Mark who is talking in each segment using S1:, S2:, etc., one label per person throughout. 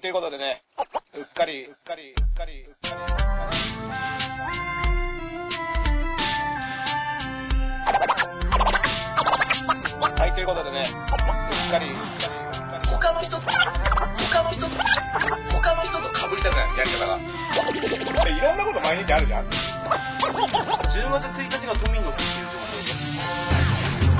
S1: ということでね、うっかり、うっかり、うっかり、うっかり。はい、ということでね、うっかり、うっかり、うっ
S2: 他
S1: かり。
S2: の人と、他の人と、他の人と被りたくない、やり方が。
S1: いろんなこと毎日あるじゃん。
S2: 10月1日が都民の日っていう情報です。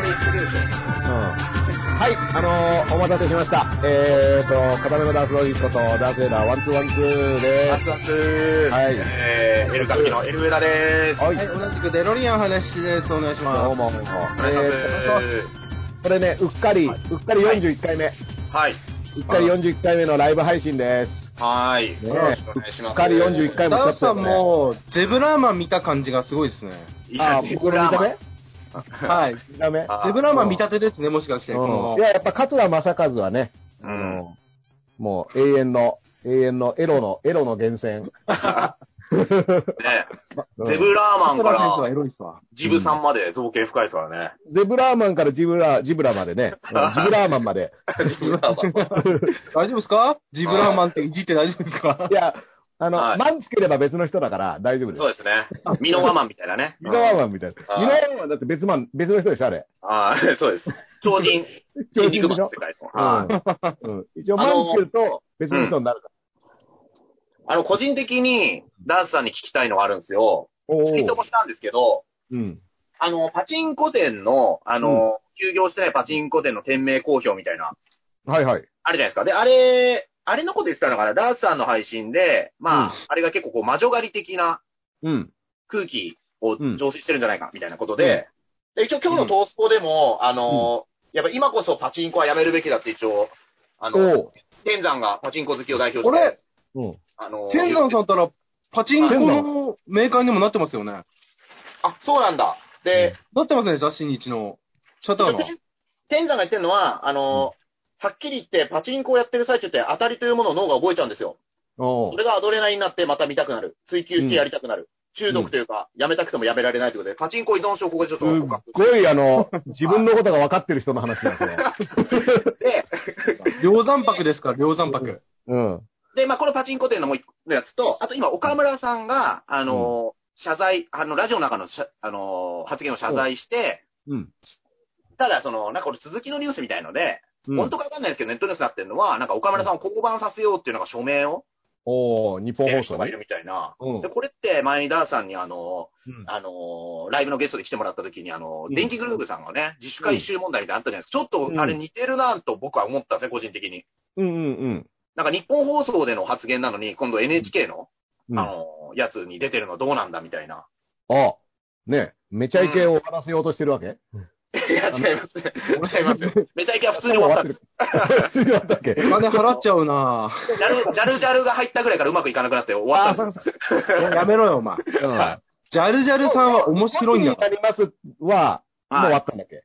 S3: はい、あのー、お待たせしました。えーと、片目のダンスロジットとダースエーダーワンツーワンツーで
S4: ア
S3: す
S4: ツ。アツ
S3: はい
S4: えー、エル歌舞伎のエルウェダです。
S3: はい、
S5: はい、同じくデロリアン話です。お願いします。
S3: どうも。え
S4: お願いします
S3: ーとこれね、うっかり、う
S4: はい
S3: っかり41回目、
S4: はい。
S3: うっかり41回目のライブ配信です。
S4: はい。
S3: ねえ
S4: よろしくお願いします。
S3: うっかり41回
S5: ダ
S3: も
S5: ースさ
S3: よ
S5: んも、ゼブラーマン見た感じがすごいですね。
S4: いや
S3: あー、僕の見た目
S5: はい。ゼ
S3: 見た目
S4: あ
S5: ブラーマン見立てですね、もしかして。こ
S3: う
S5: の
S3: んいや、やっぱ桂正和はね、
S4: う
S3: あ
S4: ん。
S3: のもう永遠の、永遠のエロの、エロの源 泉。
S4: ねえ
S3: うん
S4: ゼブラーマンか
S5: 桂先生はエ
S4: ら
S5: ロいっすわ。
S4: ジブさんまで造形深いですからね。
S3: ゼブラーマンからジブラ、ジブラまで ね、うんジブラーマンまで。
S4: ジブラーマン。
S5: 大丈夫ですかジブラーマンっていじって大丈夫ですか
S3: いや、あの、
S4: はい
S3: マンつければ別の人だから大丈夫です
S4: そう。ですね。ミノワマンみたいなね。
S3: ミノワーマンみたいな。
S4: はい
S3: ミノワーマンはだって別マン、別の人でしょ、あれ。
S4: ああ、そうです。超人、
S3: 超人で
S4: 新宿マン
S3: しょ
S4: の世界の。はい
S3: うんうん一応マンつけると別の人になるか
S4: あの、個人的に、ダンスさんに聞きたいのがあるんですよ。
S3: ら。お
S4: ツイートも
S3: ー
S4: したんですけど、
S3: うん。
S4: あの、パチンコ店の、あの、休業してないパチンコ店の店名公表みたいな、
S3: はい
S4: あ
S3: はい。
S4: るじゃないですか。で、あれ、あれのこと言ってたのかなダンスさんの配信で、まあ、
S3: うん
S4: あれが結構こう、魔女狩り的な
S3: うん。
S4: 空気を
S3: うん
S4: 醸成してるんじゃないか、みたいなことで、で一応今日のトースポでも、あの、やっぱ今こそパチンコはやめるべきだって一応、あ
S3: お
S4: の、
S3: う
S4: 天山がパチンコ好きを代表
S5: あ
S4: して
S5: れ、
S3: うん。
S4: あの、
S5: 天山さんったら、パチンコ
S3: 天
S5: のメーカーにもなってますよね。
S4: あ、そうなんだ。で、
S5: なってますね、雑誌に一の。シャター の。
S4: 天山が言ってるのは、あの、はっきり言って、パチンコをやってる最中って当たりというものを脳が覚えちゃうんですよ。
S3: おう
S4: それがアドレナリンになってまた見たくなる。追求してやりたくなる。中毒というか、やめたくてもやめられないということで、パチンコ依存症、ここでちょっ
S3: す
S4: と
S3: っ
S4: 告白
S3: ごい、あの、自分のことが分かってる人の話なんですよ。
S4: で、
S5: 量山泊ですから、量山泊。
S3: うん。
S4: で、まあ、このパチンコ店のもう一個のやつと、あと今、岡村さんが、あの、謝罪、あの、ラジオの中のしゃ、あの、発言を謝罪して、
S3: うん。
S4: ただ、その、なんかこれ、続きのニュースみたいので、
S3: うん
S4: 本当かわかんないですけど、ネットニュースになってるのは、なんか岡村さんを降板させようっていうのが署名を、
S3: おお日本放
S4: 人
S3: 送
S4: がい
S3: ね
S4: る。みたいな。
S3: うん
S4: で、これって前にダーさんにあの、
S3: うん
S4: あの、ライブのゲストで来てもらった時に、あの、
S3: うん
S4: 電気グルーブさんがね、自主回収問題みたいなのあったじゃないですか。ちょっ
S3: うん
S4: とあれ似てるなと僕は思ったんですね、個人的に。
S3: うんうん
S4: なんか日本放送での発言なのに、今度 NHK の、
S3: うん。
S4: あ
S3: あ
S4: の、やつに出てるのどうなんだみたいな。
S3: あ、ねめちゃイケを話せようとしてるわけ
S4: い や、違います。違いますよ。めちゃイケは普通に終わったんです。
S3: 普通に終わったっけ
S5: お金払っちゃうなぁ。
S4: ジャル、ジャルジャルが入ったぐらいからうまくいかなくなって終
S3: あ
S4: わ
S3: あ、
S4: った
S3: そ
S4: ん
S3: う
S4: で
S3: か。
S5: やめろよ、お前。
S3: うん
S4: は
S5: ジャルジャルさんは面白いんだ
S3: にな
S5: から。
S3: ります
S4: す。
S3: は、もう終わ
S4: はい
S3: ったんだっけ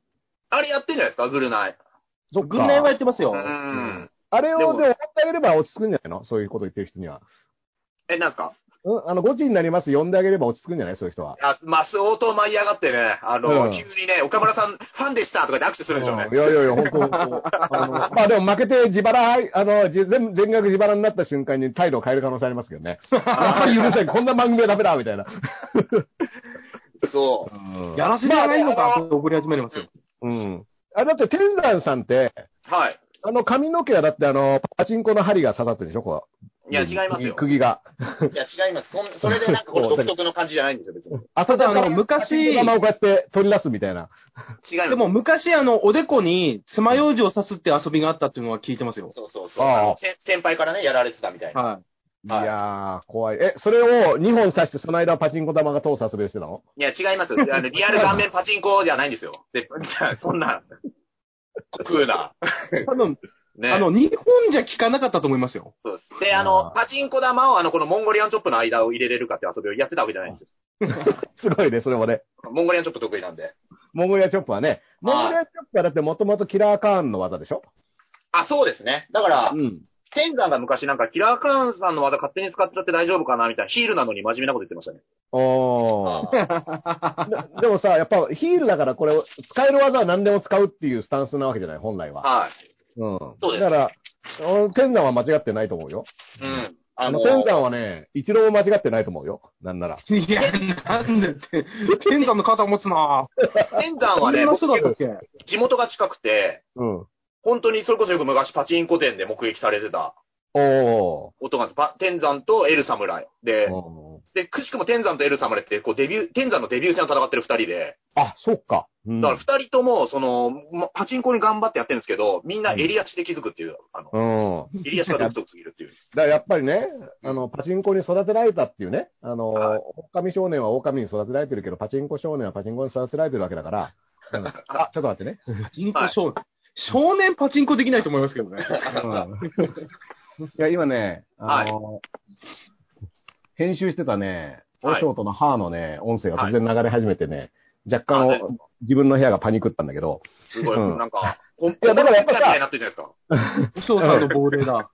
S4: あれやってんじゃないですか、グルナイ。
S3: そっか
S5: 軍内はやってますよ
S4: う。ん。
S3: あれを、で
S4: で
S3: も、
S4: も
S3: 終わってあげれば落ち着くんじゃないのそういうこと言ってる人には。
S4: え、なんすか
S3: うん、あの、5時になります、呼んであげれば落ち着くんじゃないそういう人は。
S4: あまあ、相当舞い上がってね、あの、
S3: うん
S4: 急にね、岡村さん、ファンでしたとかで握手するんでしょうね
S3: うん。いやいやいや、本当本当 あのまあでも負けて自腹、あの、じ全全額自腹になった瞬間に態度を変える可能性ありますけど ね。やっぱり許せん、こんな番組はダメだ、みたいな。
S4: そ
S5: やらせじゃないの
S3: ま
S5: か
S3: あ、
S5: と怒り始めますよ。
S3: うん。あ、だって、天山さんって、
S4: う。はい。
S3: あの、髪の毛はだって、あの、パチンコの針が刺さってるでしょ、こう。
S4: いや、違いますよ。
S3: 釘が。
S4: いや、違います。そんそれでなんかこれ独特の感じじゃないんですよ、別に。
S3: 朝
S5: だあの昔
S3: 頭をこうやって取り出すみたいな。
S4: 違います。
S5: でも、昔、あの、おでこに爪楊枝を刺すって遊びがあったっていうのは聞いてますよ。
S4: そうそうそう。
S3: ああ
S4: あのせ先輩からね、やられてたみたいな。
S5: はい
S4: はい
S3: やー、怖い。え、それを2本刺して、その間はパチンコ玉が通す遊びをしてたの
S4: いや、違います。あの、リアル顔面パチンコじゃないんですよ。で、 じゃあそんな、食うな。
S5: い。多分、
S4: ね。
S5: あの、日本じゃ聞かなかったと思いますよ。
S4: そうです。で、あ
S3: あ
S4: の
S3: ー、
S4: パチンコ玉を、あの、このモンゴリアンチョップの間を入れれるかって遊びをやってたわけじゃないんです
S3: すごいね、それもね。
S4: よ。モンゴリアンチョップ得意なんで。
S3: モンゴリアチョップはね。モンゴリアチョップはだってもともとキラーカーンの技でしょ
S4: あ、そうですね。だから、
S3: ん。
S4: 天山が昔なんか、キラーカーンさんの技勝手に使っちゃって大丈夫かなみたいな、ヒールなのに真面目なこと言ってましたね。
S3: おーででもさ、やっぱヒールだからこれ、使える技は何でも使うっていうスタンスなわけじゃない、本来は。
S4: はい。
S3: うん。
S4: そうです
S3: だから、うん天山は間違ってないと思うよ。
S4: うん。あ
S3: あ
S4: の
S3: の、
S4: ー、
S3: 天山はね、一郎も間違ってないと思うよ。なんなら。
S5: いや、なんでって、天山の肩持つなぁ。
S4: 天山
S5: こ
S4: はね、
S5: んな
S4: 僕
S5: 人だったっけ
S4: 地元が近くて、
S3: うん。
S4: 本当にそれこそよく昔パチンコ店で目撃されてた
S3: おー。
S4: 音が、パ天山とエル侍で、
S3: うん
S4: で、くしくも天山とエル侍って、こうデビュー、天山のデビュー戦を戦ってる二人で、
S3: あ、そうか。うん
S4: だから二人とも、その、まパチンコに頑張ってやってるんですけど、みんな襟足で気づくっていう、あの、
S3: うん。
S4: 襟足が独特すぎるっていう。
S3: だからやっぱりね、あの、パチンコに育てられたっていうね、あの、
S4: はい
S3: 狼少年は狼に育てられてるけど、パチンコ少年はパチンコに育てられてるわけだから、 うんあ、ちょっと待ってね。
S5: パチンコ少年。少年パチンコできないと思いますけど ね。
S3: うんいや、今ね、あの、編集してた
S4: はい
S3: ね、オショートのハーのね、音声が突然流れ始めてね、若干、
S4: はい
S3: 自分の部屋がパニックったんだけど、
S4: すごい、
S3: うん
S4: なんか、コン
S3: いやだからやっぱさ
S4: みたいになってるじゃないですか。
S5: お嬢さんの亡霊だ。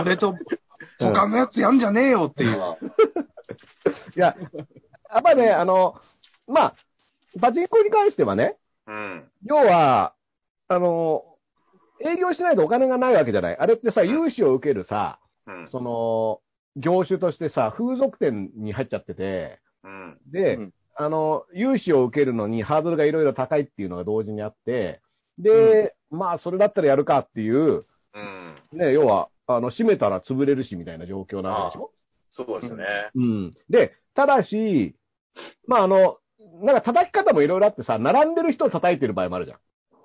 S5: 俺と他のやつやんじゃねえよっていう。
S3: いや、やっぱりね、あの、まあ、パチンコに関してはね、
S4: うん。
S3: 要は、あの、営業しないとお金がないわけじゃない。あれってさ、融資を受けるさ、
S4: うん。
S3: その、業種としてさ、風俗店に入っちゃってて、
S4: うん。
S3: で、
S5: うん
S3: あの、融資を受けるのにハードルがいろいろ高いっていうのが同時にあって、で、まあ、それだったらやるかっていう、
S4: うん。
S3: ね、要は、あの、閉めたら潰れるしみたいな状況なわけでしょ
S4: そうですよね。
S3: うん。で、ただし、まあ、あの、なんか叩き方もいろいろあってさ、並んでる人を叩いてる場合もあるじゃん。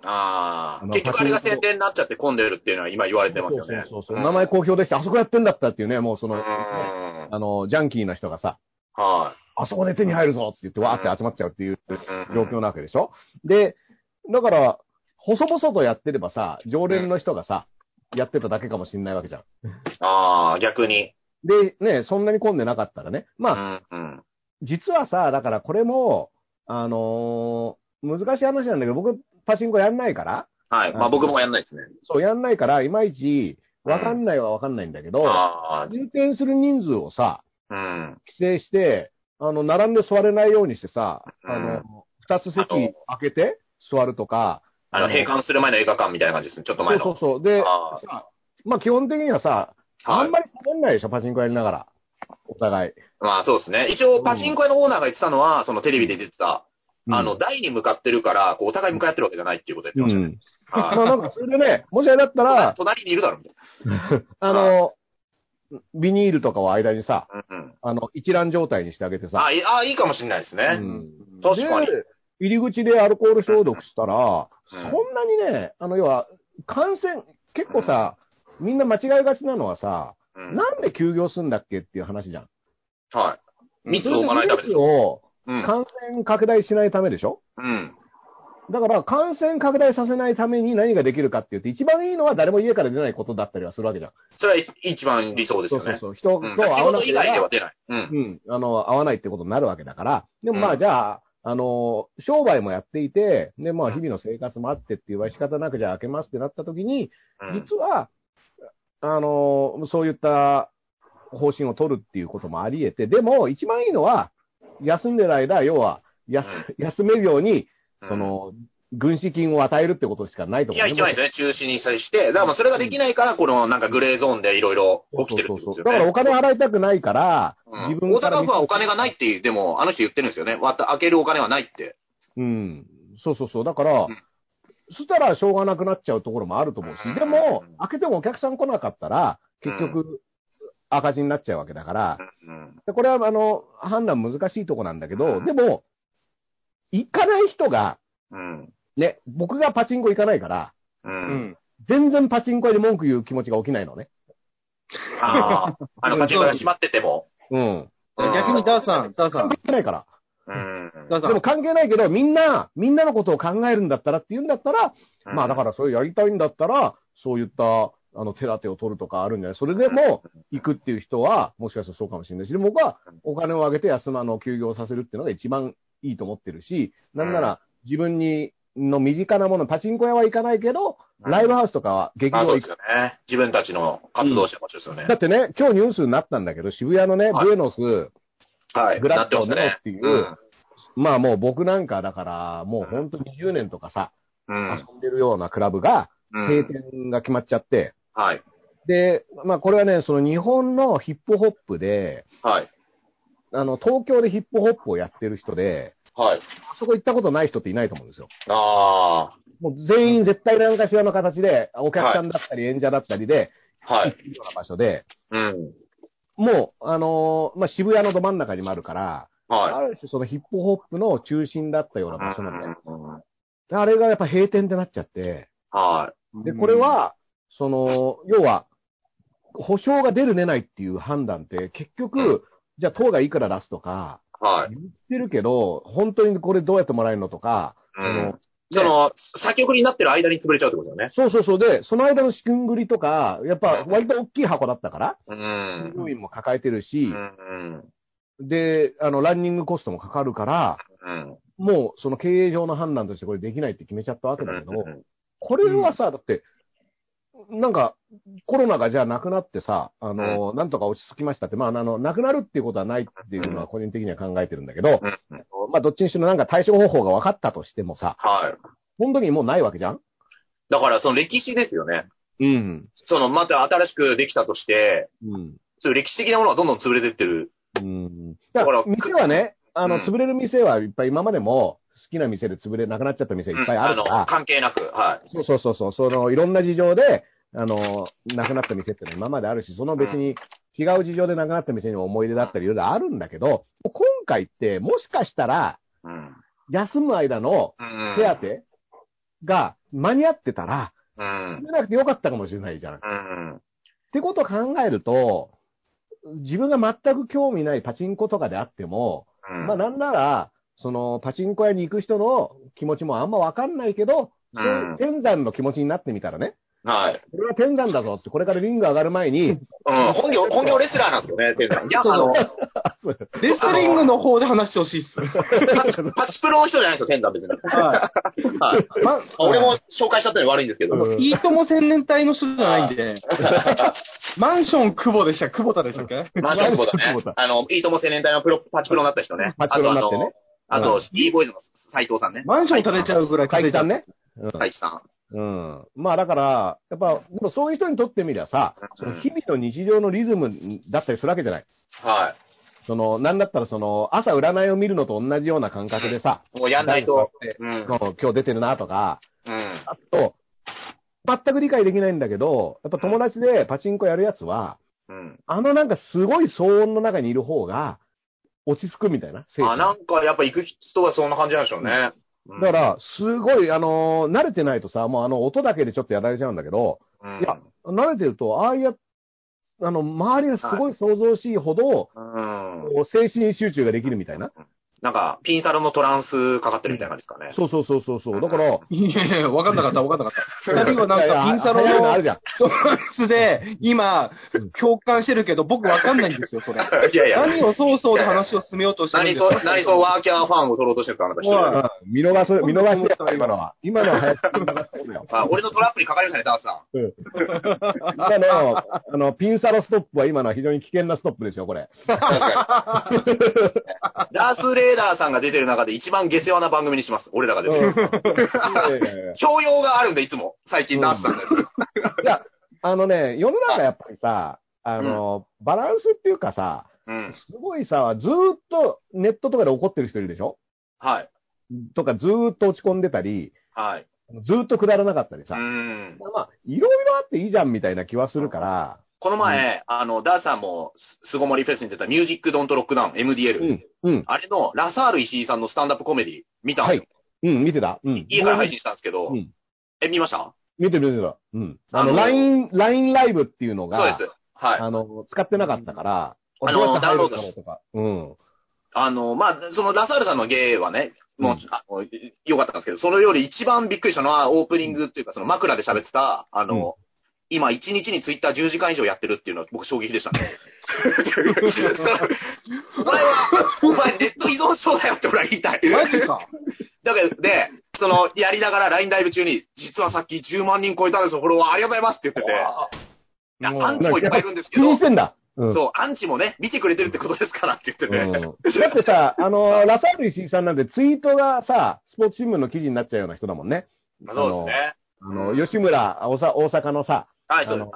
S4: あ
S3: あ
S4: あ。
S3: の
S4: 結局あれが宣伝になっちゃって混んでるっていうのは今言われてますよね。
S3: そうそうそうそう。名前好評でした。あそこやってんだったっていうね、もうそ
S4: うん。
S3: の、
S4: うん
S3: あの、ジャンキーな人がさ、
S4: は
S3: あそこで手に入るぞって言ってわーって集まっちゃうっていう
S4: い。
S3: 状況なわけでしょで、だから、細々とやってればさ、常連の人がさ、やってただけかもしんないわけじゃん。
S4: ああ、逆に。
S3: で、ね、そんなに混んでなかったらね。
S4: う
S3: まあ、
S4: ん。うん。
S3: 実はさ、だからこれも、あのー難しい話なんだけど、僕、パチンコやんないから、
S4: はい。まあ僕もやんないですね。
S3: そう、やんないから、いまいち、わかんないはわかんないんだけど、
S4: ああ。
S3: 入店する人数をさ、
S4: うん。
S3: 規制して、あの、並んで座れないようにしてさ、
S4: うん
S3: あの、二つ席
S4: あと
S3: 開けて座るとか、
S4: あの、閉館する前の映画館みたいな感じですね。ちょっと前の。
S3: そうそうそう。で、
S4: あ
S3: まあ基本的にはさ、
S4: あ。は
S3: あ
S4: い
S3: んまり喋んないでしょ、パチンコやりながら。お互い。
S4: まあそうですね。一応、パチンコ屋のオーナーが言ってたのは、そのテレビで出てた、あ
S3: う
S4: の、
S3: ん、
S4: 台に向かってるから、こうお互い向かい合ってるわけじゃないっていうこと
S3: う
S4: 言ってまし
S3: ん。
S4: たね。
S3: ま
S4: は
S3: あ
S4: い
S3: なんか、それでね、もしあれだったら、
S4: 隣にいるだろ、みたい
S3: あの、ビニールとかを間にさ、
S4: な。うんうん。
S3: あの、一覧状態にしてあげてさ。
S4: あいあ、いいかもしれないですね。
S3: うん
S4: 確かに
S3: で入り口でアルコール消毒したら、
S4: うん
S3: そんなにね、あの、要は、感染、結構さ、みんな間違いがちなのはさ、
S4: うん
S3: なんで休業すんだっけっていう話じゃん。
S4: はい。密を置かないため
S3: そ
S4: です
S3: れでウイルス。を
S4: うん。
S3: 感染拡大しないためでしょ
S4: うん。
S3: だから、感染拡大させないために何ができるかって言って、一番いいのは誰も家から出ないことだったりはするわけじゃん。
S4: それは一番理想です
S3: そう
S4: よ
S3: そう
S4: ね。
S3: そう。人
S4: う
S3: と
S4: ん。
S3: 会
S4: 仕
S3: わ
S4: 事
S3: なけ
S4: 以
S3: れば
S4: 外では出ない。うん。
S3: うん、あの、合わないってことになるわけだから、でも
S4: うん
S3: まあじゃあ、あの、商売もやっていて、で、ま
S4: う
S3: あ
S4: ん
S3: 日々の生活もあってっていうは仕方なくじゃあ開けますってなった時に、
S4: うん
S3: 実は、あの、そういった方針を取るっていうこともあり得て、でも一番いいのは、休んでる間、要は、やす休めるように、そ、の、軍資金を与えるってことしかないと
S4: うんいや、
S3: 思うね。
S4: 一番いいですね。中止に際して。だからまあそれができないから、このなんかグレーゾーンでいろいろ
S3: そう
S4: 起きてる
S3: そ
S4: ん
S3: う
S4: です
S3: そう
S4: よ
S3: そ
S4: ね。
S3: う。だからお金払いたくないから、
S4: うん
S3: 自分
S4: 大
S3: から
S4: 阪
S3: 見
S4: 府
S3: て。
S4: はお金がないって、でも、あの人言ってるんですよね。わた開けるお金はないって。
S3: うん。そうそうそう。だから、
S4: うん
S3: そしたらしょうがなくなっちゃうところもあると思う
S4: うん
S3: し、でも、開けてもお客さん来なかったら、結局、赤字になっちゃうわけだから、
S4: うん。
S3: でこれは、あの、判断難しいとこなんだけど、
S4: うん
S3: でも、行かない人が、
S4: うん。
S3: ね、僕がパチンコ行かないから、
S4: う。
S5: うんん。
S3: 全然パチンコ屋で文句言う気持ちが起きないのね。
S4: あ あ。あの、パチンコが閉まってても。
S3: うん。
S4: うん
S5: 逆にダーさん、ダーさ
S3: 関
S5: ん、
S3: 係ないから。
S4: うん。
S5: ダーさ
S3: でも
S5: ん。
S3: 関係ないけど、みんな、みんなのことを考えるんだったらって言うんだったら、まあだからそれやりたいんだったら、そういった、あの、手立てを取るとかあるんじゃないそれでも、行くっていう人は、もしかしたらそうかもしれないし、でも僕はお金を上げて休まあの休業させるっていうのが一番いいと思ってるし、なんなら自分に、の身近なもの、パチンコ屋は行かないけど、ライブハウスとかは劇
S4: まあ
S3: 場
S4: そう
S3: 行
S4: です
S3: く。
S4: よね。自分たちの活動者たちですよね
S3: だ。ってね、今日ニュースになったんだけど、渋谷のね、
S4: はい
S3: ブエノス、
S4: はい。
S3: グラ
S4: な
S3: ッ
S4: て
S3: ド
S4: ま
S3: を
S4: す
S3: ね
S4: ね。
S3: っていうまあもう僕なんかだから、もうほんと20年とかさ、
S4: うん。うん
S3: 遊んでるようなクラブが、
S4: うん
S3: 閉店が決まっちゃって、
S4: はい。
S3: で、まあこれはね、その日本のヒップホップで、
S4: はい。
S3: あの、東京でヒップホップをやってる人で、
S4: はい。
S3: あそこ行ったことない人っていないと思うんですよ。
S4: あ
S3: もう全員絶対何かしらの形で、お客さんだったり演者だったりで、
S4: あ。は
S3: 行
S4: い
S3: く。ような場所で、
S4: うん。
S3: もう、あのーまあ、渋谷のど真ん中にもあるから、
S4: は。
S3: ある種そのヒップホップの中心だったようない場所なんだよ。
S4: うん
S3: であれがやっぱ閉店ってなっちゃって、
S4: は
S3: で、これは、その、要は、保証が出る出ないっていう判断って、結局、
S4: うん
S3: じゃあ、党がいくら出すとか、
S4: い。はい。
S3: 言ってるけど、本当にこれどうやってもらえるのとか、
S4: う
S3: その
S4: ん。その、先送りになってる間に潰れちゃうってことだよね。
S3: そうそうそう。で、その間の資金繰りとか、やっぱ割と大きい箱だったから、
S4: うん。
S3: 入院も抱えてるし
S4: う、ん。
S3: で、あの、ランニングコストもかかるから、
S4: うん。
S3: もうその経営上の判断としてこれできないって決めちゃったわけだけど、
S4: うん
S3: これはさ、だって、なんか、コロナがじゃあなくなってさ、あの、なんとか落ち着きましたって、まあ、あの、なくなるっていうことはないっていうのは個人的には考えてるんだけど、
S4: うん
S3: まあ、どっちにしろなんか対処方法が分かったとしてもさ、
S4: はい。
S3: 本当にもうないわけじゃん
S4: だから、その歴史ですよね。
S3: うん。
S4: その、また新しくできたとして、
S3: うん。
S4: そういう歴史的なものがどんどん潰れてってる。
S3: うん。だ
S4: だ
S3: か
S4: から
S3: ら、店はね、あ
S4: う
S3: の、
S4: ん
S3: 潰れる店はいっぱい今までも、好きな店で潰れ、なくなっちゃった店いっぱいあるか
S4: うんの、
S3: ら、
S4: 関係なく。はい。
S3: そうそうそうそう、その、いろんな事情で、あの、なくなった店ってのは今まであるし、その別に違う事情でなくなった店にも思い出だったりいろいろあるんだけど、今回って、もしかしたら、
S4: うん。
S3: 休む間の
S4: うん
S3: 手当が間に合ってたら、
S4: うん。
S3: 潰れなくてよかったかもしれないじゃん。っ
S4: うん。
S3: てことを考えると、自分が全く興味ないパチンコとかであっても、
S4: うん
S3: まあなんなら、そのパチンコ屋に行く人の気持ちもあんまわかんないけど、そういう天山の気持ちになってみたらね、
S4: はい。
S3: これは天山だぞって、これからリング上がる前
S4: う
S3: に、
S4: ん。本業、本業レスラーなんですよね、っていうのは。いや、あの、
S5: レスリングの方で話してほしいっす。
S4: パ チパチプロの人じゃないですよ、天山別に。
S5: は
S4: はい。
S5: い。ま
S4: あ俺も紹介しちゃったのに悪いんですけど。
S3: うん
S5: いいとも千年隊の人じゃないん で、マンション久保でした、久保田でしたっけ
S4: マジョンボだ
S3: マジョンボだ
S4: ね。あの、いいとも青年隊のプロ、パチプロになった人ね。
S3: パチプロになってね。
S4: あ
S3: う
S4: と、あ
S3: ん
S4: と、D ボーイズの斎藤さんね。
S5: マンション垂れちゃうぐらい
S3: 会
S5: 稼
S3: 議
S5: いちゃ
S3: さ
S5: うん
S3: ね。
S4: 斎藤さん。
S3: うん。まあだから、やっぱ、でもそういう人にとってみりゃさ、その日々の日常のリズムだったりするわけじゃない。
S4: は
S3: その、なんだったらその、朝占いを見るのと同じような感覚でさ、
S4: い。もうやんないと。うん。
S3: 今日今日出てるなとか、
S4: うん。
S3: あと、全く理解できないんだけど、やっぱ友達でパチンコやるやつは、
S4: うん。
S3: あのなんかすごい騒音の中にいる方が、落ち着くみたいな。精
S4: あ、
S3: 神
S4: なんかやっぱ行く人はそんな感じなんでしょうね。うん
S3: だか、ら、すごい、あのー慣れてないとさ、もうあの、音だけでちょっとやられちゃうんだけど、
S4: うん
S3: いや慣れてると、ああいう、あの、周りがすごい想像しいほど、
S4: うん。
S3: こう精神集中ができるみたいな。
S4: なんか、ピンサロのトランスかかってるみたいな感じですかね。
S3: そうそうそうそうそう。だから、
S5: いやいや、わかんなかった、わかんなかった。二人はなん
S3: いやい
S5: か
S3: や
S5: ピンサロ
S3: 流行るのあ
S5: の
S3: るじゃん。
S5: トランスで、今、共感してるけど、僕わかんないんですよ、それ。
S4: いやいや。
S5: 何をそうそうで話を進めようとしてるん
S4: 何
S5: です
S4: そう
S5: か、
S4: 何そうワーキャーファンを取ろうとしてるんですか、あなた一
S5: おい
S4: 人
S3: うん見逃す、見逃してやった、今のは。今のは林くん見逃してるよ。
S4: あ、俺のトラップにかかりましたね、ダースさん。
S3: 今の、あの、ピンサロストップは今のは非常に危険なストップですよ、これ。
S4: ダースレーダーさんが出てる中で一番下世話な番組にします。俺らが出
S3: うん
S4: て
S3: い
S4: る。
S3: やいやいや
S4: 教養があるんで、いつも。最近、ダースさんが。
S3: いや、あのね、世の中やっぱりさ、あの、バランスっていうかさ、
S4: うん。
S3: すごいさ、ずーっとネットとかで怒ってる人いるでしょ
S4: はい。
S3: とか、ずーっと落ち込んでたり、
S4: はい。
S3: ずーっとくだらなかったり
S4: う
S3: さ。
S4: ん。
S3: まあ、いろいろあっていいじゃんみたいな気はするから、
S4: この前、あの、ダースさんも、す巣ごもりフェスに出たミュージックドントロックダウン、MDL。
S3: うん、うん、
S4: あれの、ラサール石井さんのスタンダップコメディ、見たんですよ。
S3: うん、見てたうん。
S4: 家から配信したんですけど、
S3: うん
S4: え、見ました
S3: 見てる、見てた。うん。あの、
S4: あの
S3: LINE、LINE ライブっていうの
S4: そう
S3: が
S4: で、す。はい。
S3: あの、使ってなかったから、
S4: うん
S3: どうやって
S4: あの
S3: 入るかとか。うん。
S4: あの、まあ、そのラサールさんの芸はね、もう、
S3: うん
S4: あのよかったんですけど、それより一番びっくりしたのは、オープニングっていうか、その枕で喋ってた、あの、今、一日にツイッター10時間以上やってるっていうのは、僕、衝撃でしたね。そのお前は、お前、ネット依存症だよって俺は言いたい。
S5: マジか。
S4: だけど、で、その、やりながら LINE ライブ中に、実はさっき10万人超えたんですよ、フォロワーありがとうございますって言ってて、いやアンチもいっぱいいるんですけ
S3: 気に
S4: ど
S3: し、てんだ。うん。
S4: そう、アンチもね、見てくれてるってことですからって言って
S3: うん
S4: て、
S3: だってさ、あの、ラサール石井さんなんてツイートがさ、スポーツ新聞の記事になっちゃうような人だもんね。
S4: まあそうですね。
S3: あの、吉村、おさ大阪のさ、
S4: は
S3: あ
S4: い、そうです。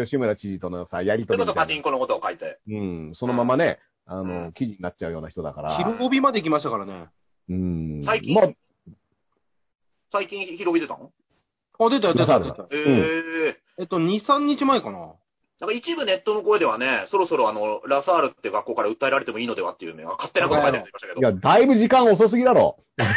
S3: の、吉村知事とのさ、やり
S4: そ
S3: と
S4: れ
S3: り
S4: こ
S3: み
S4: そ
S3: た
S4: パ
S3: い
S4: チン
S3: な。
S4: コのことを書いて。
S3: うん、そのままね、あ
S4: う
S3: の、記事になっちゃうような人だから。
S5: 昼帯まで来ましたからね。
S3: うん。
S4: 最近
S3: まあ、
S4: 最近広げてたの
S5: あ、出た出た出
S3: 出
S5: た。
S4: ええ
S5: えっと、2、3日前かな。
S4: なんか一部ネットの声ではね、そろそろあの、ラサールって学校から訴えられてもいいのではっていうね、勝手なこと書いてありましたけど。
S3: いや、だいぶ時間遅すぎだろ。
S4: いや、違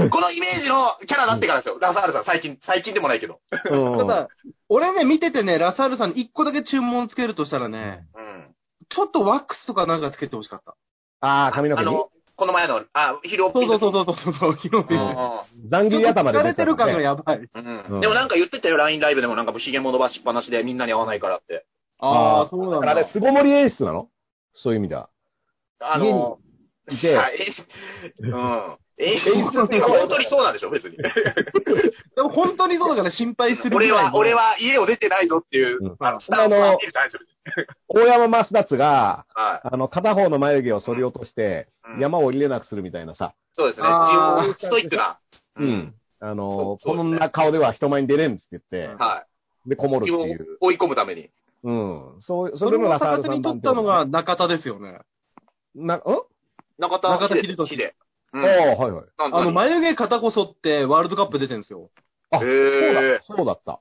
S4: う違うこのイメージのキャラになってからですよ。ラサールさん、最近、最近でもないけど。
S3: うん
S5: た だ、俺ね、見ててね、ラサールさんに1個だけ注文つけるとしたらね、
S4: うん。
S5: ちょっとワックスとかなんかつけてほしかった。
S3: ああ、髪の毛
S4: あ
S3: に。
S4: の、この前の、あ、ヒロ。
S5: そうそうそううそうそう、 昨
S3: う
S5: 日見
S3: ん
S5: て。
S3: 残切
S5: ちょ
S3: り
S5: っと
S3: 頭で
S5: 疲
S3: 出
S5: れ
S3: てた
S5: て
S3: もんね
S5: る感がやばい。
S4: うん、でもなんか言ってたよ、LINE ライブでもなんか、ひげも伸ばしっぱなしでみんなに会わないからって。
S5: ああ、そうな
S3: だ
S5: ん
S3: からあ
S5: だ
S3: れ、。巣ごもり演出なのそういう意味では。
S4: あの、
S3: 家にいて
S4: はい。うん。演出っていうか、本当にそうなんでしょ、別に。
S5: でも本当にそうだから心配するぐら
S4: 俺
S5: いの
S4: は、俺。は家を出てないぞっていう
S3: うん、
S4: あの、スタンスのアピールじゃないですよ、別に。
S3: 大山増達が、
S4: は
S3: あの、片方の眉毛を剃り落とし
S4: い。
S3: て、
S4: うん
S3: 山を降りれなくするみたいなさ。
S4: そうですね。
S5: あー
S4: 自分ストイックな。。。
S3: あの、
S4: そうそうですね
S3: こんな顔では人前に出れんって言って、
S4: は
S3: で、こも
S4: い。
S3: るっ
S4: 自
S3: て
S4: 分を
S3: いう。
S4: 追い込むために。
S3: うん。そう、
S5: そ
S3: そ
S5: れ
S3: れ
S5: も
S3: もラサール
S5: 逆手
S3: さん
S5: に取
S3: 版
S5: っ
S3: と
S5: たのが中田ですよね。
S3: な、ん
S4: 中田
S5: 中田
S4: 秀
S5: 秀俊
S4: 秀う
S3: あ
S4: ん
S3: あ、はいは
S4: な
S3: い。
S4: ん
S5: あの、
S4: なん
S5: 眉毛片こそってワールドカップ出てるんですよ。
S3: あ、そう
S4: へ
S3: だ
S4: え、。
S3: そうだった。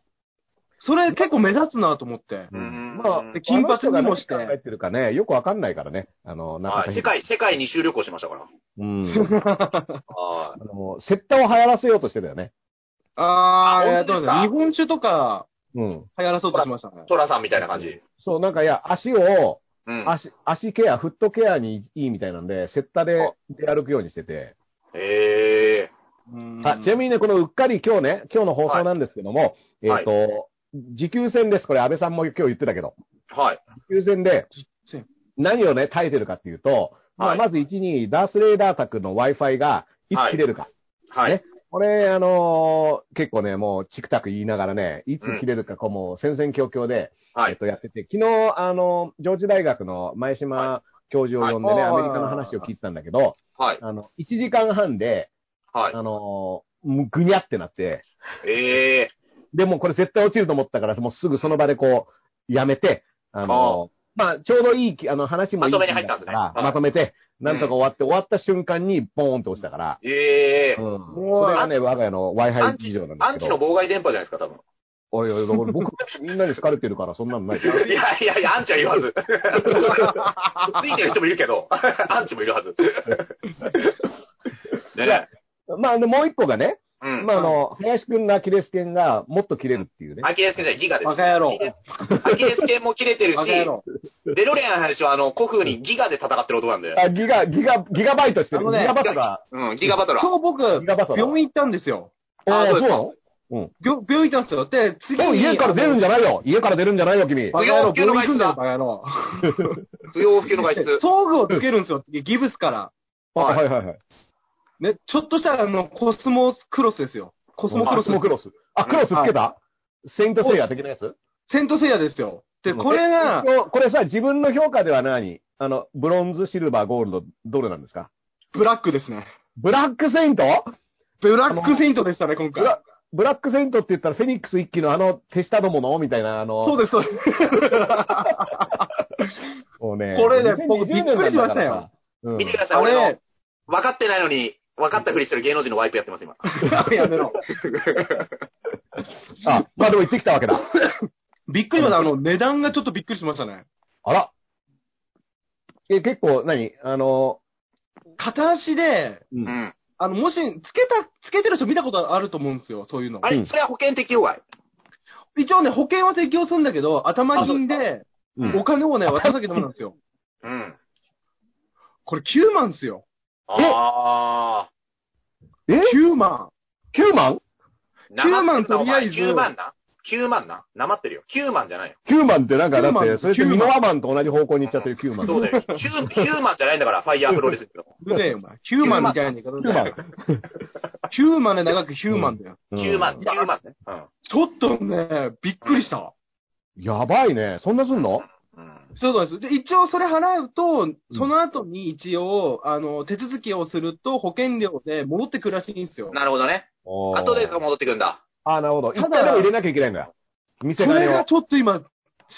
S5: それ結構目立つなと 思って。
S4: うん
S3: まあ
S4: うん、
S5: 金髪にもして
S3: あの人が何考えてるかね、よくわかんないからね。あの、中
S4: は
S3: 田
S4: い。
S3: 秀
S4: 世
S3: 俊。
S4: 界、世界に周旅行しましたから。
S3: うん。
S4: はい。
S3: あの、セッタを流行らせようとしてたよね。
S5: ああ、
S4: あ
S5: えっ
S4: 本当
S5: と
S4: ですか
S5: 日本酒とか
S3: うん。
S5: 流行らそうとしましたね。
S4: トラさんみたいな感じ。
S3: そう、なんか、いや、足を、
S4: うん。
S3: 足、足ケア、フットケアにいいみたいなんで、セッタで
S4: あ
S3: 出歩くようにしてて。
S4: へえ。
S3: あちなみにね、このうっかり今日ね、今日の放送なんですけども、えっ、
S4: はい
S3: と、持久戦です。これ安倍さんも今日言ってたけど、
S4: はい。
S3: 持久戦で
S5: 久戦、何
S3: 何をね、耐えてるかっていうと、ま
S4: は
S3: あ、
S4: い
S3: まず1、にダースレーダー宅の Wi-Fi がいつ切れるか。
S4: はい
S3: ね。これ、あのー結構ね、もうチクタク言いながらね、いつ切れるか、こうもう戦々恐々で、
S4: は
S3: えっ
S4: い。
S3: と、やってて、昨日、あの、上智大学の前島教授を呼んでね、
S5: はい
S3: アメリカの話を聞いてたんだけど、
S4: はい。
S3: あの、1時間半で、
S4: はい。
S3: あのーもうぐにゃってなって、
S4: ええ。
S3: で、もうこれ絶対落ちると思ったから、もうすぐその場でこう、やめて、あの、まあ、ちょうどいいき、あの、話もい
S4: ま
S3: い
S4: とめに入ったんですね
S3: だから
S4: はい
S3: まとめて、なんとか終わって、終わった瞬間に、ボーンと落ちたから、
S4: ええ
S3: う。ん。
S5: おい
S3: それがね、我が家の Wi-Fi 事情なんで
S4: ア
S3: す
S4: ン
S3: け
S4: チの
S3: ど。
S4: 妨害電波じゃないですか、多分。
S3: おいおい、俺僕、みんなに好かれてるから、そんなのない。
S4: いやいやいや、アンチは言わず。 ついてる人もいるけど、 アンチもいるはず。ねえ。
S3: まあ、で、もう一個がね、
S4: うん。
S3: まあ、あの、林くんのアキレス腱がもっと切れるっていうね。
S4: アキレス腱じゃない、ギガです。
S5: バカ野郎。
S4: アキレス腱も切れてるし
S5: バカ野、郎。
S4: デロレアンの話は、あの、古風にギガで戦ってる男なんで。
S3: あ、ギガ、ギガ、ギガバイトしてる。
S5: あのね
S3: ギガバトが。
S4: うん、ギガバトラー。
S5: 今日僕、
S3: ギガバトラー
S5: 病院行ったんですよ。
S4: あ
S3: ああ、
S4: そ
S3: そうう
S4: ですか
S3: なの
S5: 病病院行ったんですよ。で、次
S3: おい
S5: に。
S3: 家から出るんじゃないよ家から出るんじゃないよ、君。
S5: バカ野郎、
S4: 不要不急の
S5: 病院行くんだよ、
S4: 外出だ
S5: バカ野郎。
S4: 不要不急の外出。
S5: 装具をつけるんですよ、次、ギブスから。
S3: あ
S4: はい
S3: はいはいはい。
S5: ね、ちょっとしたら、あの、コスモクロスですよ。コスモクロス。
S3: あクロス。あ、クロスつけたセイントセイヤ的なやつ
S5: セントセイヤですよ。で、これが、
S3: えこれさ、自分の評価では何あの、ブロンズ、シルバー、ゴールド、どれなんですか
S5: ブラックですね。
S3: ブラックセイント
S5: ブラックセイントでしたね、今
S3: ブラ
S5: 回。
S3: ブラックセイントって言ったら、フェニックス一期のあの、手下どものみたいな、あの、
S5: そうです、そうです。
S3: もうね
S5: これね僕びっくりしましたよ。
S3: 2020
S4: 見て
S3: 年
S4: ください、
S5: あ
S4: 俺の
S5: れ、。
S4: 分かってないのに、分かったふりしてる芸能人のワイプやってます、今。
S5: やめろ。
S3: うんあ、まあでも行ってきたわけだ。
S5: びっくりまだ、あの、値段がちょっとびっくりしましたね。
S3: あら。え、結構、何あの、
S5: 片足で、
S3: う
S4: う。ん。
S5: あの、もし、つけた、つけてる人見たことあると思うんですよ、そういうの
S4: あ。れ、それは保険適用外。
S5: 一応ね、保険は適用するんだけど、頭金で、
S3: うん
S5: お金をね、渡さなきゃダメなんですよ。
S4: うん。
S5: これ9万ですよ。
S4: ああ。
S3: え
S5: 9万。
S3: ?9 万
S4: なまってる
S5: 九万
S4: な
S5: とりあえず
S4: お前9万な。9万な。なまってるよ。9万じゃないよ。
S3: ?9 万ってなんかだ
S5: 九
S3: っ
S5: 万
S3: て、それって
S5: 九万
S3: ミノワマンと同じ方向に行っちゃってる9万。
S4: そうだよ。9, 9万じゃないんだから、ファイヤープロレスだけど。
S5: うぜえよ、お前。9万みたいな言い方
S3: 9万
S5: で。。ヒューマンで長くヒューマンだよ。
S3: うん
S4: 9万、9万ね。うん。
S5: ちょっとね、びっくりした。
S3: やばいね。そんなすんの
S4: うん。
S5: そうなんです。で、一応それ払うと、その後に一応、あの、手続きをすると保険料で戻ってくるらしいんですよ。
S4: なるほどね。
S3: あ
S4: 後で戻ってくるんだ。
S3: あ、なるほど。一
S5: ただ
S3: 回でも入れなきゃいけないんだ。
S5: そ
S3: 店
S5: れ
S3: 金を
S5: が。ちょっと今、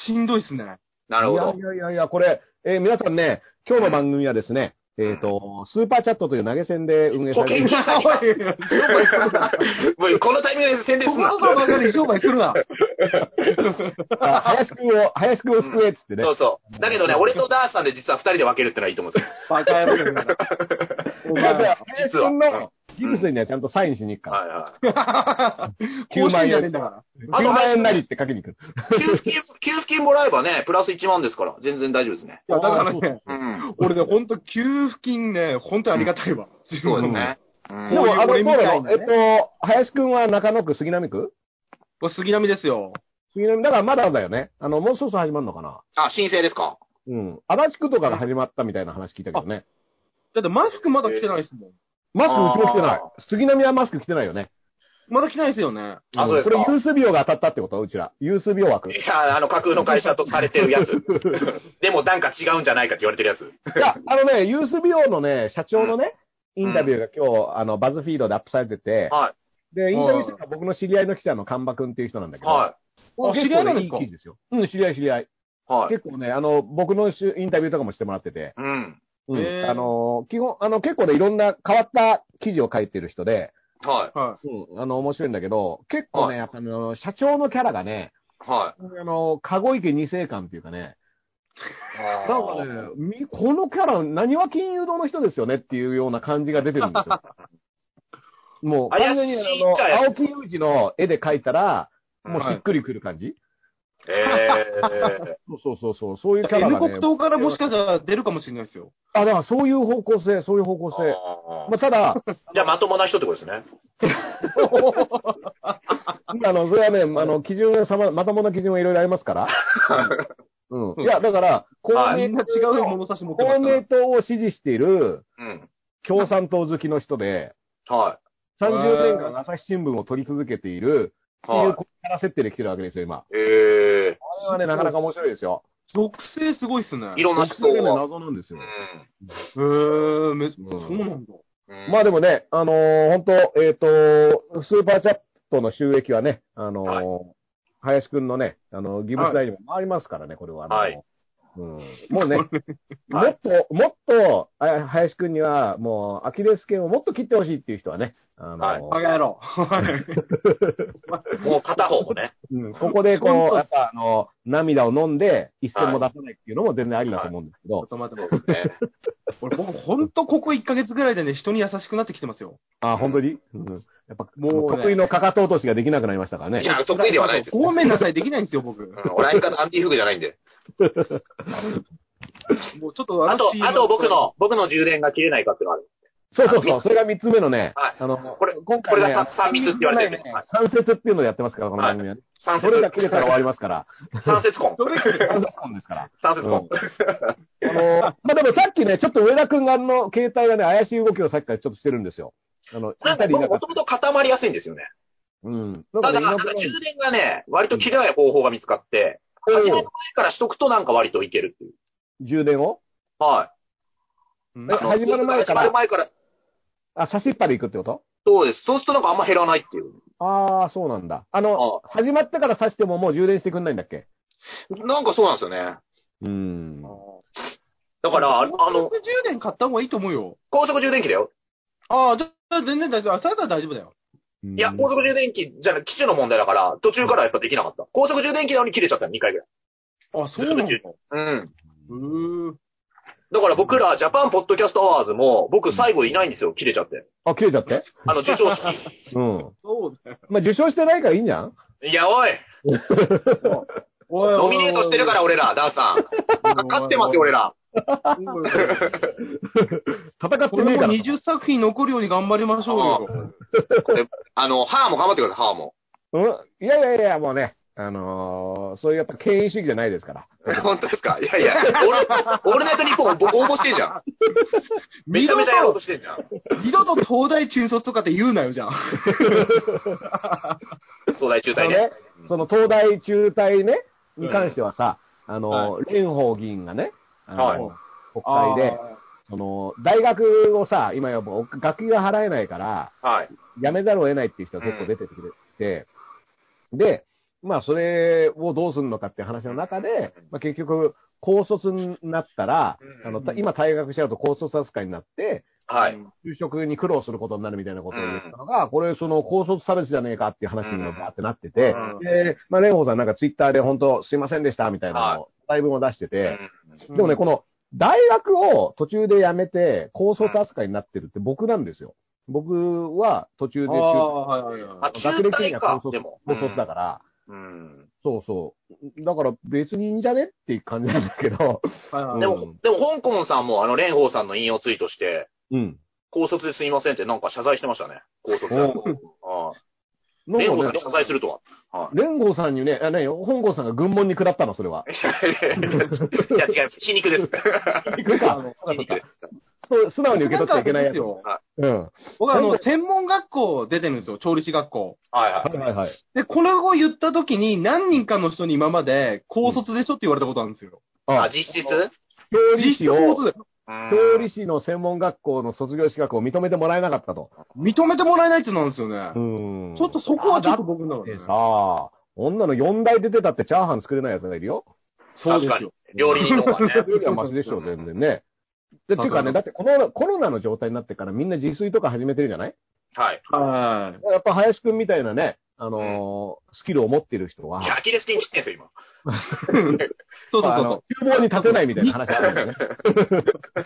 S5: しんどいっすね。
S4: なるほど
S3: い。やいやいやいや、これ、えー皆さんね、今日の番組はですね、えっ、と、スーパーチャットという投げ銭で運営さ
S4: 保
S3: れてい
S4: 険
S3: る。
S4: 金詐欺。 もうこのタイミングで宣伝
S5: そ
S4: す
S5: こ
S4: んな。
S5: のことばかり商売するな。
S3: あ林くんを、林くんを救えっつってね。
S4: そうそう。だけどね、俺とダースさんで実は二人で分けるってのはいいと思うんです よ。
S5: バカ野郎だよお
S3: だから
S5: 前、
S3: 林
S4: 実は
S3: くんのギブスにね、ちゃんとサインしに行くから。
S4: はいはい。
S5: 甲子園じゃねえんだから。
S4: あ
S3: 9
S4: と
S3: 万円なりって書きに行く。
S4: 給付金、給付金もらえばね、プラス1万ですから、全然大丈夫ですね。
S5: いや、だから
S3: あー
S5: ね、
S4: うん。
S5: 俺ね、ほんと、給付金ね、ほんとありがたいわ。
S4: そうですね。うん
S3: でも、あの、
S5: 俺みたいに
S3: え
S5: ね
S3: っと、林くんは中野区杉並区
S5: もう杉並ですよ。
S3: 杉並、だからまだだよね。あの、もうそろそろ始まるのかな。
S4: あ、申請ですか
S3: うん。足立区とかが始まったみたいな話聞いたけどね。
S5: だってマスクまだ着てないっすもん。
S3: マスクうちも着てない
S4: あ。
S3: 杉並はマスク着てないよね。
S5: まだ着てないっすよね。
S4: あそうですか
S3: んこれユースビオが当たったってことうちら。ユースビオ枠。
S4: い
S3: い
S4: や、あの、架空の会社とされてるやつ。でもなんか違うんじゃないかって言われてるやつ。
S3: や、あのね、ユースビオのね、社長のね、インタビューが今日、あの、バズフィードでアップされてて、
S4: は
S3: で、インタビューしてたのは僕の知り合いの記者の神場くんっていう人なんだ
S4: い。
S3: けど、
S4: は
S5: あ、知り合いなんで
S3: 結
S5: す
S3: 構
S5: か
S3: ねいい記事ですよ。うん、知り合い知り合い。
S4: い。はい。
S3: 結構ね、あの、僕のしゅインタビューとかもしてもらってて、
S4: うん。
S3: うん
S5: へー
S3: あの、基本、あの、結構ね、いろんな変わった記事を書いてる人で、
S4: は
S5: は
S3: うん、あの、面白いんだけど、結構
S4: は
S3: ね、
S4: い
S3: やっぱあの、社長のキャラがね、
S4: い。は
S3: あの、籠池二世官っていうかね、
S4: い。
S3: なんかね、みこのキャラ、何は金融堂の人ですよねっていうような感じが出てるんです よ。もう、
S4: 怪しい
S3: 完全にあの、青木雄二の絵で描いたら、もうしっくりくる感じ、
S4: え
S3: そうそうそうそう、そうい
S5: い。
S3: うキャラ
S5: N
S3: が、
S5: 国
S3: ね。
S5: 党からもしかしたら出るかもしれないですよ。
S3: あ、だからそういう方向性、そういう方向性。
S4: ー
S3: まあ、ただ、
S4: じゃあまともな人ってことですね。
S3: あの、それはね、あの、基準がさま、まともな基準はいろいろありますから。うん。いや、だから、公
S4: はい
S5: みん
S3: 明
S5: な違う物差し持って
S3: 公
S5: ますから
S3: 明。党を支持している
S4: うん。
S3: 共産党好きの人で、
S4: は
S3: 30年間朝日新聞を取り続けている、っ
S4: い。
S3: ていう、
S4: は
S3: こうから設定で来てるわけですよ、今。
S4: い。ええ。
S3: これはね、なかなか面白いですよ。
S5: 属性すごいっすね。
S4: いろんな
S3: そ
S4: 人
S3: れがね、
S4: を。
S3: 謎なんですよ。
S5: へー、め、そうなんだ。
S4: うん
S3: まあでもね、あのー、本当えっ、と、スーパーチャットの収益はね、あのー
S4: は
S3: 林くんのね、あの、ギブス代にも回りますからね、これは。あのー
S4: はい
S3: うん、も うね、も
S4: はい
S3: っと、もっと、あ林くんには、もう、アキレス腱をもっと切ってほしいっていう人はね、あのー
S4: はい
S5: バカ野郎。はい
S4: もう片方もね。
S3: うん、ここでこ
S5: 本
S3: う、
S5: 当
S3: やっぱあの、涙を飲んで、一銭も出さないっていうのも全然ありだと思うんですけど、
S5: ちょっと待って
S4: そうですね。
S5: 俺、僕、ほんとここ1ヶ月ぐらいでね、人に優しくなってきてますよ。
S3: あー、本当に、うん、やっぱ、
S5: もうね
S3: もう得意のかかと落としができなくなりましたからね。
S4: いや、得意ではないです。
S5: ごめんなさい、できないんですよ、僕。
S4: うん俺相方アンティフグじゃないんで。
S5: もうちょっと
S4: あと、
S5: 私
S4: あと僕。の、僕の充電が切れないかっていうのがある。
S3: そうそうそう、それが三つ目のね、
S4: はい
S3: あの、
S4: これ、
S3: 今
S4: こ
S3: 回、
S4: れ
S3: ね、
S4: がさ三密って言われてるね。はい
S3: 三節っていうのをやってますから、この番組はね。
S4: 三
S3: それが切れ
S4: 節。
S3: たら終わりますから。
S4: 三節婚。
S5: それが
S3: 三節コンですから。
S4: 三節 婚。
S3: あの、まあ、でもさっきね、ちょっと上田くんがあの、携帯がね、怪しい動きをさっきからちょっとしてるんですよ。あの、
S4: なんか
S3: いたり
S4: 僕
S3: なか
S4: も
S3: っ
S4: ともと固まりやすいんですよね。
S3: たうん。
S4: ただ、
S3: ね
S4: なんか充電がね、割と切れない方法が見つかって、
S3: うん
S4: 始める前からしとくとなんか割といけるっていう。
S3: 充電を
S4: は
S5: うん
S4: い。あの
S3: 始まる前か
S4: 始
S3: ら
S4: まる前から。
S3: あ、差しっぱで行くってこと
S4: そうです。そうするとなんかあんま減らないっていう。
S3: ああ、そうなんだ。あの、始まってから差してももう充電してくんないんだっけ
S4: なんかそうなんですよね。
S3: うん。
S4: だから、ああの
S5: 高、速充電買った方がいいと思うよ。
S4: 高速充電器だよ。
S5: ああ、じゃあ全然大丈夫。朝から大丈夫だよ。
S4: いや、高速充電器じゃない、機種の問題だから、途中からやっぱできなかった。高速充電器なのに切れちゃったの、2回ぐらい。
S5: あ、そうなんだ。う
S4: うん。
S5: ー
S4: だから僕ら、ジャパンポッドキャストアワーズも、僕最後いないんですよ、切れちゃって。
S3: あ、切れちゃって
S4: あの、受賞 式。
S3: うん。
S5: そうだよ。
S3: まあ、受賞してないからいいんじゃん
S4: いや、おい
S5: おいおいお い
S4: ノミネートしてるから、俺ら、ダースさん。勝ってますよ、俺 ら。
S5: おいおいおい
S3: 戦ってね
S5: こ
S3: え
S5: れも
S3: から。
S5: 20作品残るように頑張りましょうよ。
S4: これ、あの、ハーも頑張ってください、ハーも。
S3: うんいやいやいや、もうね、あのーの、そういうやっぱ権威主義じゃないですから。
S4: 本当ですかいやいや、俺、俺ナイトニッポン応募してんじゃん。め
S5: 二
S4: ちゃ
S5: 度
S4: めちゃやろうと
S5: と、
S4: してんじゃん。
S5: 二度と東大中卒とかって言うなよ、じゃあ。
S4: 東大中退
S3: あの
S4: ね
S3: ね。、その東大中退ね、に関してはさ、あの、蓮舫議員がね、あの、国会で、その、大学をさ、今やっぱ学費が払えないから、
S4: はい。
S3: 辞めざるを得ないっていう人が結構出てくれて、で、まあ、それをどうするのかっていう話の中で、まあ、結局、高卒になったら、あの、た今退学しちゃうと高卒扱いになって、
S4: はい。
S3: 就職に苦労することになるみたいなことを言ったのが、これ、その、高卒差別じゃねえかっていう話にもバーってなってて、
S4: うん
S3: で、まあ、蓮舫さんなんかツイッターで本当、すいませんでした、みたいなのを、だいぶも出してて、
S5: うん
S3: でもね、この、大学を途中で辞めて、高卒扱いになってるって僕なんですよ。僕は途中で
S5: あ
S3: 就職
S5: あ、はいはいは
S4: あ
S5: い。
S3: 学歴的には
S4: 中
S3: 高
S4: 退かで
S3: 卒
S4: も
S3: 高卒だから、
S4: うん。
S3: そうそう。だから別にいいんじゃねっていう感じなんだけど、
S5: はいは
S3: う
S5: い
S3: ん
S4: でも、でも、香港さんも、あの、蓮舫さんの引用ツイートして、
S3: うん。
S4: 高卒ですいませんってなんか謝罪してましたね。高卒で。
S3: お
S4: ああ
S3: なん
S4: 蓮舫さんに
S3: かね
S4: 謝罪する とは。は
S3: 蓮舫さんにね、あね、香港さんが軍門に下ったの、それは。
S4: い。いや、違います。皮肉 です。
S3: 行くか
S5: あの。
S3: そ
S4: 皮
S3: う
S4: 肉
S3: だそう
S4: で
S3: だそう素直に受け取っちゃいけないやつ。
S5: 僕んかあれです
S3: う
S5: よ
S3: ん。
S5: 僕あの、専門学校出てるんですよ、調理師学校。
S4: す。はい
S3: はい
S4: は。
S3: はいいはい。
S5: で、これを言った時に何人かの人に今まで高卒でしょって言われたことあるんですよ。
S4: あ
S3: あ、、
S4: 実質
S3: 調理
S5: 実
S3: 師
S5: 質高
S3: を、
S5: 卒で
S3: 調理師の専門学校の卒業資格を認めてもらえなかったと。
S5: 認めてもらえないってなんですよね。
S3: うん
S5: ちょっとそこはちょっと僕の中で
S3: で
S5: ね
S3: さ、あ、女の4台出てたってチャーハン作れないやつがいるよ。
S5: そうですよ。
S4: 料理人とかね。
S3: それよりはマシでしょ、全然ね。でっていうかね、だってこのコロナの状態になってからみんな自炊とか始めてるじゃない
S4: はい。
S5: はい。
S3: やっぱ林くんみたいなね、あのースキルを持ってる人
S4: いや
S3: は、
S4: アキレス腱切ってんすよ、今。
S5: そうそう
S3: まああ
S5: そ
S3: の厨房に立てないみたいな話あるんだよ ね。
S5: うそ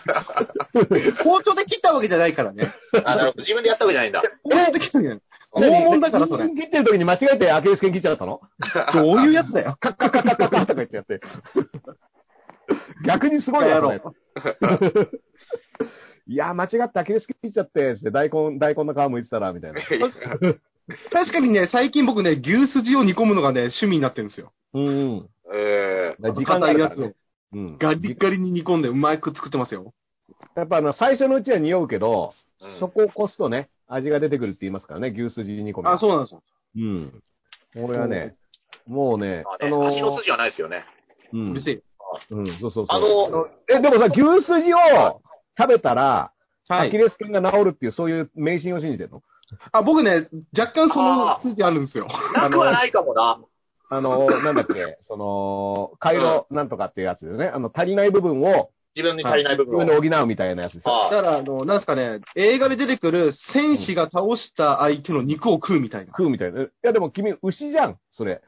S5: う。包丁で切ったわけじゃないから ね。
S4: あ、なるほど。自分でやったわけじゃないんだ。
S5: 包丁で切ったわけじゃない。拷問だから、それ。
S3: 切ってる時に間違えてアキレス腱切っちゃったの
S5: どういうやつだよ。
S3: カッカッカッカッカッカッとか言ってやって。 逆にすごいやろ。いや、間違ってアキレス腱切っちゃって、つって大根、大根の皮剥いてたら、みたいな。
S5: 確かにね、最近僕ね、牛すじを煮込むのがね、趣味になってるんですよ。
S3: うん。
S4: えー
S3: 時間があ
S5: 硬い
S3: る
S5: や
S3: から
S5: つ
S3: ね
S5: を。
S3: うん。
S5: ガリガリに煮込んでうまく作ってますよ。
S3: やっぱあの、最初のうちは匂うけど、
S4: うん
S3: そこを越すとね、味が出てくるって言いますからね、牛すじ煮込み。
S5: あ、そうなんですよ。
S3: う。うん。俺はね、もうね、
S4: まあ
S3: あ
S4: ね
S3: のー
S4: 足の筋はないですよね。
S3: う
S5: うんるせ、え。
S3: うん、そうそうそう。
S4: あの
S3: え、でもさ、牛すじを食べたら、
S5: は
S3: アキ
S5: い。
S3: レス腱が治るっていう、そういう迷信を信じてるの
S5: あ、僕ね、若干そ
S4: あー
S5: の筋あるんですよ。
S4: なくはないかもな。
S3: あのー、なんだっ け、その、回路なんとかっていうやつですね。あの、足りない部分を
S4: 自分に足りない部
S3: 自
S4: 分
S3: 分で
S4: を。
S3: 補うみたいなやつですよ。
S5: だ
S4: あ
S5: から、あの、なんですかね、映画で出てくる戦士が倒した相手の肉を食うみたいな。
S3: 食うみたいな。いや、でも君、牛じゃん、そ れ。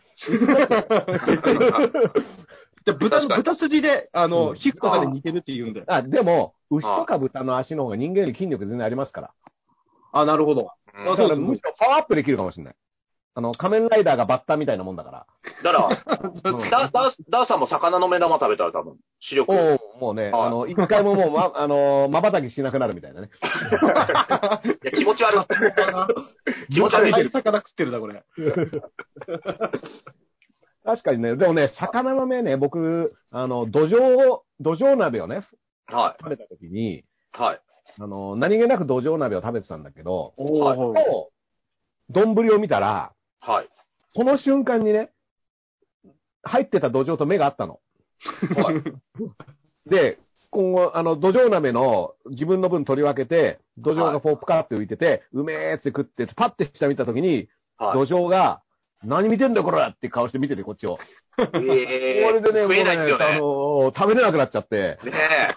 S5: じゃあ豚、豚筋で、あ
S3: う
S5: の、
S3: ん
S5: 皮膚とかで似てるって言うんで。
S3: あ、でも、牛とか豚の足の方が人間より筋力全然ありますから。
S5: あ、なるほど。
S4: うん
S3: だ
S5: あ
S3: か
S5: そうで
S3: ら
S5: す
S3: むしろパワーアップできるかもしれない。あの、仮面ライダーがバッタみたいなもんだか
S4: だ
S3: ら。
S4: から、
S3: うん
S4: ダダダーさんも魚の目玉食べたら多分、視力。
S3: おうもうね、
S4: はい
S3: あの、一回ももう、 ま、あの、瞬きしなくなるみたいなね。
S4: いや、気持ち悪い。 気持ち悪いです。
S5: 魚食ってるな、これ。
S3: 確かにね、でもね、魚の目ね、僕、あの、土壌を、土壌鍋をね、
S4: は
S3: 食べた時に、
S4: い。はい。
S3: あの、何気なく土壌鍋を食べてたんだけど、
S5: おーはい
S3: もう丼を見たら、
S4: はい。
S3: その瞬間にね、入ってた土壌と目があったの。
S4: はい。
S3: で、今後、あの、土壌鍋の自分の分取り分けて、土壌がポップカーって浮いてて、うめーって食って、パッて下見たときに、
S4: はい。
S3: 土壌が、何見てんだよこれって顔して見てるよこっちを。
S4: えー
S3: これでね、
S4: 食えないですよ
S3: もうねあ
S4: ね。
S3: のー食べれなくなっちゃって、
S4: ね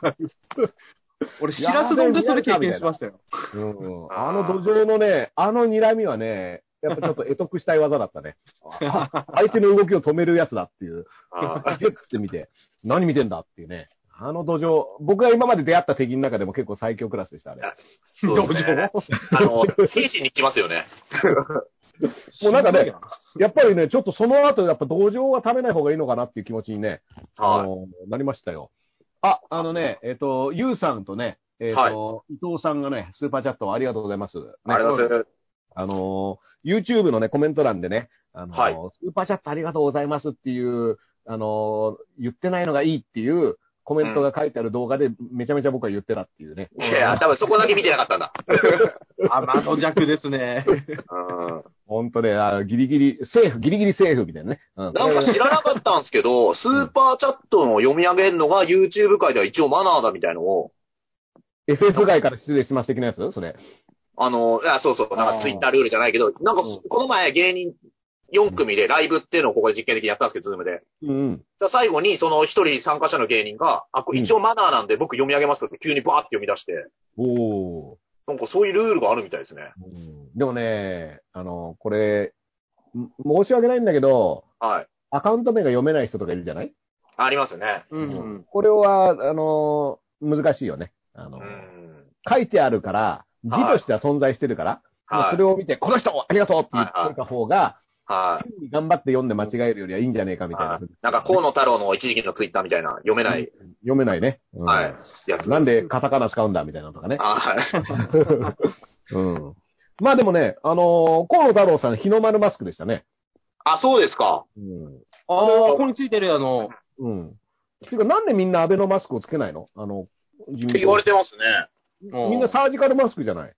S5: 俺、しらす丼でそれ経験しました よ。
S3: うん、
S4: あー
S3: あの土壌のね、あの睨みはね、やっぱちょっと得得したい技だったね。 相手の動きを止めるやつだっていう。
S4: え。
S3: チェックしてみて、何見てんだっていうね。あの土壌、僕が今まで出会った敵の中でも結構最強クラス でした、あれ。
S4: 土
S5: どうしよ
S4: ね。あの、精神に来ますよね。
S3: もうなんかね、やっぱりね、ちょっとその後、やっぱ土壌は食べない方がいいのかなっていう気持ちにね、あ
S4: は
S3: のなりましたよ。あ、あのね、えっ、と、ゆうさんとね、えっ、と、伊藤さんがね、スーパーチャットをありがとうございます。ね
S4: い。ありがとうございます。
S3: あのー YouTube のね、コメント欄でね、あのー
S4: はい
S3: スーパーチャットありがとうございますっていう、あのー言ってないのがいいっていうコメントが書いてある動画で、めちゃめちゃ僕は言ってたっていうね。
S4: いや、多分そこだけ見てなかったんだ。
S5: あ、まの弱ですね。
S4: うん
S3: ほんとね、あーギリギリ、セーフ、ギリギリセーフみたいなね。うん。
S4: なんか知らなかったんですけど、スーパーチャットの読み上げるのが YouTube 界では一応マナーだみたいのを、
S3: FF 外から失礼します的なやつそれ。
S4: あの、あそうそう、なん
S3: あー
S4: か Twitter ルールじゃないけど、なんか
S3: うん
S4: この前芸人4組でライブっていうのをここで実験的にやったんですけど、ズームで。
S3: うん。
S4: じゃあ最後にその一人参加者の芸人が、あ、これ一応マナーなんで僕読み上げますって急にバーって読み出して、
S3: おー。
S4: なんかそういうルールがあるみたいですね。
S3: うんでもね、あの、これ、ん申し訳ないんだけど、
S4: はい。
S3: アカウント名が読めない人とかいるじゃない、
S4: ありますよね。
S5: うんうん。
S3: これは、あの、難しいよね。あ
S4: う
S3: の、
S4: ん。
S3: 書いてあるから、字
S4: はい
S3: としては存在してるから、ま
S4: は
S3: あそ
S4: い
S3: れ。を見て、この人ありがとうって言ってた方が、
S4: はい。
S3: 頑張って読んで間違えるよりはいいんじゃねえかみたいな
S4: はい。なんか河野太郎の一時期のツイッターみたいな読めない
S3: 読めないね。うん
S4: はい。やつ。
S3: なんでカタカナ使うんだみたいなのとかね。
S4: あはい。
S3: うん。まあでもね、あのー河野太郎さん、日の丸マスクでしたね。
S4: あ、そうですか。
S3: うん。
S5: ああ、ここについてるあの、
S3: うん。ていうか、なんでみんな安倍のマスクをつけないのあの、自民
S4: って言われてますね。
S5: み
S3: みんなサージカルマスクじゃない。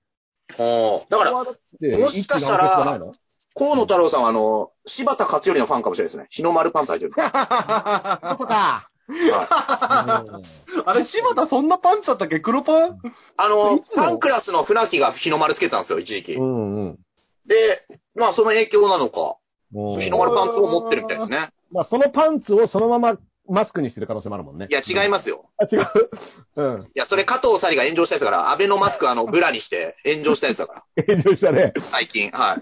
S4: おだから、
S3: で
S4: もしかしたら
S3: 一致団結じゃないの
S4: 河野太郎さんは、あの、柴田勝頼のファンかもしれないですね。日の丸パンツ履いてる。
S3: まさか。
S4: はい
S5: あれ、柴田そんなパンツだったっけ黒パン
S4: あの
S5: いつ、も
S4: サンクラスの船木が日の丸つけてたんですよ、一時期
S3: う。んうん。
S4: で、まあ、その影響なのか、
S3: もう
S4: 日の丸パンツを持ってるみたいですね。
S3: まあ、そのパンツをそのままマスクにしてる可能性もあるもんね。
S4: いや、違い
S3: ま
S4: ますよ。
S3: す。違う。うん。
S4: いや、それ加藤沙莉が炎上したやつだから、安倍のマスク、あの、ブラにして炎上したやつだか
S3: 遠慮したね。
S4: ら、最近、はい。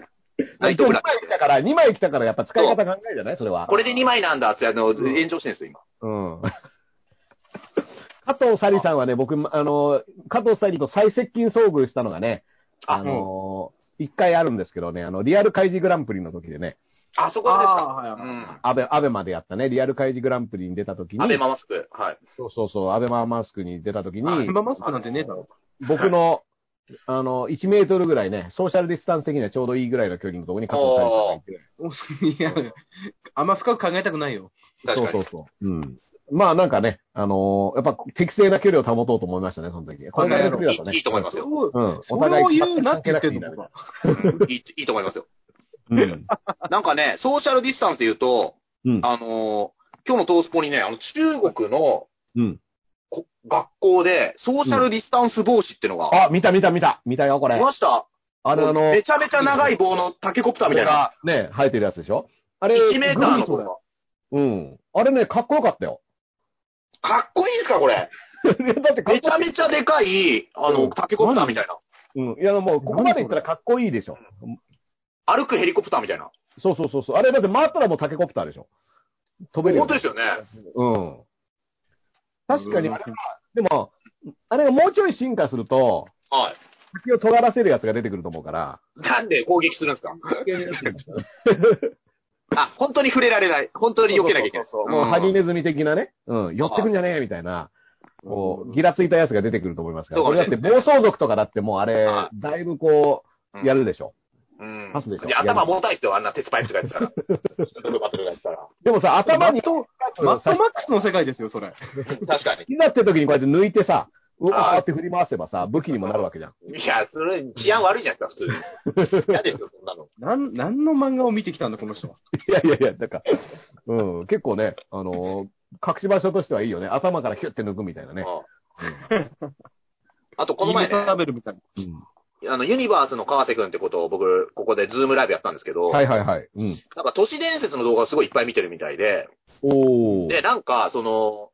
S4: ナイ
S3: 2
S4: トブラ。
S3: 枚来たから、2枚来たから、やっぱ使い方考えるじゃないそれは。
S4: これで2枚なんだって、あの、炎上してるんですよ、今。
S3: うん。加藤沙莉さんはね、僕、あの、加藤沙莉と最接近遭遇したのがね、
S4: あ
S3: あの、一、回あるんですけどね、あの、リアル開示グランプリの時でね、
S4: あそこですか。
S5: あー
S4: う
S5: はいはい
S4: ん。
S3: アベ、アベマでやったね、リアル開示グランプリに出た時に、
S4: 安倍ママスク。はい。
S3: そうそうそう、アベママスクに出た時に、
S5: アベママスクなんてねえだろ。
S3: 僕の、あの、1メートルぐらいね、ソーシャルディスタンス的にはちょうどいいぐらいの距離のところに加藤沙莉さんが いて、
S5: いや、あんま深く考えたくないよ。
S4: 確か
S3: そ
S4: に
S3: う。そうそう。うん。まあなんかね、あのやっぱ適正な距離を保とうと思いましたね、その時。これぐらいの距離だとね。
S4: いいいいと思いますよ。
S3: うん。
S5: それを言うなって言ってんのか。
S4: うんいいいいと思いますよ。
S3: うん。
S4: なんかね、ソーシャルディスタンスで言うと、
S3: うん
S4: あのー今日のトースポにね、あの、中国の
S3: うん。
S4: こ学校で、ソーシャルディスタンス防止っていうのが、
S3: あ、見た見た見た。見たよ、こ
S4: あ
S3: れ
S4: り。ました。
S3: あれ、あの、
S4: めちゃめちゃ長い棒のタケコプターみたいな。
S3: ね、生えてるやつでしょあれ、
S4: 1メーターの
S3: グ
S4: こ
S3: ミ
S4: れ
S3: と
S4: が。
S3: うん。あれね、かっこよかったよ。
S4: かっこいいですか、これ。
S3: だってかっ
S4: めち
S3: こ
S4: ゃめちゃでかい、あ
S3: うん
S4: の、タケコプターみたいな。
S3: うん。いや、もう、ここまでいったらかっこいいでしょ。
S4: 歩くヘリコプターみたいな。
S3: そうそうそうそう。あれ、だって回ったらもうタケコプターでしょ。飛べるよ
S4: 本当ですよね。
S3: うん。確かに、あれはでも、あれがもうちょい進化すると、
S4: はい。
S3: 先を尖らせるやつが出てくると思うから。
S4: なんで攻撃するんですか あ、本当に触れられない。本当に避けなきゃいけない。
S3: そうそうそうもう、ハリネズミ的なね。うん。寄ってくんじゃねえみたいな。こう、ギラついたやつが出てくると思いますから。
S4: そ
S3: こ
S4: う
S3: れだ
S4: で
S3: っ
S4: す
S3: て
S4: ね
S3: 暴走族とかだってもうあれ
S4: は、
S3: だいぶこ
S4: う
S3: う、
S4: ん
S3: やるでしょ。
S4: うん
S3: パスでしょ
S4: いや頭重たいですよ、あんな鉄パイプとかやってたら。 バトルがやってたら。
S3: でもさ、頭
S5: マッ
S3: に、
S5: ト、マッ
S3: さ
S5: トマックスの世界ですよ、それ。
S4: 確か
S3: になってる時にこうやって抜いてさ、うわ
S4: はい
S3: ーって振り回せばさ、武器にもなるわけじゃん。
S4: に。いや、それ、治安悪いじゃない ですか、普通に。嫌ですよ、そんなの。
S5: なん、何の漫画を見てきたんだ、この人は。
S3: いやいやいや、だから、うん、結構ね、あのー隠し場所としてはいいよね。頭からキュッて抜くみたいなね。
S4: うんあと、この前、
S5: イーブ
S4: ね
S5: ス、ラベルみたいな。
S4: あの、ユニバースの川瀬くんってことを僕、ここでズームライブやったんですけど、
S3: はいはいはい。うん。
S4: なんか都市伝説の動画をすごいいっぱい見てるみたいで、
S3: おー。
S4: で、なんか、その、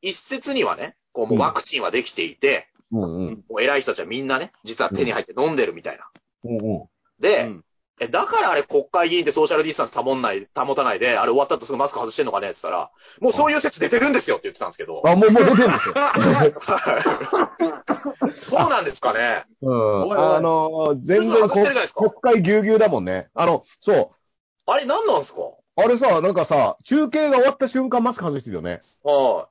S4: 一説にはね、こう、もうワクチンはできていて、
S3: うんうん。
S4: もう偉い人たちはみんなね、実は手に入って飲んでるみたいな。
S3: おう
S4: で、
S5: うん
S4: え、だからあれ国会議員ってソーシャルディスタンス保んない、保たないで、あれ終わった後すぐマスク外してんのかねって言ったら、もうそういう説出てるんですよって言ってたんですけど
S3: おう。。あ、もう、もう出てるんですよ。
S4: そうなんですかね。
S3: うん。あのー、全
S4: すぐ外
S3: 然
S4: してるじゃないです
S3: こ
S4: か
S3: 国会ぎゅうぎゅうだもんね。あの、そう。
S4: あれ何なんですか
S3: あれさ、なんかさ、中継が終わった瞬間マスク外してるよね。
S4: は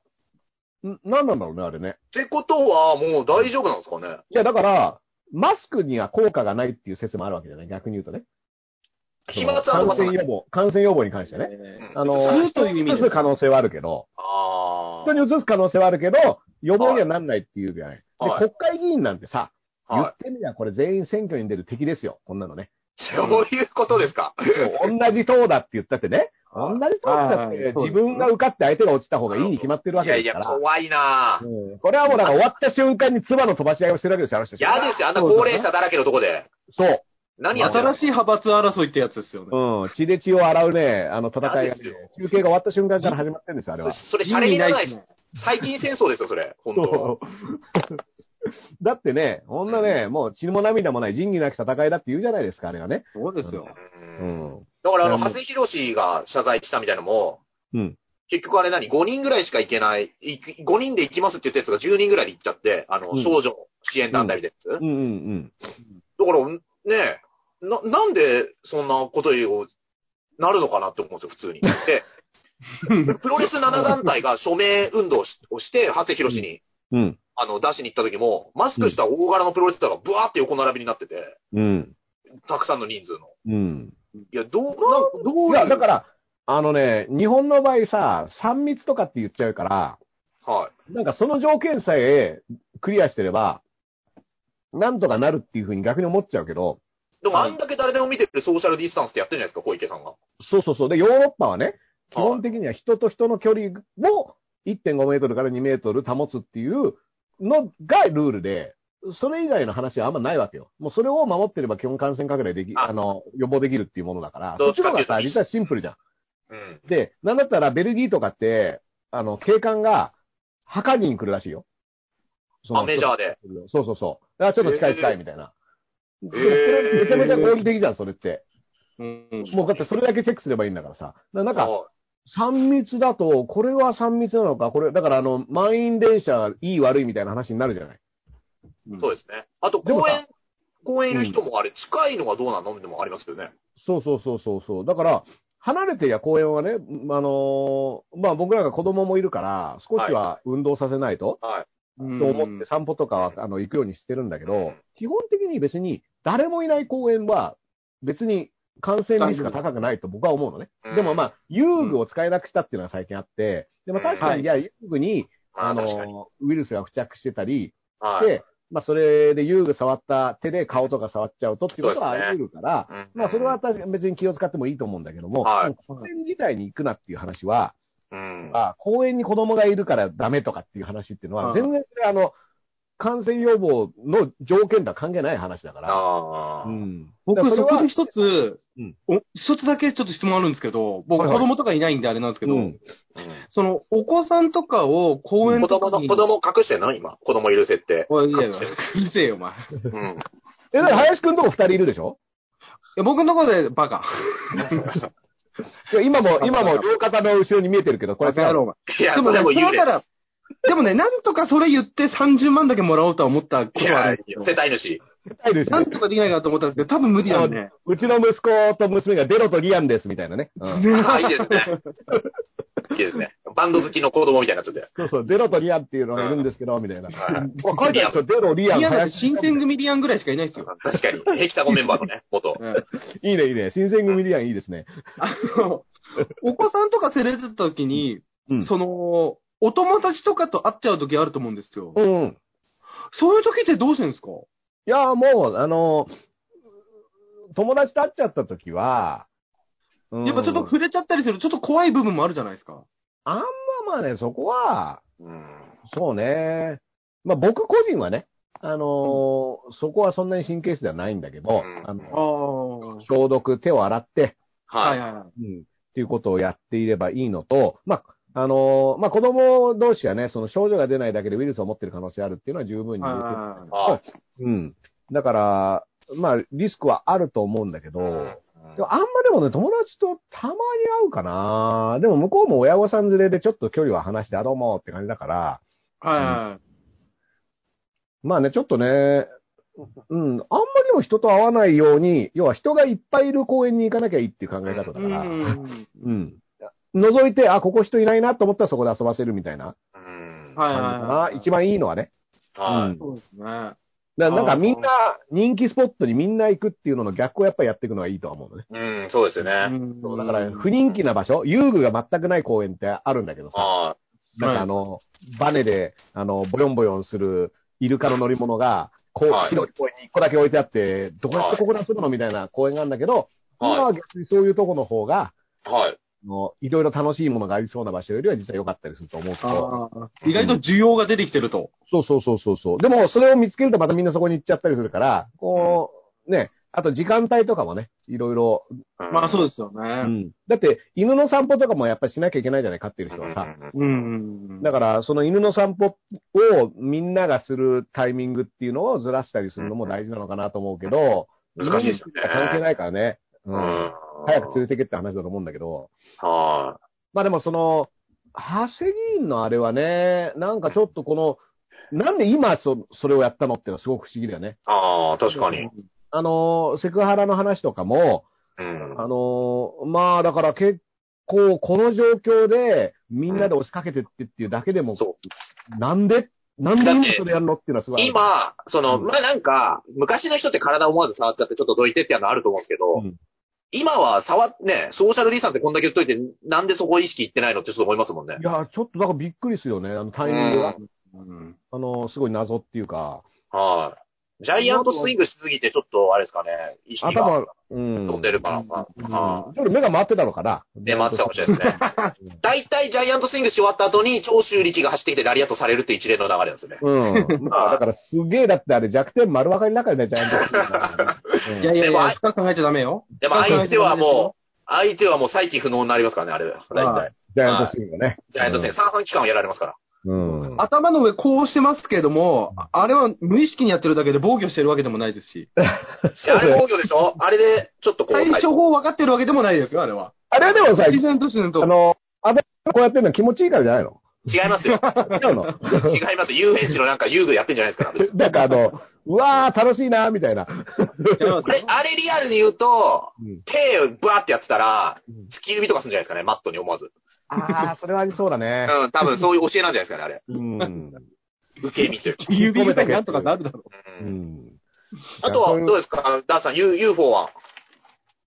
S4: い。
S3: ん、なんなんだろうね、あれね。
S4: ってことは、もう大丈夫なんですかね
S3: いや、だから、マスクには効果がないっていう説もあるわけじゃない逆に言うとね。
S4: 飛沫は
S3: そ
S4: 飛ば
S3: の感
S4: さな
S3: 染
S4: い。
S3: 予防、感染予防に関してね。
S4: うん
S3: あの、
S5: 吸うという意味です
S3: 移す可能性はあるけど、
S4: あ
S3: 人に移す可能性はあるけど、予防にはなんないっていうじゃない。で、
S4: はい
S3: 国会議員なんてさ、
S4: あ。
S3: 言
S4: は
S3: ってみりゃこれ全員選挙に出る敵ですよ、こんなのね。
S4: い。そういうことですか。
S3: 同じ党だって言ったってね、同じ党だっ
S5: は
S3: て
S5: い
S3: 自分が受かって相手が落ちた方がいいに決まってるわ
S4: い
S3: け
S4: や
S3: で
S4: い
S3: す
S4: や
S3: か、ら。
S4: 怖いなぁ。
S3: うんこれはもうなんか終わった瞬間に唾の飛ばし合いをしてるわけですよ、あの人たち。
S4: 嫌ですよ、あんな高齢者だらけのとこで。
S3: そう。
S4: 何やってんの
S5: 新しい派閥争いってやつですよね。
S3: うん。血で血を洗うね、あの戦いが
S4: 嫌
S3: ね、
S4: ですよ
S3: 中継が終わった瞬間から始まってるんですよ、あれは。
S4: それ、シャレにならないです。最近戦争ですよ、それ。本当。
S3: そう。 だってね、こんなね、もう血も涙もない仁義なき戦いだって言うじゃないですか、あれはね。
S5: そうですよ。
S4: う
S3: うんん。
S4: だから、あの、
S3: うん
S4: 長谷博士が謝罪したみたいなのも、
S3: うん
S4: 結局あれ何 ?5 人ぐらいしか行けない、い5人で行きますって言ったやつが10人ぐらいで行っちゃって、あの、
S3: うん
S4: 少女支援団体みたいなやつ。
S3: うんうんうん。
S4: だから、ねえ、な、なんでそんなことになるのかなって思うんですよ、普通に。で、 プロレス7団体が署名運動をしをして、長谷博士に、
S3: うん。
S4: あの、出しに行った時も、マスクした大柄のプロレスラーがブワーって横並びになってて、
S3: うん。
S4: たくさんの人数の。
S3: うん。
S4: いや、どう、なんどう
S3: いや、だから、あのね、日本の場合さ、3密とかって言っちゃうから、
S4: はい。
S3: なんかその条件さえクリアしてれば、なんとかなるっていうふうに逆に思っちゃうけど、
S4: でも、あんだけ誰でも見てるソーシャルディスタンスってやってるじゃないですか、小池さんが。
S3: そうそうそう。で、ヨーロッパはね、基本的には人と人の距離を1.5メートルから2メートル保つっていうのがルールで、それ以外の話はあんまないわけよ。もうそれを守ってれば基本感染拡大でき、
S4: あ
S3: あの、予防できるっていうものだから、
S4: ど
S3: そ
S4: っ
S3: っ
S4: ち
S3: ち
S4: か
S3: の
S4: っ
S3: 方
S4: てい
S3: が
S4: うと
S3: さ、実はシンプルじゃん。
S4: うん。
S3: で、なんだったらベルギーとかって、あの、警官が墓に来るらしいよ。そ
S4: あ、メジャーで。
S3: そうそうそう。あ、ちょっと近い近いみたいな。そ
S4: え
S3: れめちゃめちゃ合理的じゃん、それって。
S5: うん
S3: もうだってそれだけチェックすればいいんだからさ。ななんか、
S4: は
S3: 三密だと、これは三密なのか、これ、だからあの、満員電車、いい悪いみたいな話になるじゃない。
S4: いそうですね。あと、
S3: でも
S4: 公
S3: さ
S4: 園、公園いる人もあれ、近いのがどうなのでもありますけどね。
S3: そうそうそうそうそう。だから、離れてりゃ公園はね、うんあのーまあ僕らが子供もいるから、少しは運動させないと、
S4: はい。
S5: うん
S3: と思って散歩とかは、あの、行くようにしてるんだけど、
S4: うん
S3: 基本的に別に、誰もいない公園は、別に感染リスクが高くないと僕は思うのね。
S4: うん
S3: でもまあ、遊具を使えなくしたっていうのは最近あって、でも確かに、いや、遊具に、
S4: あ
S3: あ
S4: あ、確かに。
S3: の、ウイルスが付着してたり、
S4: はい。
S3: で、まあ、それで遊具触った手で顔とか触っちゃうとっていうことは
S4: そうですね
S3: あり得るから、
S4: うん
S3: まあ、それは、確かに別に気を使ってもいいと思うんだけども、
S4: はい
S3: 公園自体に行くなっていう話は、
S4: うん。
S3: あ公園に子供がいるからダメとかっていう話っていうのは、
S5: はい
S3: 全然それあの、感染予防の条件とは関係ない話だから。
S4: ああ。
S3: ん。
S5: 僕、
S3: だから
S5: そ
S3: れは
S5: こで一つ
S3: うん、
S5: お一つだけちょっと質問あるんですけど、僕、
S3: はい
S5: 子
S3: はい
S5: 供とかいないんであれなんですけど
S3: う、ん
S4: うん
S5: その、お子さんとかを公園
S4: 子
S5: と
S4: 供
S5: か
S4: の、
S5: に。
S4: 子供隠してんの今。子供いる設定。
S5: おいいや いや、うるせえよ、お前。い
S4: うん。
S3: え、だから林くんとも二人いるでしょ
S5: や、僕のとこでバカ。
S3: いや今も、今も両肩の後ろに見えてるけど、これ
S5: バ
S3: 違
S5: カ野
S3: う。
S5: 郎、お前。
S4: いや、
S5: でも
S4: そ
S5: ね、
S4: れも
S5: それ
S4: 言
S5: だ
S4: うで。
S5: から、でもね、なんとかそれ言って30万だけもらおうとは思ったこ
S4: い
S5: とはあ
S4: や
S5: るんです、よ
S4: 世。帯主。
S3: いるでしょ
S5: なんとかできないかなと思ったんですけど、多分無理なんで。ね
S3: うちの息子と娘がデロとリアンですみたいなね。うん
S4: ああ、いいですね。 いいですね。バンド好きの子供みたいになっちゃって。
S3: そうそう、デロとリアンっていうのがいるんですけど、みたいな。
S4: はい
S3: もう書いてあるでしょ、デロ、リアン、
S5: リアンなん
S3: 林
S5: て新選組リアンぐらいしかいないですよ。
S4: 確かに。ヘキサゴンメンバーのね、元。
S5: うん
S3: いいね、いいね。新選組リアンいいですね。
S5: あの、お子さんとか連れてた時に、
S3: うん
S5: その、お友達とかと会っちゃう時あると思うんですよ。
S3: うん。い
S5: そういう時ってどうしてるんですか
S3: や、もう、あの、友達と会っちゃった時は、うん
S5: やっぱちょっと触れちゃったりする、ちょっと怖い部分もあるじゃないですか。
S3: あんままあね、そこは、
S4: うん。
S3: そうね。まあ僕個人はね、あのーそこはそんなに神経質ではないんだけど、
S4: うん
S3: あ
S5: あ
S3: の、
S5: あ。
S3: 消毒、手を洗って、
S5: は
S4: はいい。
S5: はいはい。
S3: うんっていうことをやっていればいいのと、まあ、あのーまあ、子供同士はね、その症状が出ないだけでウイルスを持ってる可能性あるっていうのは十分に言えてる
S5: あ
S4: はい。
S3: うん。だから、まあ、リスクはあると思うんだけど、
S4: うん
S3: でもあんまでもね、友達とたまに会うかな。でも向こうも親御さん連れでちょっと距離は離して、あ、どうもって感じだから、
S5: あはいはい。
S3: まあね、ちょっとね、うん、あんまりも人と会わないように、要は人がいっぱいいる公園に行かなきゃいいっていう考え方だか
S5: う
S3: ら、うん。
S5: ん。
S3: 覗いて、あ、ここ人いないなと思ったらそこで遊ばせるみたいな
S4: うん。
S3: 感じ
S5: はい
S3: かな
S5: はいはい。
S3: 一番いいのはね。
S4: は
S3: う
S4: い
S3: ん。
S5: そうですね。
S3: だからなんかみんな、人気スポットにみんな行くっていうのの逆をやっぱりやっていくのがいいとは思うのね。
S4: うん、そうですよね。
S3: そうだから、不人気な場所、遊具が全くない公園ってあるんだけどさ、
S4: あ
S3: なんかあの、バネで、あの、ボヨンボヨンするイルカの乗り物が、こう
S4: は、い
S3: 広い公園に1個だけ置いてあって、どこやってここで遊ぶのみたいな公園があるんだけど、
S4: あ、
S3: 今
S4: は
S3: は逆にそういうとこの方が、
S4: い。はい。
S3: あのいろいろ楽しいものがありそうな場所よりは実は良かったりすると思うけど、
S5: あー意外と需要が出てきてると。
S3: そうそうそうそうそう。でも、それを見つけるとまたみんなそこに行っちゃったりするから、こう、ね、あと時間帯とかもね、いろいろ、
S5: まあそう
S4: で
S5: ですよ
S3: う
S5: ね。
S3: ん。だって、犬の散歩とかもやっぱりしなきゃいけないじゃない、飼ってる
S4: す
S3: 人はさ。
S5: うん。
S3: だから、その犬の散歩をみんながするタイミングっていうのをずらしたりするのも大事なのかなと思うけど、
S4: 難しいですよね
S3: 犬に関係ないからね。う。
S4: うんん。
S3: 早く連れてけって話だと思うんだけど。
S4: は
S3: まあでもその、長谷議員のあれはね、なんかちょっとこの、なんで今そそれをやったのっていうのはすごく不思議だよね。
S4: い。ああ、確かに。
S3: あのー、セクハラの話とかも、
S4: うん。
S3: あのー、まあだから結構この状況でみんなで押しかけてってっていうだけでも、
S4: そ
S3: なんでなんで今それやるのっていうのはすごいある。
S4: 今、その、
S3: うん
S4: まあなんか、昔の人って体思わず触っちゃってちょっとどいてってやるのあると思うんですけど、
S3: うん
S4: 今は触っ、ね、ソーシャルディスタンスでこんだけ言っといて、なんでそこ意識いってないのってちょっと思いますもんね
S3: い。や、ちょっとだからびっくりするよね。あのタイミングが。
S5: うん
S3: あのー、すごい謎っていうか、
S4: はい。ジャイアントスイングしすぎてちょっと、あれですかね、意識が
S3: 頭、うん。
S4: 飛んでるから。
S5: うん
S4: はい。
S3: ちょっと目が回ってたのかな。
S4: で、待ってたかもしれないですね。大体ジャイアントスイングし終わった後に、長州力が走ってきてラリアットされるって一連の流れなんですよね。
S3: うん。まあ、だからすげえ、だってあれ弱点丸分かりながらね、ジャイアントスイングだから
S5: いや
S3: ね
S5: いや
S4: で
S5: い
S4: もあ
S5: や、深く考えちゃダメよ。
S4: でも相手はもう、相手はもう再起不能になりますからね、あれは。大
S5: は
S4: 体
S5: い。
S3: ジャイアントスイングね。
S4: ジャイアントスイング、三半期間をやられますから。
S3: うん。
S5: 頭の上こうしてますけども、あれは無意識にやってるだけで防御してるわけでもないですし、
S4: であれ防御でしょあれで、ちょっとこう。
S5: 対 処法分かってるわけでもないですよ、あれは。
S3: あれはでもさ、
S5: 自然と自然と
S3: あ。の、あれこうやってるの気持ちいいからじゃないの
S4: 違いますよ。
S3: 違うの
S4: 違います。遊園地のなんか遊具やってんじゃないですか。別に
S3: なんかあの、うわー、楽しいなー、みたいな。
S5: やめます
S4: あれ、あれリアルに言うと
S3: うん、
S4: 手をバーってやってたら
S3: うん、
S4: 突き指とかするんじゃないですかね、マットに思わず。
S3: あー、それはありそうだね。
S4: うん、多分そういう教えなんじゃないですかね、あれ。
S3: うん。
S4: 受け身というか。
S5: 指とかなんとかなるだろ
S3: う
S4: うん
S3: ん。
S4: あとは、どうですかダンさん、U- UFO は。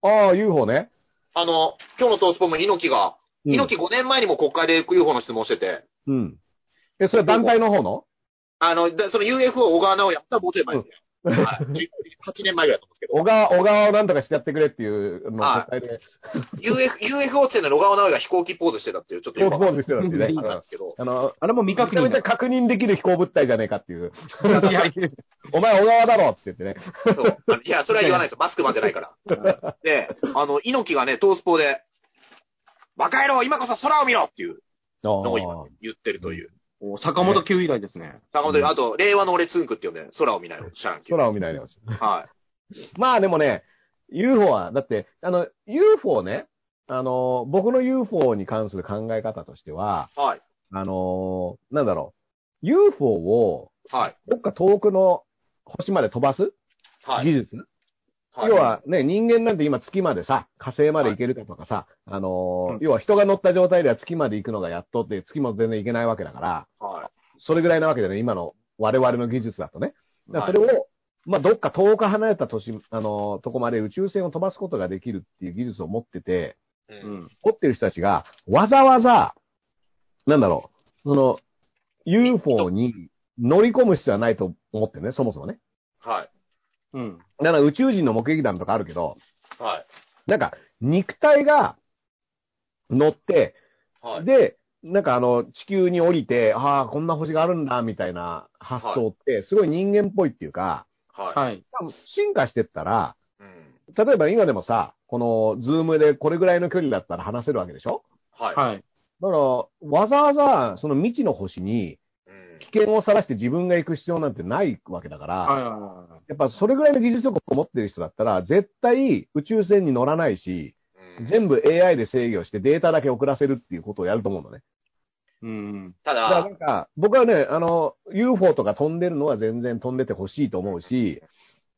S3: ああ、UFO ね。
S4: あの、今日のトースポも猪木が、
S3: うん
S4: 猪木5年前にも国会で UFO の質問してて、
S3: うん。え、それは団体の方の
S4: あの、でその UFO 小川直也やったらもうちょい前ですね。 はい8年前ぐらいだと思うんですけど
S3: 小川、小川をなんとかしてやってくれっていうのを
S4: あ
S3: 国会で、
S4: UF UFO っていうのは小川直也が飛行機ポーズしてたっていう、ちょっと
S3: ポー
S4: よ
S3: ズ
S4: く
S3: ポ
S4: わか
S3: ー
S4: ん
S3: ズ
S4: ない
S3: してたっていうね。
S5: う
S3: うん
S4: なん
S3: ん
S4: ですけど。
S3: あの、
S5: あれも未
S3: め
S5: 確
S3: ちゃめ
S5: 認
S3: ちゃ
S5: だ。
S3: 確認できる飛行物体じゃねえかっていう。
S5: いやいや
S3: お前小川だろって言ってね。
S4: そうあのいや、それは言わないですよ。マスクマンじゃない から。で、あの、猪木がね、トースポで、バカ野郎、今こそ空を見ろっていうのを今言ってるという。
S5: お坂本九以来ですね。
S4: 坂本龍あと、令和の俺ツンクって呼んで、空を見ないよ、シャランキュー
S3: 空を見ないでほしい。
S4: はい。
S3: まあでもね、UFO は、だって、あの、UFO ね、あの、僕の UFO に関する考え方としては、
S4: はい。
S3: あの、なんだろう、UFO を
S4: はい。
S3: どっか遠くの星まで飛ばす
S4: はい。
S3: 技術、
S4: い
S3: 要、はね、人間なんて今月までさ、火星まで行けるかとかさ、あのー
S5: うん
S3: 要は人が乗った状態では月まで行くのがやっとって、月も全然行けないわけだから、
S4: は
S3: それぐらいなわけだよね、今の我々の技術だとね。だからそれを、まあ、どっか遠く離れた都市、あのーとこまで宇宙船を飛ばすことができるっていう技術を持ってて、
S4: い。
S5: う
S4: うん
S5: ん。
S3: 持ってる人たちが、わざわざ、なんだろう、その、UFO に乗り込む必要はないと思ってるね、そもそもね。
S4: はい。
S5: うん。
S3: だから宇宙人の目撃談とかあるけど、
S4: はい。
S3: なんか、肉体が乗って、
S4: はい。
S3: で、なんかあの、地球に降りて、ああ、こんな星があるんだ、みたいな発想って、すごい人間っぽいっていうか、
S4: はい。
S5: はい。
S3: 多分進化してったら、
S4: うん
S3: 例えば今でもさ、この、ズームでこれぐらいの距離だったら話せるわけでしょ
S4: はい。
S5: はい。
S3: だから、わざわざ、その未知の星に
S4: うん
S3: 危険をさらして自分が行く必要なんてないわけだから、
S5: はいは
S3: やっぱそれぐらいの技術力を持ってる人だったら、絶対宇宙船に乗らないし、
S4: うん
S3: 全部 AI で制御してデータだけ送らせるっていうことをやると思うのね。
S5: い。うん。
S4: た
S3: だから
S4: だ
S3: な、んか、僕はね、あの、UFO とか飛んでるのは全然飛んでてほしいと思うし、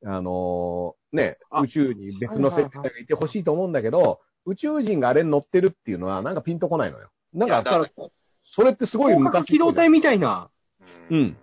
S3: あのーね、
S5: あ
S3: 宇宙に別の世界がいてほしいと思うんだけど、宇宙人があれに乗ってるっていうのはなんかピンとこないのよ。なん
S4: い
S3: か、
S4: や
S3: だ
S4: だ
S3: から、それってすごい
S5: 広
S3: 昔
S5: 角機動隊みたいな。
S3: うん。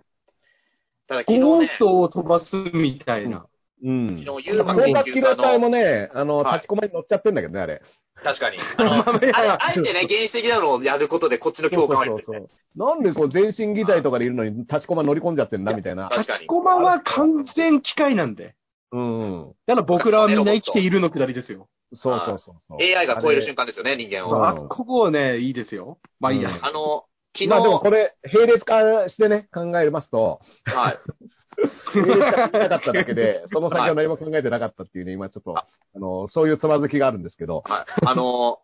S4: ただ昨日
S5: ゴー
S4: ね
S5: ス、トを飛ばすみたいな。
S3: うん。
S4: 昨日、ユー
S3: 広
S4: マ研
S3: 角機動
S4: 究
S3: 隊
S4: 家の、
S3: もね、あの、
S4: はい
S3: 立ちこまに乗っちゃってんだけどね、あれ。
S4: 確 かに。あの
S5: あ
S4: あれ、あえてね、原始的なのをやることで、こっちの
S3: そう
S4: 共
S3: そ
S4: 感
S3: う
S4: を
S3: そう
S4: 得る。
S3: なんでこう、全身議体とかでいるのに、立ちこま乗り込んじゃってんな、みたいな。
S4: 確かに。
S5: コマは完全機械なんで。
S3: うん。
S5: だから僕らはみんな生きているのくだりですよ。
S3: そうそうそうそう。
S4: AI が超える瞬
S3: 間。
S4: 間ですよね、人間
S3: そう
S4: を。
S5: あ、ここはね、いいですよ。まあいいや。
S3: うん
S4: あの、昨日、
S3: まあでもこれ、並列化してね、考えますと、
S4: はい。
S3: 並列化してなかっただけで、その先は何も考えてなかったっていうね、今ちょっと、あの、そういうつまずきがあるんですけど、
S4: はい。あの、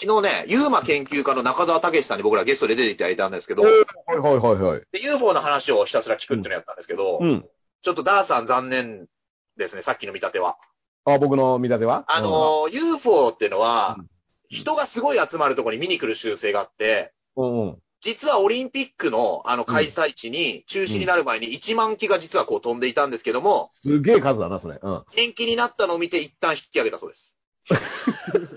S4: 昨日ね、ユーマ研究家の中澤武さんに僕らゲストで出ていただいたんですけど、
S3: はいはいはいはい。
S4: で UFO の話をひたすら聞くっていうのやったんですけど、
S3: うん。
S4: ちょっとダーさん残念ですね、さっきの見立ては。
S3: あ、僕の見立ては
S4: あの、UFO っていうのは
S3: うん、
S4: 人がすごい集まるところに見に来る習性があって、
S3: うんうん。
S4: 実はオリンピックのあの開催地に中止になる前に1万機が実はこう飛んでいたんですけども、
S3: すげえ数だな、それ。うん。
S4: 延期になったのを見て一旦引き上げたそう です。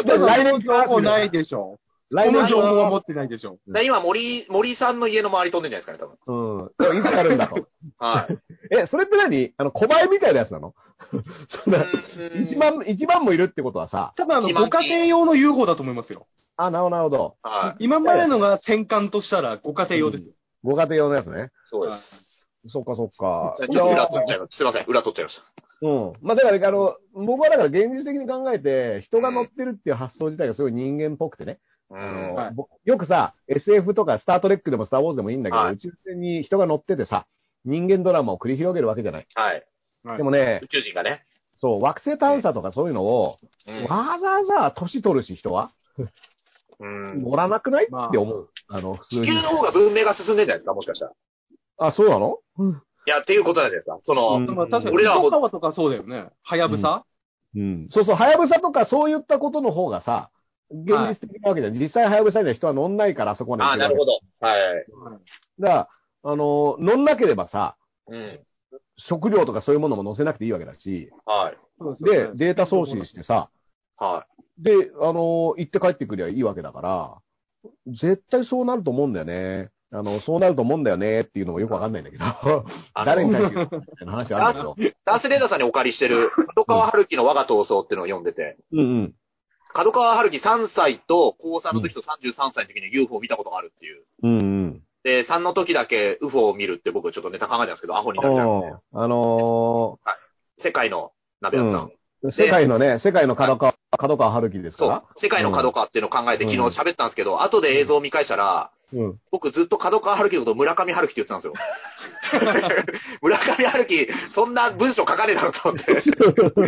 S3: えでも来年
S5: 情報ないでしょ。
S3: 来
S5: この
S3: 年
S5: 情報は持ってないでしょ。
S4: だ今森、森さんの家の周り飛んでんじゃないですかね、
S3: うん。でもいつやるんだと。
S4: 多分。はい。
S3: え、それって何あの、小映えみたいなやつなの そんな、
S4: うん
S3: 一万、一万もいるってことはさ、
S5: 多分あの、
S4: 一万
S5: ご
S4: 機
S5: 家庭用の UFO だと思いますよ。
S3: あ、なるほどなるほど。
S4: はい。
S5: 今までのが戦艦としたらご家庭用ですよ。
S3: ご家庭用のやつね。
S4: そう
S5: は
S4: で
S5: い
S3: そっかそっか。
S4: す。ちょっと裏取っちゃいました。すいません、裏取っちゃいました。
S3: うん。まあ、だから、あの、僕はだから現実的に考えて、人が乗ってるっていう発想自体がすごい人間っぽくてね。
S4: う
S3: あの
S4: ん。
S5: はい
S3: 僕よくさ、SF とかスタートレックでもスターウォーズでもいいんだけど、
S4: はい
S3: 宇宙船に人が乗っててさ、人間ドラマを繰り広げるわけじゃない。
S4: はい。
S5: はい
S3: でもね
S4: 宇、宙人がね。
S3: そう、惑星探査とかそういうのを、
S4: うん
S3: わざわざ年取るし人は、
S4: うん
S3: 乗らなくない、
S5: まあ
S3: って思う。あの、普通
S4: 地
S3: に
S4: 球。の方が文明が進んでんじゃないですか、もしかしたら。
S3: あ、そうなのうん
S4: いや、っていうことなんじゃないですか。その、
S3: うん
S5: まあ確かに、
S4: 俺らは
S5: 糸川とかそうだよね。はやぶさ
S3: うん。そうそう、はやぶさとかそういったことの方がさ、現実的なわけじゃん。実際はやぶさには人は乗んないから、あそこまで行
S4: あ
S3: け
S4: あ、なるほ
S3: わ
S4: ど。はい。
S3: け。だから、あの、乗んなければさ、
S4: うん。
S3: 食料とかそういうものも載せなくていいわけだし、
S4: はい。
S3: で、データ送信してさ、
S4: は
S3: で、あの行って帰ってくりゃいいわけだから、絶対そうなると思うんだよね。あの、そうなると思うんだよねっていうのもよくわかんないん だけど、
S4: あの
S3: 誰に対して言うのみたいな話あるんですよ。
S4: い。ダースレーダーさんにお借りしてる、角川春樹の我が闘争っていうのを読んでて、
S3: うんうん。
S4: 角川春樹3歳と、高3の時と33歳の時に UFO を見たことがあるっていう。
S3: うんうん。
S4: で、3の時だけ UFO を見るって僕ちょっとネタ考えたんですけど、アホになっちゃうん
S3: おーあの
S4: で。世界の鍋屋さん。
S3: うんー世界のね、世界の角川、角川春樹ですか
S4: そう
S3: ら。。
S4: 世界の角川っていうのを考えて
S3: うん
S4: 昨日喋ったんですけど、後で映像を見返したら、
S3: うん。
S4: 僕ずっと角川春樹のこと村上春樹って言ってたんですよ。 村上春樹、そんな文章書かねえだろうと思って。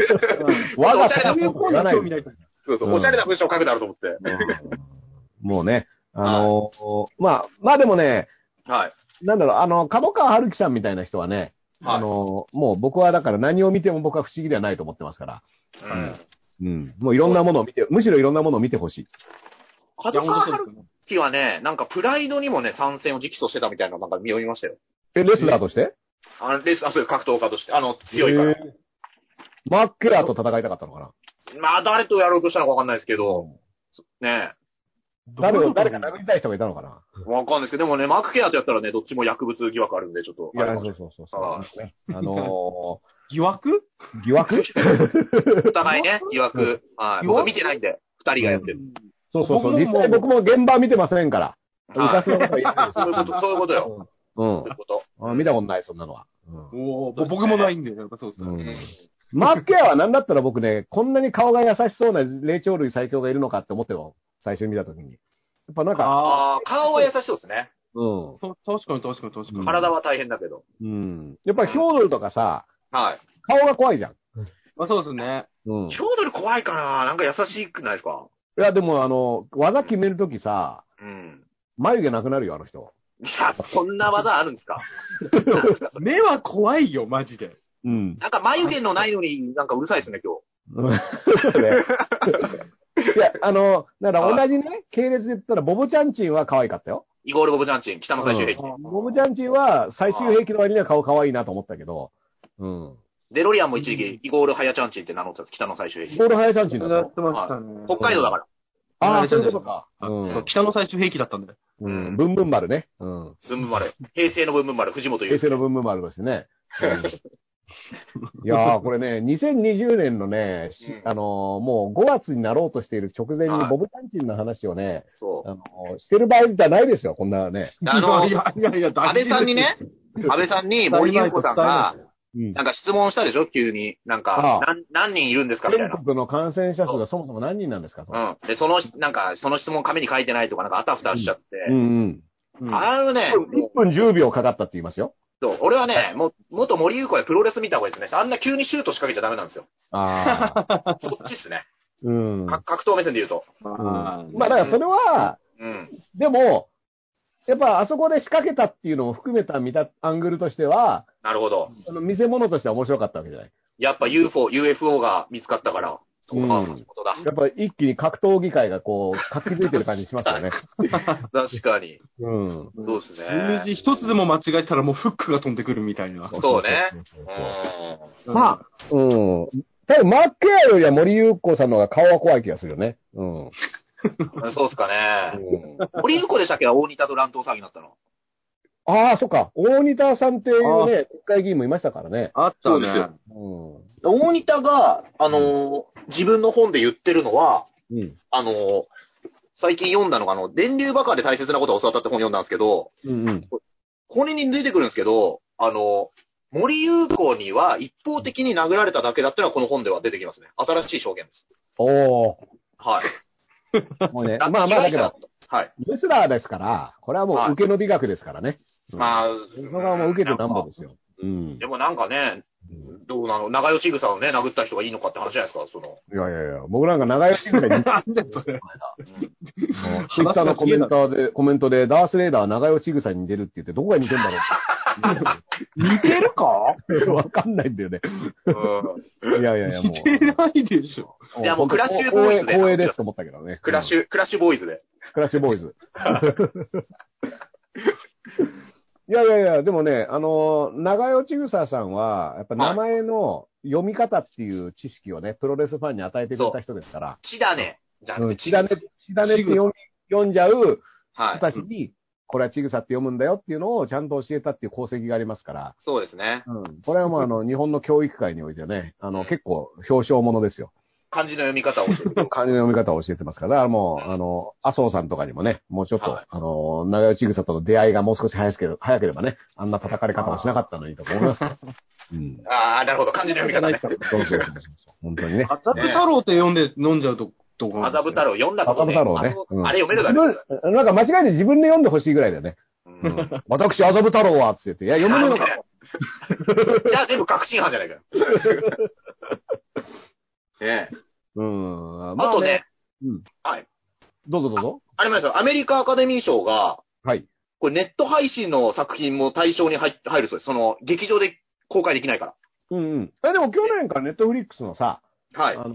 S3: 我が
S5: そういう方に興味ない。
S4: そうそう
S3: うん
S4: おしゃれな文章書くだろうと思って。
S3: うんもうね、あのーまあ、まあでもね、
S4: はい。
S3: なんだろう、あの、角川春樹さんみたいな人はね、
S4: はい
S3: あの、もう僕はだから何を見ても僕は不思議ではないと思ってますから、
S4: うん。
S3: うん。もういろんなものを見て、むしろいろんなものを見てほしい。
S4: 角川春樹はね、なんかプライドにもね、参戦を直訴してたみたいなのなんか見読みましたよ。
S3: え、レスラーとして、
S4: あの、レス、あ、そういう格闘家として、あの、強いから。
S3: へマッケラーと戦いたかったのかな
S4: まあ、誰とやろうとしたのかわかんないですけど、ね
S3: 誰を、誰か殴りたい人がいたのかな
S4: え、わかんないですけど、でもね、マークケアとやったらね、どっちも薬物疑惑あるんで、ちょっと。
S3: いや、そうそうそう
S4: あ
S3: そう。あの
S5: 疑惑
S3: ー、疑惑
S4: お互いね、疑惑。はい。僕は見てないんで、二人がやってる。
S3: そうそうそう。
S5: 僕ももう
S3: 実際僕も現場見てませんから。浮
S4: は
S3: か
S4: い。
S3: せのことは言えないです
S4: そういうこと、そういうことよ。
S3: よ。うん
S4: そういうこと。
S3: うんあ。見たことない、そんなのは。うん
S5: おー僕もないんだよ。やっぱそうっすね。
S3: うん
S4: うん
S3: マッケアはなんだったら僕ね、こんなに顔が優しそうな霊長類最強がいるのかって思っても、最初に見たときに。やっぱなんか、
S5: ああ、
S4: ああ、顔は優しそうですね。
S3: うん。
S5: そう確かに確かに確か
S3: うん
S5: に。
S4: 体は大変だけど。
S3: うん。やっぱりヒョードルとかさ、
S4: はい。
S3: 顔が怖いじゃん。
S5: まあそうですね。
S3: うん。い
S4: ちょうどより怖いかななんか優しくないですか
S3: や、でもあの、技決めるときさ、
S4: うん。
S3: 眉毛なくなるよ、あの人。
S4: いや、そんな技あるんですか
S5: 目は怖いよ、マジで。
S3: うん。
S4: なんか眉毛のないのになんかうるさいですね、今日。
S3: そうね。いや、あの、だから同じね、系列で言ったら、ボブチャンチンは可愛かったよ。
S4: イゴール・ボブ・ジャンチン、北の最終兵器。
S3: ボブチャンチンは最終兵器の割には顔可愛いなと思ったけど、うん。
S4: デロリアンも一時期、イゴール・ハヤチャンチンって名乗ってたんです、北の最終兵器。
S3: ボールハヤチャンチンだ
S5: や
S3: と
S5: っ。てましたね。
S4: 北海道だから。
S3: あ
S5: あ
S3: あ、
S5: れ
S3: そ
S5: じ
S3: ういう
S5: ゃない
S3: ことか。う。
S5: そうん北の最終兵器だったん だよ。
S3: うん。ブンブン丸ね。うん。
S4: ブンブン丸。平成のブンブン丸、藤本
S3: 平
S4: 優
S3: 成のブンブン丸ですね。 うんいやー、これね、2020年のね、し
S4: うん
S3: あのーもう5月になろうとしている直前
S4: は
S3: に
S4: い
S3: ボブタンチンの話をね、
S4: そ
S3: あのーしてる場合じゃないですよ、こんなね。
S4: う。あの、
S5: いやいやいや、
S4: 安
S5: 大事
S4: 倍
S5: です
S4: さんにね、安倍さんに森友子さんが、
S3: うん。
S4: なんか質問したでしょ急に。なんか
S3: あ、
S4: 何何人いるんですかみたい
S3: 全
S4: な。
S3: 国の感染者数がそもそも何人なんですかと。
S4: うん。で、その、なんか、その質問紙に書いてないとか、なんかあたふたしちゃって。
S3: うん
S5: うん。
S4: あのね、
S3: うん。
S4: もう
S3: 1分10秒かかったって言いますよ。
S4: そう俺はね、もう、元森友子でプロレス見た方がいいですね。あんな急にシュート仕掛けちゃダメなんですよ。
S3: あ あ。
S4: そっちっすね。
S3: うん。
S4: か格闘目線で言うと。
S5: あー
S3: まあだからそれは、
S4: うん。
S3: でも、やっぱあそこで仕掛けたっていうのも含めた見たアングルとしては、
S4: なるほど。
S3: あの見せ物としては面白かったわけじゃない。
S4: やっぱ UFO、UFO が見つかったから、そうか、
S3: うん
S4: そういうことだ。
S3: やっぱ一気に格闘技界がこう、活気づいてる感じします よね。
S4: 確かに。
S3: うん。
S4: そうですね。
S5: 数字一つでも間違えたらもうフックが飛んでくるみたいな。
S4: そうね
S3: そうそう
S4: う。
S3: そうんんまそう。うん。多分、マッケアよりは森友子さんの方が顔は怖い気がするよね。うん。うん
S4: そうっすかね。森友子でしたっけ大仁田と乱闘騒ぎになったの。
S3: ああ、そっか。大仁田さんっていうね、国会議員もいましたからね。
S5: ああった
S4: そうです
S5: ね
S4: よ。
S3: うん。う
S4: 大仁田が、あのー自分の本で言ってるのは、
S3: ん。
S4: あのー最近読んだのが、あの、電流バカで大切なことを教わったって本読んだんですけど、
S3: うんうん。
S4: 本人に出てくるんですけど、あのー森友子には一方的に殴られただけだってのはこの本では出てきますね。新しい証言です。
S3: お
S4: はい。
S3: ー。もうね、まあまあだけど、。
S4: はい。
S3: レスラーですから、これはも
S4: はいう
S3: 受けの美学ですからね。
S4: まあ、
S3: それはもう受けてなんぼですよ。うん
S4: で。もなんかね、どうなの長吉草をね、殴った人がいいのかって話じゃないですか、その。
S3: いやいやいや、僕なんか長吉ぐらいに
S5: なんでそ れ。
S3: ツイッターのコメンターで、コメントで、ダースレーダーは長与ちぐさに似てるって言って、どこが似てんだ
S5: 似てるか
S3: ろうわかんないんだよね。 いやいやいや、も
S5: 似てないでしょ。
S3: う。
S4: いやもう
S3: 本当
S4: クラッシュボーイズで
S3: 光栄光栄ですと思ったけどね。
S4: クラッシ
S3: ュ。
S4: ュ、クラッシュボーイズで。
S3: クラッシュボーイズ。いやいやいや、でもね、あの、長与ちぐささんは、やっぱ名前の読み方っていう知識をね、プロレスファンに与えてくれた人ですから、
S4: 血だね。じゃな
S3: う
S4: く
S3: ん
S4: て
S3: 血だね、血だねって読み読んじゃう
S4: はい
S3: 人。たちに、これはちぐさって読むんだよっていうのをちゃんと教えたっていう功績がありますから、
S4: そうですね。
S3: うんこれはもうあの、日本の教育界においてね、あの、結構表彰ものですよ。
S4: 漢字の読み 方を教えてくれる。
S3: 漢字の読み方を教えてますから、だからもう、あの、麻生さんとかにもね、もうちょっと、
S4: はい
S3: あの、長与千草との出会いがもう少し早ければ、早ければね、あんな叩かれ方をしなかったのにとか思い ます。うん。
S4: ああ、なるほど。漢字の読み方ね。
S3: そうそうそうそう。本当にね。
S5: 麻布太郎って読んで飲んじゃうと、とこなんです
S4: 麻
S5: よ
S4: 布太郎読んだこ
S3: 麻
S4: と
S3: 布
S4: ね。
S3: 太郎ね。
S4: あ
S3: う
S4: の
S3: ん
S4: あれ読めるだろ。
S3: 自分なんか間違えて自分で読んでほしいぐらいだよね。
S4: うん
S3: 私、麻布太郎はって言って、いや、読めないのか。
S4: じゃあ全部確信犯じゃないか よ。ねえ
S3: うん。ま
S4: あとね、
S3: うん。
S4: はい。
S3: どうぞどうぞ。
S4: ありましたよ。アメリカアカデミー賞が、
S3: はい。
S4: これネット配信の作品も対象に入入るそうです。その、劇場で公開できないか
S3: うんうん。え、でも去年からネットフリックスのさ、
S4: ら。はい。
S3: あのー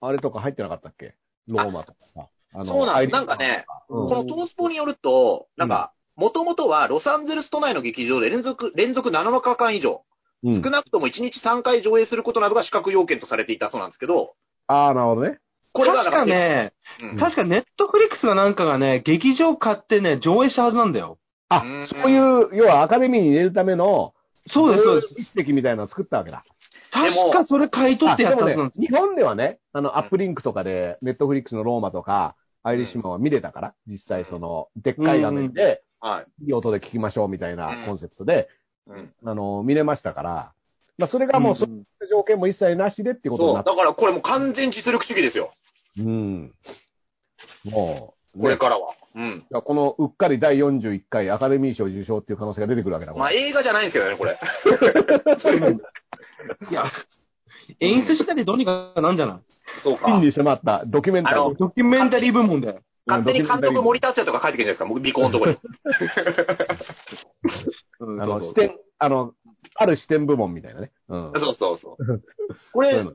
S3: あれとか入ってなかったっけローマとかさ。あの
S4: そうな
S3: ア
S4: ん
S3: イ
S4: です。な
S3: リス
S4: んかね、
S3: う
S4: この
S3: ん
S4: トースポによると、なんか、もともとはロサンゼルス都内の劇場で連続、連続7日間以上、
S3: うん
S4: 少なくとも1日3回上映することなどが資格要件とされていたそうなんですけど、
S3: ああ、なるほどね。
S4: これが
S5: 確かね、
S4: うん
S5: 確かネットフリックスがなんかがね、劇場買ってね、上映したはずなんだよ。
S3: あ
S4: うん、
S3: そういう、要はアカデミーに入れるための、
S5: そうです、そうで
S3: す。
S5: す。
S3: 一石みたいなのを作ったわけだ。
S5: 確かそれ買い取
S3: あ
S5: ってや
S3: で
S5: った
S3: もね
S5: はずなんです、
S3: 日本ではね、あの、アップリンクとかで、ネットフリックスのローマとか、アイリッシュマンは見れたから、実際その、でっかい画面で、
S4: はい。
S3: いい音で聞きましょうみたいなコンセプトで、
S4: うん
S3: あの、見れましたから、まあ、それがもう、そういった条件も一切なしでっていうことに
S4: そ
S3: な
S4: う。
S3: った。
S4: だからこれもう完全実力主義ですよ。
S3: うん。もう、ね
S4: これからは。うん。
S3: いやこのうっかり第41回アカデミー賞受賞っていう可能性が出てくるわけだ
S4: ま
S3: か
S4: あ
S3: ら。
S4: 映画じゃないんですけどね、これ。
S5: いや、演出したりどうにかなんじゃない
S4: そう
S3: 真
S4: か。
S3: に迫ったドキュメンタリー
S4: あ。
S5: ドキュメンタリー部門で。
S4: 勝手に監督森
S3: 田。
S4: 達也とか書いてくるんじゃない ですか、僕、尾行のところに。
S5: うん
S3: あ
S5: そう
S3: の、
S5: そう
S3: 視点、あの、ある視点部門みたいなね。うん。
S4: そうそうそう。こ
S3: そうい
S4: れ
S3: う、の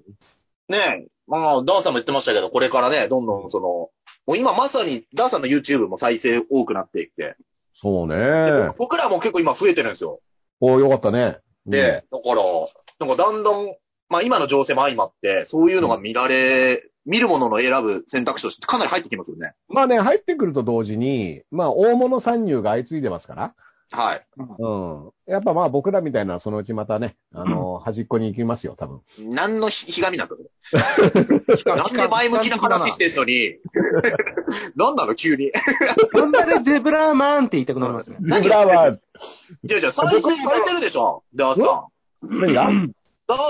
S4: ねえ、まあ、ダーさんも言ってましたけど、これからね、どんどんその、もう今まさに、ダーさんの YouTube も再生多くなっていって、
S3: そう
S4: で
S3: ね。
S4: 僕らも結構今増えてるんですよ。
S3: おーよかったね。
S4: で、だから、なんかだんだん、まあ今の情勢も相まって、そういうのが見られ、見るものの選ぶ選択肢としてかなり入ってきますよね。
S3: まあね、入ってくると同時に、まあ、大物参入が相次いでますから、
S4: はい。
S3: うん。やっぱまあ、僕らみたいな、そのうちまたね、あの、端っこに行きますよ、多分。
S4: 何のひひがみなんだろう。なんで前向きな話してんのに。なんなの急に。
S5: なんだでゼブラーマンって言いたくなりますね。
S4: 何
S3: 僕らは、
S4: じゃあじゃあ再生されてるでしょダーさん。
S3: 何が
S4: ダ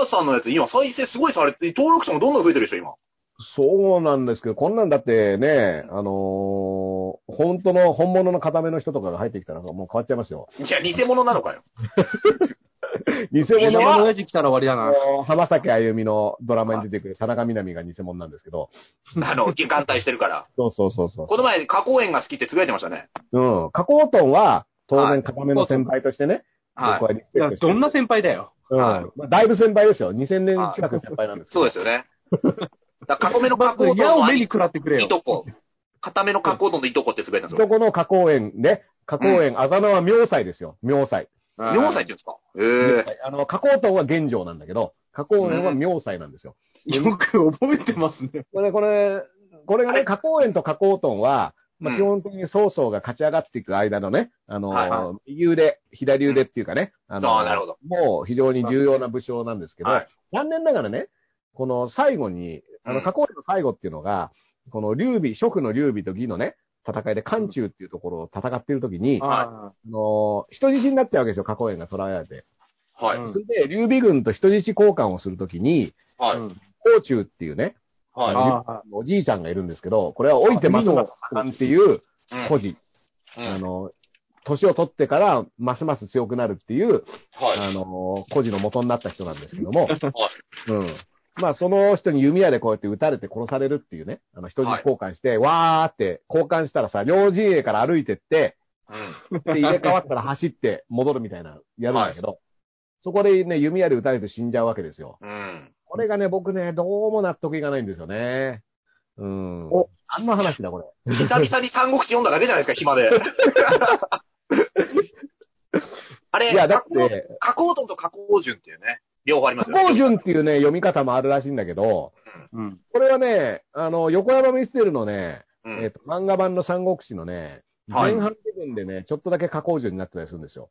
S4: ーさんのやつ今再生すごいされて、登録者もどんどん増えてるでしょ今。
S3: そうなんですけど、こんなんだってね、あのー本当の、本物の固めの人とかが入ってきたらもう変わっちゃいますよ。
S4: いや、偽物なのかよ。
S3: 偽
S5: みん
S3: 物
S5: な
S3: は、
S5: 親父来たら終わりだ
S3: あ
S5: な。
S3: の浜崎あゆみのドラマに出てくる田中みな実が偽物なんですけど、
S4: あの、眼帯してるから。
S3: そうそうそうそ
S4: この前、加工園が好きってつぶやいてましたね。
S3: う。うん。加工トンは、当
S4: は
S3: 然
S4: い
S3: 固めの先輩としてね、僕はリス
S5: い
S3: ペ
S5: や
S3: クト、して
S5: ど
S3: る
S5: んな先輩だよ。
S3: うん
S4: はい
S3: まあ、だいぶ先輩ですよ。2000年近く先輩なんですけ
S4: そ
S3: ど
S4: うですよね。だから、囲めの加工
S5: 矢
S4: の
S5: を
S4: あ
S5: 目
S4: い
S5: に食らってくれよ。
S4: とこ。固めの加工とのいとこってつぶやいたんです
S3: ど
S4: よ。
S3: この加工園ね、加工園、あざ名は妙斎ですよ。妙斎。
S4: 4歳って言うんですかえ
S3: 妙
S4: え
S3: 斎あの、加工トンは現状なんだけど、加工園は妙斎なんですよ。
S5: よく覚えてますね。
S3: これ、これ、これが
S4: は
S3: ね、
S4: い
S3: 加工園と加工トンは、ま
S4: う
S3: あ、
S4: ん
S3: 基本的に曹操が勝ち上がっていく間のね、あのー、
S4: はいは
S3: 右腕、左腕っていうかね、あのー
S4: あーなるほど
S3: もう非常に重要な武将なんですけど、
S4: はい
S3: 残念ながらね、この最後に、あ
S4: う
S3: の、
S4: ん
S3: 加工園の最後っていうのが、この劉備、諸の劉備と義のね、戦いで漢中っていうところを戦っているときに、あ
S5: あ
S3: のー、人質になっちゃうわけですよ、加工園が捕らえられて。
S4: はい。
S5: うん
S3: それで、劉備軍と人質交換をするときに、
S5: あ
S4: は
S5: う
S4: い。
S5: ん
S3: 甲中っていうね、
S4: はい。
S3: あ
S5: あ
S3: おじいちゃんがいるんですけど、これは老いてますますなんていう
S4: うん
S3: 孤児、
S4: う
S3: あ
S4: ん
S3: の、年を取ってからますます強くなるっていう、
S4: は
S3: あ
S4: い。
S3: の、孤児の元になった人なんですけども、
S4: はい
S3: うん。まあ、その人に弓矢でこうやって撃たれて殺されるっていうね、あの、人質交換して、わーって交換したらさ、両陣営から歩い てって、
S4: うん
S3: で入れ替わったら走って戻るみたいな、やるんだけど、そこでね、弓矢で撃たれて死んじゃうわけですよ。
S4: うん。
S3: これがね、僕ね、どうも納得いかないんですよね。うん。
S5: お
S3: 何の話だ、これ。
S4: 久々に三国志読んだだけじゃないですか、 暇で。あれ、
S3: いや、だっ
S4: 加工
S3: て、
S4: 加工とと加工順っていうね、両方ありま
S3: 加
S4: すよね。
S3: 工順っていうね、読み方もあるらしいんだけど、
S5: うん。
S3: これはね、あの、横山ミステルのね、
S4: う
S3: えっ
S4: ん。
S3: と、漫画版の三国志のね、
S4: はい
S3: 前半部分でね、ちょっとだけ加工順になってたりするんですよ。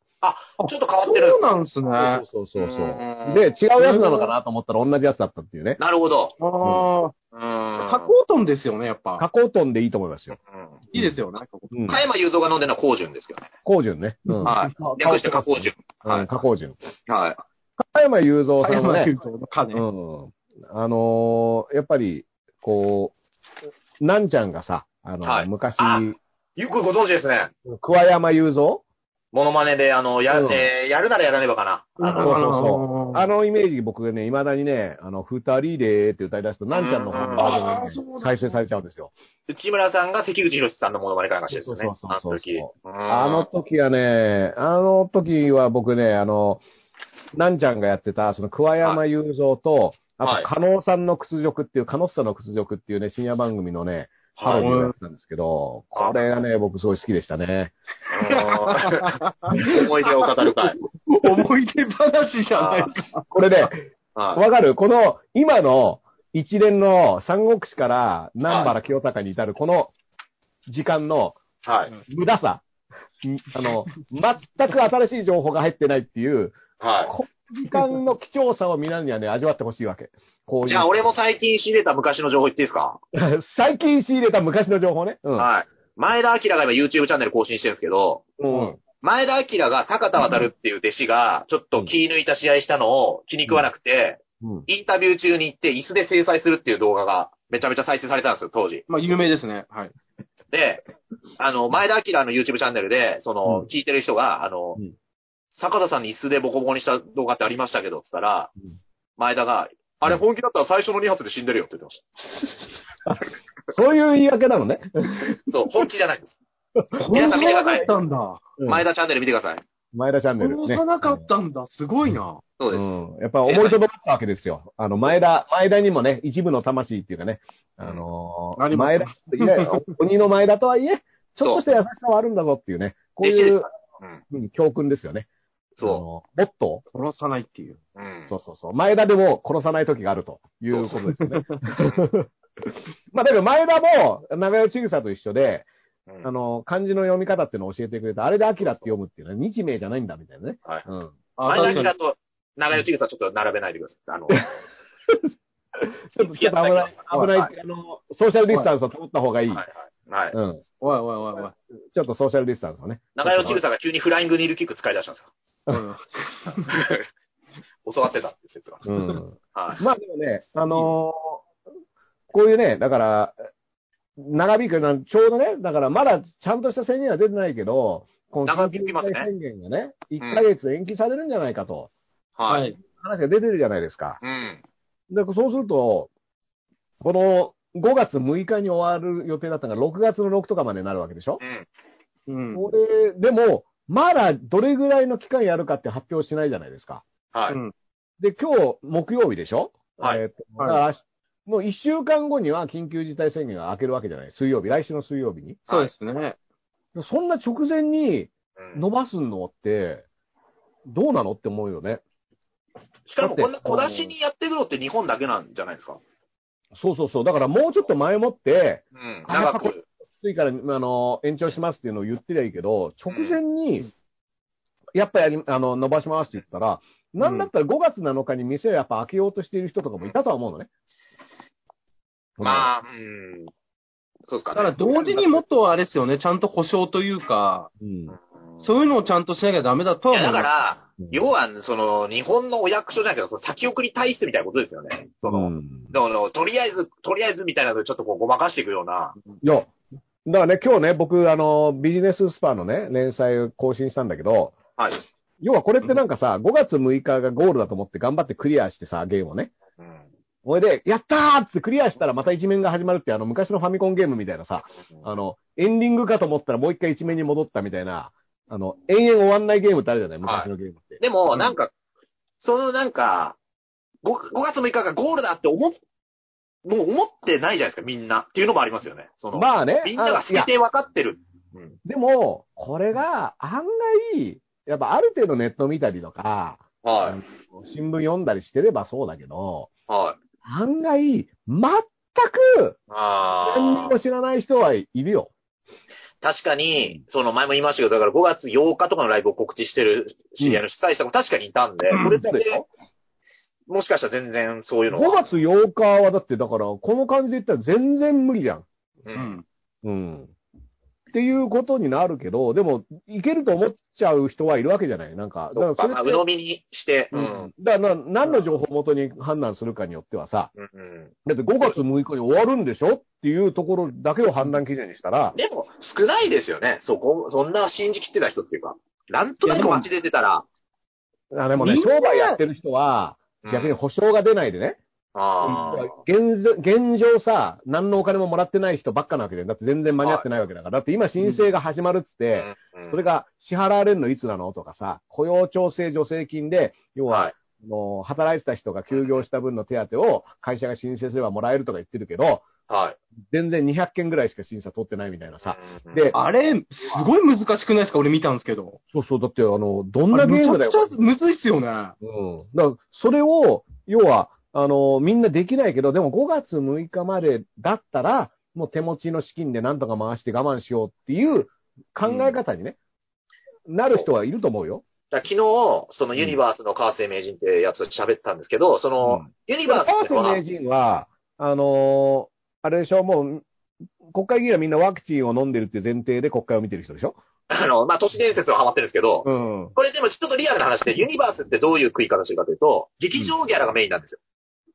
S4: ちょっと変わっ
S5: そ
S4: てる
S5: う。なんすね。あ
S3: そうそうそうそうう。
S4: ん
S3: で、違うやつなのかなと思ったら同じやつだったっていうね。
S4: なるほど。
S5: あ。
S4: うん。
S5: 加工トンですよね、やっ
S3: 加
S5: ぱ。
S3: 工トンでいいと思いますよ。
S4: うん
S5: いいですよね。
S3: うん。
S4: 加山雄三が飲んでるのは高順ですけどね。
S3: 加工順ね。うん。
S4: はい。
S3: 顔
S4: 略して加工順。
S3: うん、加工順。
S4: はい。
S3: 加山雄三さんはね、
S5: の金。
S3: うん。あのーやっぱり、こう、なんちゃんがさ、あの、
S4: はい
S3: 昔、
S4: あよくご存知ですね。
S3: 桑山雄三
S4: モノマネで、あの、や、
S3: うん
S4: えーやるならやらねばかな。あ
S3: そ
S4: の、
S3: うそう
S5: そ
S3: あのイメージ、僕ね、未だにね、あの、二人でーって歌い出すと、なんちゃんの方のバージョンがね再生されちゃうんですよ。
S4: 内村さんが関口博さんのモノマネからしてですよね。
S3: そうそうそうそう
S4: あの時。
S3: あの時はね、あの時は僕ね、あの、なんちゃんがやってた、その、桑山雄三と、
S4: はい
S3: あと、加納さんの屈辱っていう、加納さんの屈辱っていうね、深夜番組のね、ハロウィンをやってたんですけど、
S4: はい
S3: これがね、僕すごい好きでしたね。
S4: うん 思い出を語る 会。
S5: 思い出話じゃないか。
S3: これね、
S4: はい。
S3: わかるこの、今の一連の三国志から南原清隆に至るこの時間の
S4: はい。
S3: 無駄さ。んあの、全く新しい情報が入ってないっていう、
S4: は
S3: この時間の貴重さを皆にはね、味わってほしいわけ。こうい
S4: い。
S3: う。
S4: じゃあ、俺も最近仕入れた昔の情報言っていいですか、
S3: 最近仕入れた昔の情報ね。うん。
S4: はい。前田明が今 YouTube チャンネル更新してるんですけど、
S3: うん。
S4: 前田明が坂田渡るっていう弟子が、ちょっと気抜いた試合したのを気に食わなくて、
S3: うん。
S4: インタビュー中に行って椅子で制裁するっていう動画がめちゃめちゃ再生されたんですよ、当時。
S5: まあ、有名ですね。はい。
S4: で、あの、前田明の YouTube チャンネルで、その、
S3: うん
S4: 聞いてる人が、あの、
S3: うん
S4: 坂田さんに椅子でボコボコにした動画ってありましたけど、つったら、
S3: うん
S4: 前田が、あれ本気だったら最初の2発で死んでるよって言ってまし
S3: そういう言い訳なのね。
S4: た。そう、本気じゃないです。
S5: こんななかったんだ。
S4: 前
S3: 田。
S4: 田チャンネル見てください。
S3: 前田チャンネル、ね。
S5: こんななかったんだ。すごいな。
S4: そうです。
S3: うん。やっぱ思いとどまったわけですよ。あの、前田、前田にもね、一部の魂っていうかね、あの
S5: あり
S3: ー、
S5: ます
S3: 前田、いや、鬼の前田とはいえ、ちょっとした優しさはあるんだぞっていうね、こうい
S4: 弟子
S3: う
S4: で、うん。
S3: うん、教訓ですよね。
S4: そ
S3: あの。もっと、
S5: 殺さないっていう。
S4: う。うん。
S3: そうそうそう、前田でも殺さない時があるということですよね。まあ、だけど前田も、長与千草と一緒で、
S4: うん
S3: あの、漢字の読み方っていうのを教えてくれた、あれでアキラって読むっていうのは、日名じゃないんだみたいなね。
S4: はい
S3: うん。
S5: あ
S4: 前
S5: 確
S4: 田
S5: か
S4: 明と長与千草ちょっと並べないでください。あの、
S3: ちょっと、ちょっと危ない、危ない、あの、ソーシャルディスタンスを保った方がいい。
S4: はいはい。はい。
S3: うん。
S5: おいおいおいおい。
S3: ちょっとソーシャルディスタンスをね。
S4: 長与千草が急にフライングニールキック使い出したんですよ。
S5: うん
S4: 教わってたって説が。
S3: うん。
S4: はい。
S3: まあでもね、あのーこういうね、だから、長引くなん、ちょうどね、だからまだちゃんとした宣言は出てないけど、この
S4: 長引きますね
S3: 緊急事態宣言がね、1ヶ月延期されるんじゃないかと、
S5: は
S4: はい。
S5: い。
S3: 話が出てるじゃないですか。
S4: うん。
S3: で、そうすると、この5月6日に終わる予定だったのが、6月の6とかまでになるわけでしょ
S4: う、ん。
S5: うん。
S3: これ、でも、まだどれぐらいの期間やるかって発表しないじゃないですか。
S4: はい。
S3: で、今日、木曜日でしょ
S4: はい
S3: えーと
S5: はい
S3: だから明日もう一週間後には緊急事態宣言が明けるわけじゃない。水曜日、来週の水曜日に。
S5: そうですね。
S3: そんな直前に
S4: うん
S3: 伸ばすのって、どうなのって思うよね。
S4: しかもこんな小出しにやってるのって日本だけなんじゃないですか。
S3: そうそうそう。だからもうちょっと前もって、
S4: うん。
S3: あや
S4: 長
S3: っぱこ
S4: く。
S3: ついから、あの、延長しますっていうのを言ってりゃいいけど、直前に、やっぱやり、あの、伸ばしますって言ったら、なんだったら5月7日に店をやっぱ開けようとしている人とかもいたとは思うのね。あ。
S4: まあ、うん。そうですか
S5: だ
S4: ね。
S5: から同時にもっとあれですよね、ちゃんと保証というか、
S3: うん。
S4: うん
S5: そういうのをちゃんとしなきゃダメだと
S4: い
S5: は
S4: や、
S5: 思
S4: だ
S5: う。
S4: から、要は、その、日本のお役所じゃないけど、その先送り体質みたいなことですよね。その、
S3: うん
S4: だからとりあえず、とりあえずみたいなのをちょっとこうごまかしていくような。
S3: いや、だからね、今日ね、僕、あの、ビジネススパのね、連載を更新したんだけど、
S4: はい。
S3: 要はこれってなんかさ、5月6日がゴールだと思って頑張ってクリアしてさ、ゲームをね。
S4: うん。
S3: それで、やったーっつってクリアしたらまた一面が始まるって、あの、昔のファミコンゲームみたいなさ、あの、エンディングかと思ったらもう一回一面に戻ったみたいな、あの、延々終わんないゲームってあるじゃない昔のゲームって。
S4: でも、なんか、そのなんか5、5月6日がゴールだって思っ、もう思ってないじゃないですか、みんな。っていうのもありますよね。その、
S3: まあね。
S4: みんなが
S3: あいや
S4: 透けて分かってる。うん。
S3: でも、これが案外、やっぱある程度ネット見たりとか、
S4: は
S3: うん新聞読んだりしてればそうだけど、
S4: い。はい。
S3: 案外、全く、何
S4: あ
S3: も知らない人はいるよ。
S4: あ。確かに、その前も言いましたけど、だから5月8日とかのライブを告知してる知り合いの主催者も確かにいたんで、
S5: うん
S4: これっ、
S3: そうでしてょ
S4: もしかしたら全然そういうの
S3: ?5
S4: は。
S3: 月8日はだって、だから、この感じで言ったら全然無理じゃん。
S4: う。
S5: うんん。
S3: うん。っていうことになるけど、でも、いけると思っちゃう人はいるわけじゃないなんか、
S4: そう
S3: だか
S4: か、
S3: ら
S4: まあ、
S3: そ
S4: 鵜
S3: れっ
S4: 呑み
S3: て、
S4: にして、う
S3: うんん。。だからな、何の情報をもとに判断するかによってはさ、
S4: うんうん
S3: だって5月6日に終わるんでしょっていうところだけを判断基準にしたら、
S4: でも、少ないですよね。そこ、そんな信じきってた人っていうか。なんとなく街出てたら。
S3: あでもね
S5: み、んな
S3: 商売やってる人は、逆に
S4: うん
S3: 保証が出ないでね、
S4: ああ。
S3: 現状現状さ、何のお金ももらってない人ばっかなわけで、だって全然間に合ってないわけだから、だって今申請が始まるっつって、それ
S4: が、
S3: が支払われるのいつなのとかさ、雇用調整助成金で、要は、
S4: はい
S3: あの働いてた人が休業した分の手当を会社が申請すればもらえるとか言ってるけど、
S4: はい。
S3: 全然200件ぐらいしか審査取ってないみたいなさ。
S4: うん
S3: で、
S5: あれ、すごい難しくないですか俺見たんですけど。
S3: そうそう、だってあの、どん
S5: あれ
S3: なゲ
S5: むち
S3: ーム
S5: ゃ
S3: だ
S5: く
S3: よ
S5: ち。ゃむずいっすよ
S3: う
S5: ね。
S3: ん。だから、それを、要は、あの、みんなできないけど、でも5月6日までだったら、もう手持ちの資金でなんとか回して我慢しようっていう考え方にね、なる人はいると思うよ。
S4: だ昨日、そのユニバースの川瀬名人ってやつと喋ってたんですけど、その、ユニバース
S3: 川
S4: ってのは、
S3: 瀬名人は、あのーあれでしょ、もう、国会議員はみんなワクチンを飲んでるっていう前提で国会を見てる人でしょ
S4: あの、まあ、都市伝説はハマってるんですけど、
S3: うん。
S4: これでもちょっとリアルな話で、ユニバースってどういう食い方してるかというと、劇場ギャラがメインなんですよ。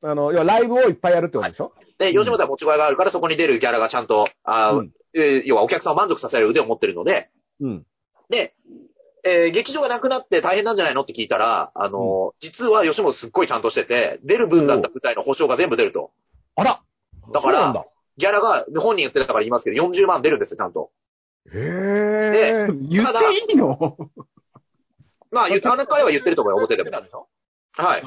S3: あの、要はライブをいっぱいやるってことでしょ、
S4: で、吉本は持ち声があるから、そこに出るギャラがちゃんと、あー
S3: うん
S4: えー要はお客さんを満足させる腕を持ってるので、
S3: うん。
S4: で、えー劇場がなくなって大変なんじゃないのって聞いたら、あのー実は吉本すっごいちゃんとしてて、出る分だった舞台の保証が全部出ると。
S3: あら
S4: だから
S3: そうなんだ。
S4: ギャラが、で本人言ってたから言いますけど、40万出るんですよ、ちゃんと。
S3: へえ。
S5: 言っていいの
S4: まあ、言って、あの彼は言ってると思うよ、表でも。はい。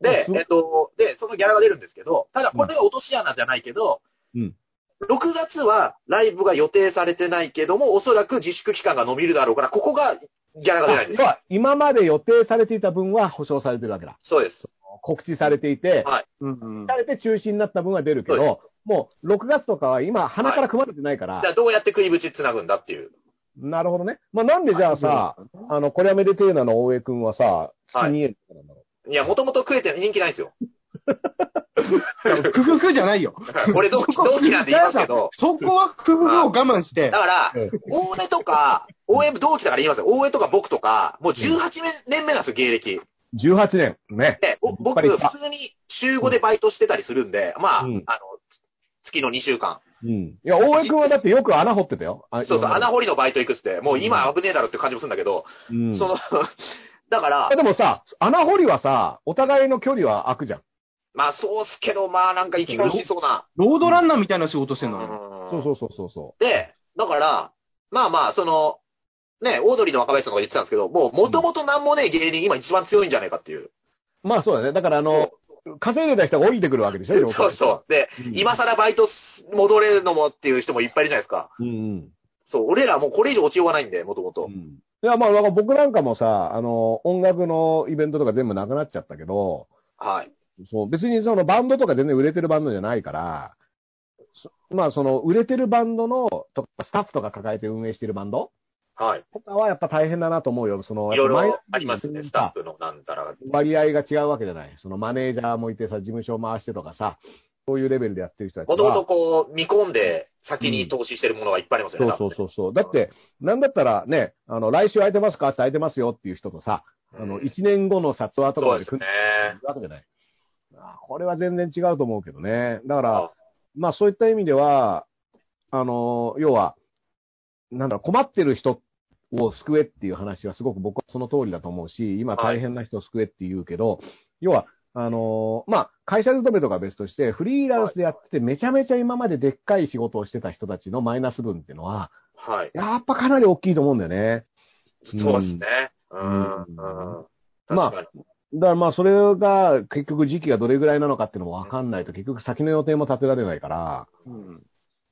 S4: で、
S3: うん
S4: えっと、で、そのギャラが出るんですけど、ただこれが落とし穴じゃないけど、
S3: うん
S4: 6月はライブが予定されてないけども、おそらく自粛期間が伸びるだろうから、ここがギャラが出ないんです
S3: 要
S4: よ。
S3: は今まで予定されていた分は保証されてるわけだ。
S4: そうです。
S3: 告知されていて、
S4: はい
S5: うんうん
S3: されて中止になった分は出るけど、もう、6月とかは今、鼻から組まれてないから、
S4: じゃあどうやって食いぶちつなぐんだっていう。
S3: なるほどね。まあ、なんでじゃあさ、あの、これはめでてえなの大江くんはさ、月にえなんだろ
S4: いや、もともと食えて人気ないんですよ。
S5: クフフじゃないよ。
S4: 俺 同期、同期なんで言い ますけど、
S5: そこはクフフを我慢し
S4: だ
S5: て。
S4: から
S3: うん、
S4: 大江とか、大江同期だから言いますよ。大江とか僕とか、もう18年目なんですよ、芸歴。
S3: う。18年。ね。
S4: で、ぼ僕、
S3: やっ
S4: 普
S3: ぱ
S4: 通に週5でバイトしてたりするんで、まあ、
S3: うん
S4: あの、月の2週間。
S3: うん。いや、大江くんはだってよく穴掘ってたよ。あ
S4: そうそう、穴
S3: 掘
S4: 掘りのバイト行くっつって、もう今危ねえだろって感じもするんだけど、
S3: うん
S4: そ。の、 だから
S3: あ、でもさ、穴掘りはさ、お互いの距離は空くじゃん。
S4: まあそうっすけど、まあなんか息苦しそうな。
S5: ロードランナーみたいな仕事してんのよ。
S4: そ
S3: そうそうそうそうそ
S4: で、だから、まあまあ、その、ね、オードリーの若林さんとか言ってたんですけど、もう、もともとなんもねえ芸人、今一番強いんじゃないかっていう。
S3: う。まあそうだね。だからあの、稼いでた人が降りてくるわけでしょ、
S4: そうそう。で、
S3: うん
S4: 今更バイト戻れるのもっていう人もいっぱいいるじゃないですか。
S3: う。うん
S4: そう、俺らもうこれ以上落ちようがないんで、もとも
S3: う
S4: と。
S3: ん。いや、まあ、なんか僕なんかもさ、あの、音楽のイベントとか全部なくなっちゃったけど、
S4: はい。
S3: そう、別にそのバンドとか全然売れてるバンドじゃないから、そまあその売れてるバンドのとかスタッフとか抱えて運営してるバンド
S4: はい。
S3: とかはやっぱ大変だなと思うよ。その、
S4: いろいろ
S3: やっぱ
S4: ありますね、スタッフのなんたらが。
S3: 割合が違うわけじゃない。そのマネージャーもいてさ、事務所を回してとかさ、そういうレベルでやってる人たち
S4: も
S3: は。
S4: ともとこう、見込んで先に投資してるものがいっぱいありますよ
S3: そ
S4: ね。
S3: うそうそうそう。だって、なんだったらね、あの、来週空いてますか明日空いてますよっていう人とさ、
S4: うん
S3: あの、1年後の札話と
S4: そ
S3: か
S4: うですね。
S3: わけじゃない。あこれは全然違うと思うけどね。だから、
S4: あ
S3: まあそういった意味では、あの、要は、なんだろう、困ってる人を救えっていう話はすごく僕はその通りだと思うし、今
S4: はい
S3: 大変な人を救えって言うけど、要は、あの、まあ、会社勤めとかは別として、フリーランスでやっててめちゃめちゃ今まででっかい仕事をしてた人たちのマイナス分っていうのは、
S4: はい。
S3: やっぱかなり大きいと思うんだよね。
S4: そうですね。うん。うん
S3: うんまあ
S4: 確かに
S3: だからまあそれが結局時期がどれぐらいなのかっていうのもわかんないと結局先の予定も立てられないから、
S5: うん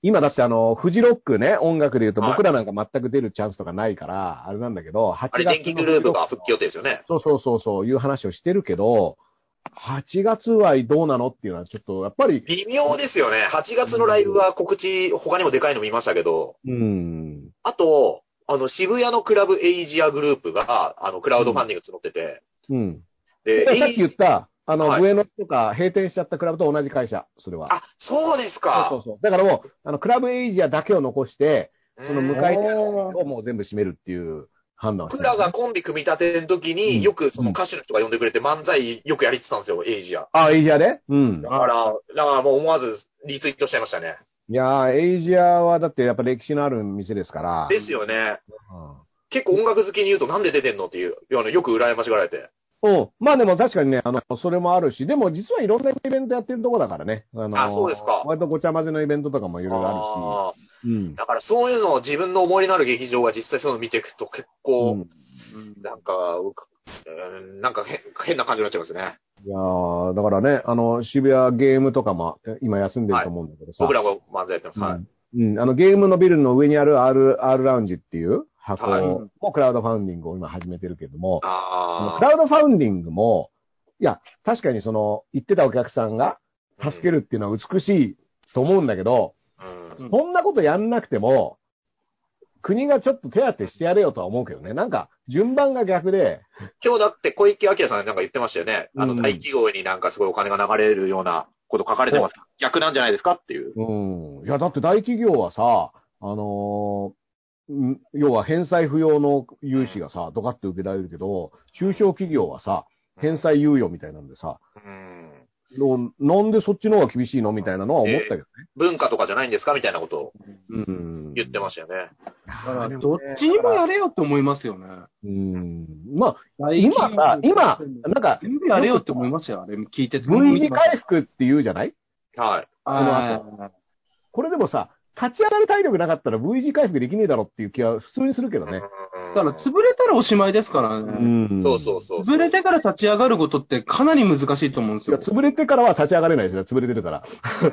S3: 今だってあの、フジロックね、音楽で言うと
S4: はい
S3: 僕らなんか全く出るチャンスとかないから、あれなんだけど、8
S4: あれ、電気グループが復帰予定ですよね。
S3: そうそうそうそう、いう話をしてるけど、8月はどうなのっていうのはちょっと、やっぱり、
S4: 微妙ですよね。8月のライブは告知、他にもでかいの見ましたけど、
S3: うん。
S4: あと、あの、渋谷のクラブエイジアグループが、あの、クラウドファンディング募ってて、
S3: うん。
S4: で、
S3: さっき言った、あの、
S4: はい
S3: ブエノスとか閉店しちゃったクラブと同じ会社、それは。
S4: あ、そうですか。
S3: そうそうそう。だからもう、あの、クラブエイジアだけを残して、その
S4: うん
S3: 向かい手をもう全部閉めるっていう判断をして
S4: 僕
S3: る
S4: らがコンビ組み立ての時
S3: うん
S4: に、よくその歌手の人が呼んでくれて漫才よくやりってたんですよ、エイジア。
S3: あ、エイジアでうん
S4: だ。から、だからもう思わずリツイートしちゃいましたね。
S3: いやー、エイジアはだってやっぱ歴史のある店ですから。
S4: ですよね。
S3: うん
S4: 結構音楽好きに言うとなんで出てんのっていう、あのよく羨ましがられて。
S3: うん。まあでも確かにね、あの、それもあるし、でも実はいろんなイベントやってるとこだからね。あの
S4: あそうですか
S3: 割とごちゃ混ぜのイベントとかもいろいろあ
S4: ああ
S3: るし。うん
S4: ー。だからそういうのを自分の思いのある劇場が実際そういうのを見ていくと結構、
S3: うん
S4: なんか、うんなんか変変な感じになっちゃいますね。
S3: いやーだからね、あの、渋谷ゲームとかもえ今休んでると思うんだけどさ。
S4: 僕らが漫才やってます。は
S3: う
S4: い。
S3: んうん、あの、ゲームのビルの上にある R、R ラウンジっていう箱
S4: はい
S3: もクラウドファウンディングを今始めてるけれども、
S4: あ
S3: ク
S4: あ。
S3: ラウドファウンディングも、いや、確かにその、行ってたお客さんが助けるっていうのは美しいと思うんだけど、
S4: うん。
S3: そんなことやんなくても、国がちょっと手当てしてやれよとは思うけどね。なんか、順番が逆で、
S4: 今日だって小池晃さんなんか言ってましたよね。あの
S3: うん
S4: 大企業になんかすごいお金が流れるようなこと書かれてます。逆なんじゃないですかっていう。
S3: うん。いや、だって大企業はさ、あのーん要は返済不要の融資がさ、ドカッと受けられるけど、中小企業はさ、返済猶予みたいなんでさ、
S4: うん。
S3: のなんでそっちの方が厳しいのみたいなのは思ったけどね。
S4: 文化とかじゃないんですかみたいなことを
S3: うん
S4: 言ってましたよね。
S5: だから、どっちにもやれよって思いますよね。
S3: うん。まあ、今さ、今、なんか、
S5: 全部やれよって思いますよ、あれ聞いてて。
S3: 分離回復って言うじゃない
S4: はい。
S5: あ
S3: これでもさ、立ち上がる体力なかったら V 字回復できねえだろっていう気は普通にするけどね。
S5: ー
S4: だ
S5: だから、潰れたらおしまいですから
S3: う
S5: ね。
S3: ん
S4: そうそうそう。
S5: 潰れてから立ち上がることってかなり難しいと思うんです
S3: いや
S5: よ。
S3: 潰れてからは立ち上がれないですよ、潰れてるから。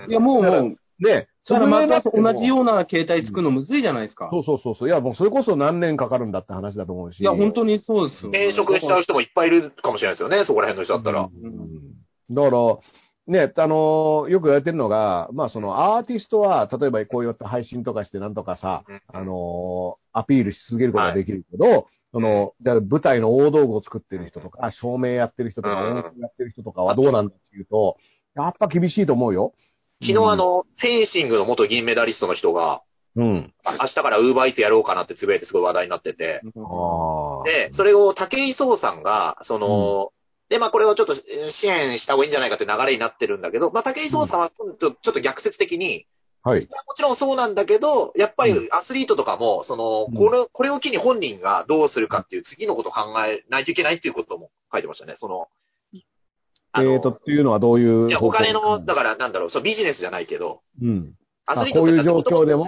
S5: いや、もうもう、
S3: ね、
S5: ただまた同じ
S3: う
S5: ような形態作るのむずいじゃないですか。
S3: そうそうそうそう。いや、もうそれこそ何年かかるんだって話だと思うし。
S5: いや、本当にそうですよ。
S4: 転職しちゃう人もいっぱいいるかもしれないですよね、そこら辺の人だったら。
S3: うんだから、ね、あのーよく言われてるのが、まあそのアーティストは、例えばこういった配信とかしてなんとかさ、あのーアピールし続けることができるけど、その、じゃあ舞台の大道具を作ってる人とか、照明やってる人とか、
S4: うん
S3: 音楽やってる人とかはどうなんだっていうと、やっぱ厳しいと思うよ。
S4: 昨日あの、フェンシングの元銀メダリストの人が、
S3: うん。
S4: あ明日からウーバーイーツやろうかなってつぶやいてすごい話題になってて、
S3: ああ。
S4: で、それを武井壮さんが、その、で、まあこれをちょっとえー支援した方がいいんじゃないかって流れになってるんだけど、まあ武井壮さんはちょっとちょっと逆説的に、
S3: はい。
S4: もちろんそうなんだけど、やっぱり
S3: う
S4: アスリートとかも、その、
S3: うん
S4: これ、これを機に本人がどうするかっていう次のことを考えないといけないっていうことも書いてましたね、その、あの
S3: えっ、と、っていうのはどういう
S4: いや、
S3: 方
S4: お
S3: 向
S4: 金の、だからなんだろう、そのビジネスじゃないけど、
S3: うん。
S4: アスリー
S3: あ
S4: ト
S3: こう
S4: って
S3: いう状況でも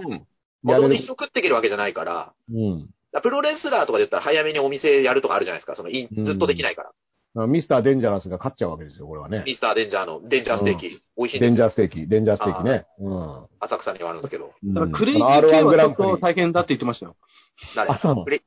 S4: も
S3: や
S4: ともと
S3: れる
S4: 一生食っていけるわけじゃないから、
S3: うん。
S4: だからプロレスラーとかで言ったら早めにお店やるとかあるじゃないですか、そのいずっとできないから。
S3: ミスターデンジャラスが勝っちゃうわけですよ、これはね。
S4: ミスターデンジャーの、デンジャーステーキ、美味しいん
S3: デ
S4: で
S3: ン
S4: す
S3: ジ
S4: よ
S3: ャーステーキ、デンジャーステーキね。うん。
S4: 浅草にはあるんですけど。
S5: だからクレイジ
S3: あ
S5: ー
S3: の
S5: K
S3: R1 グラン
S5: は
S3: プ
S5: ちょっと
S3: リ。
S5: 大変だって言ってましたよ。
S4: 誰
S3: あ、そうなの
S4: クレ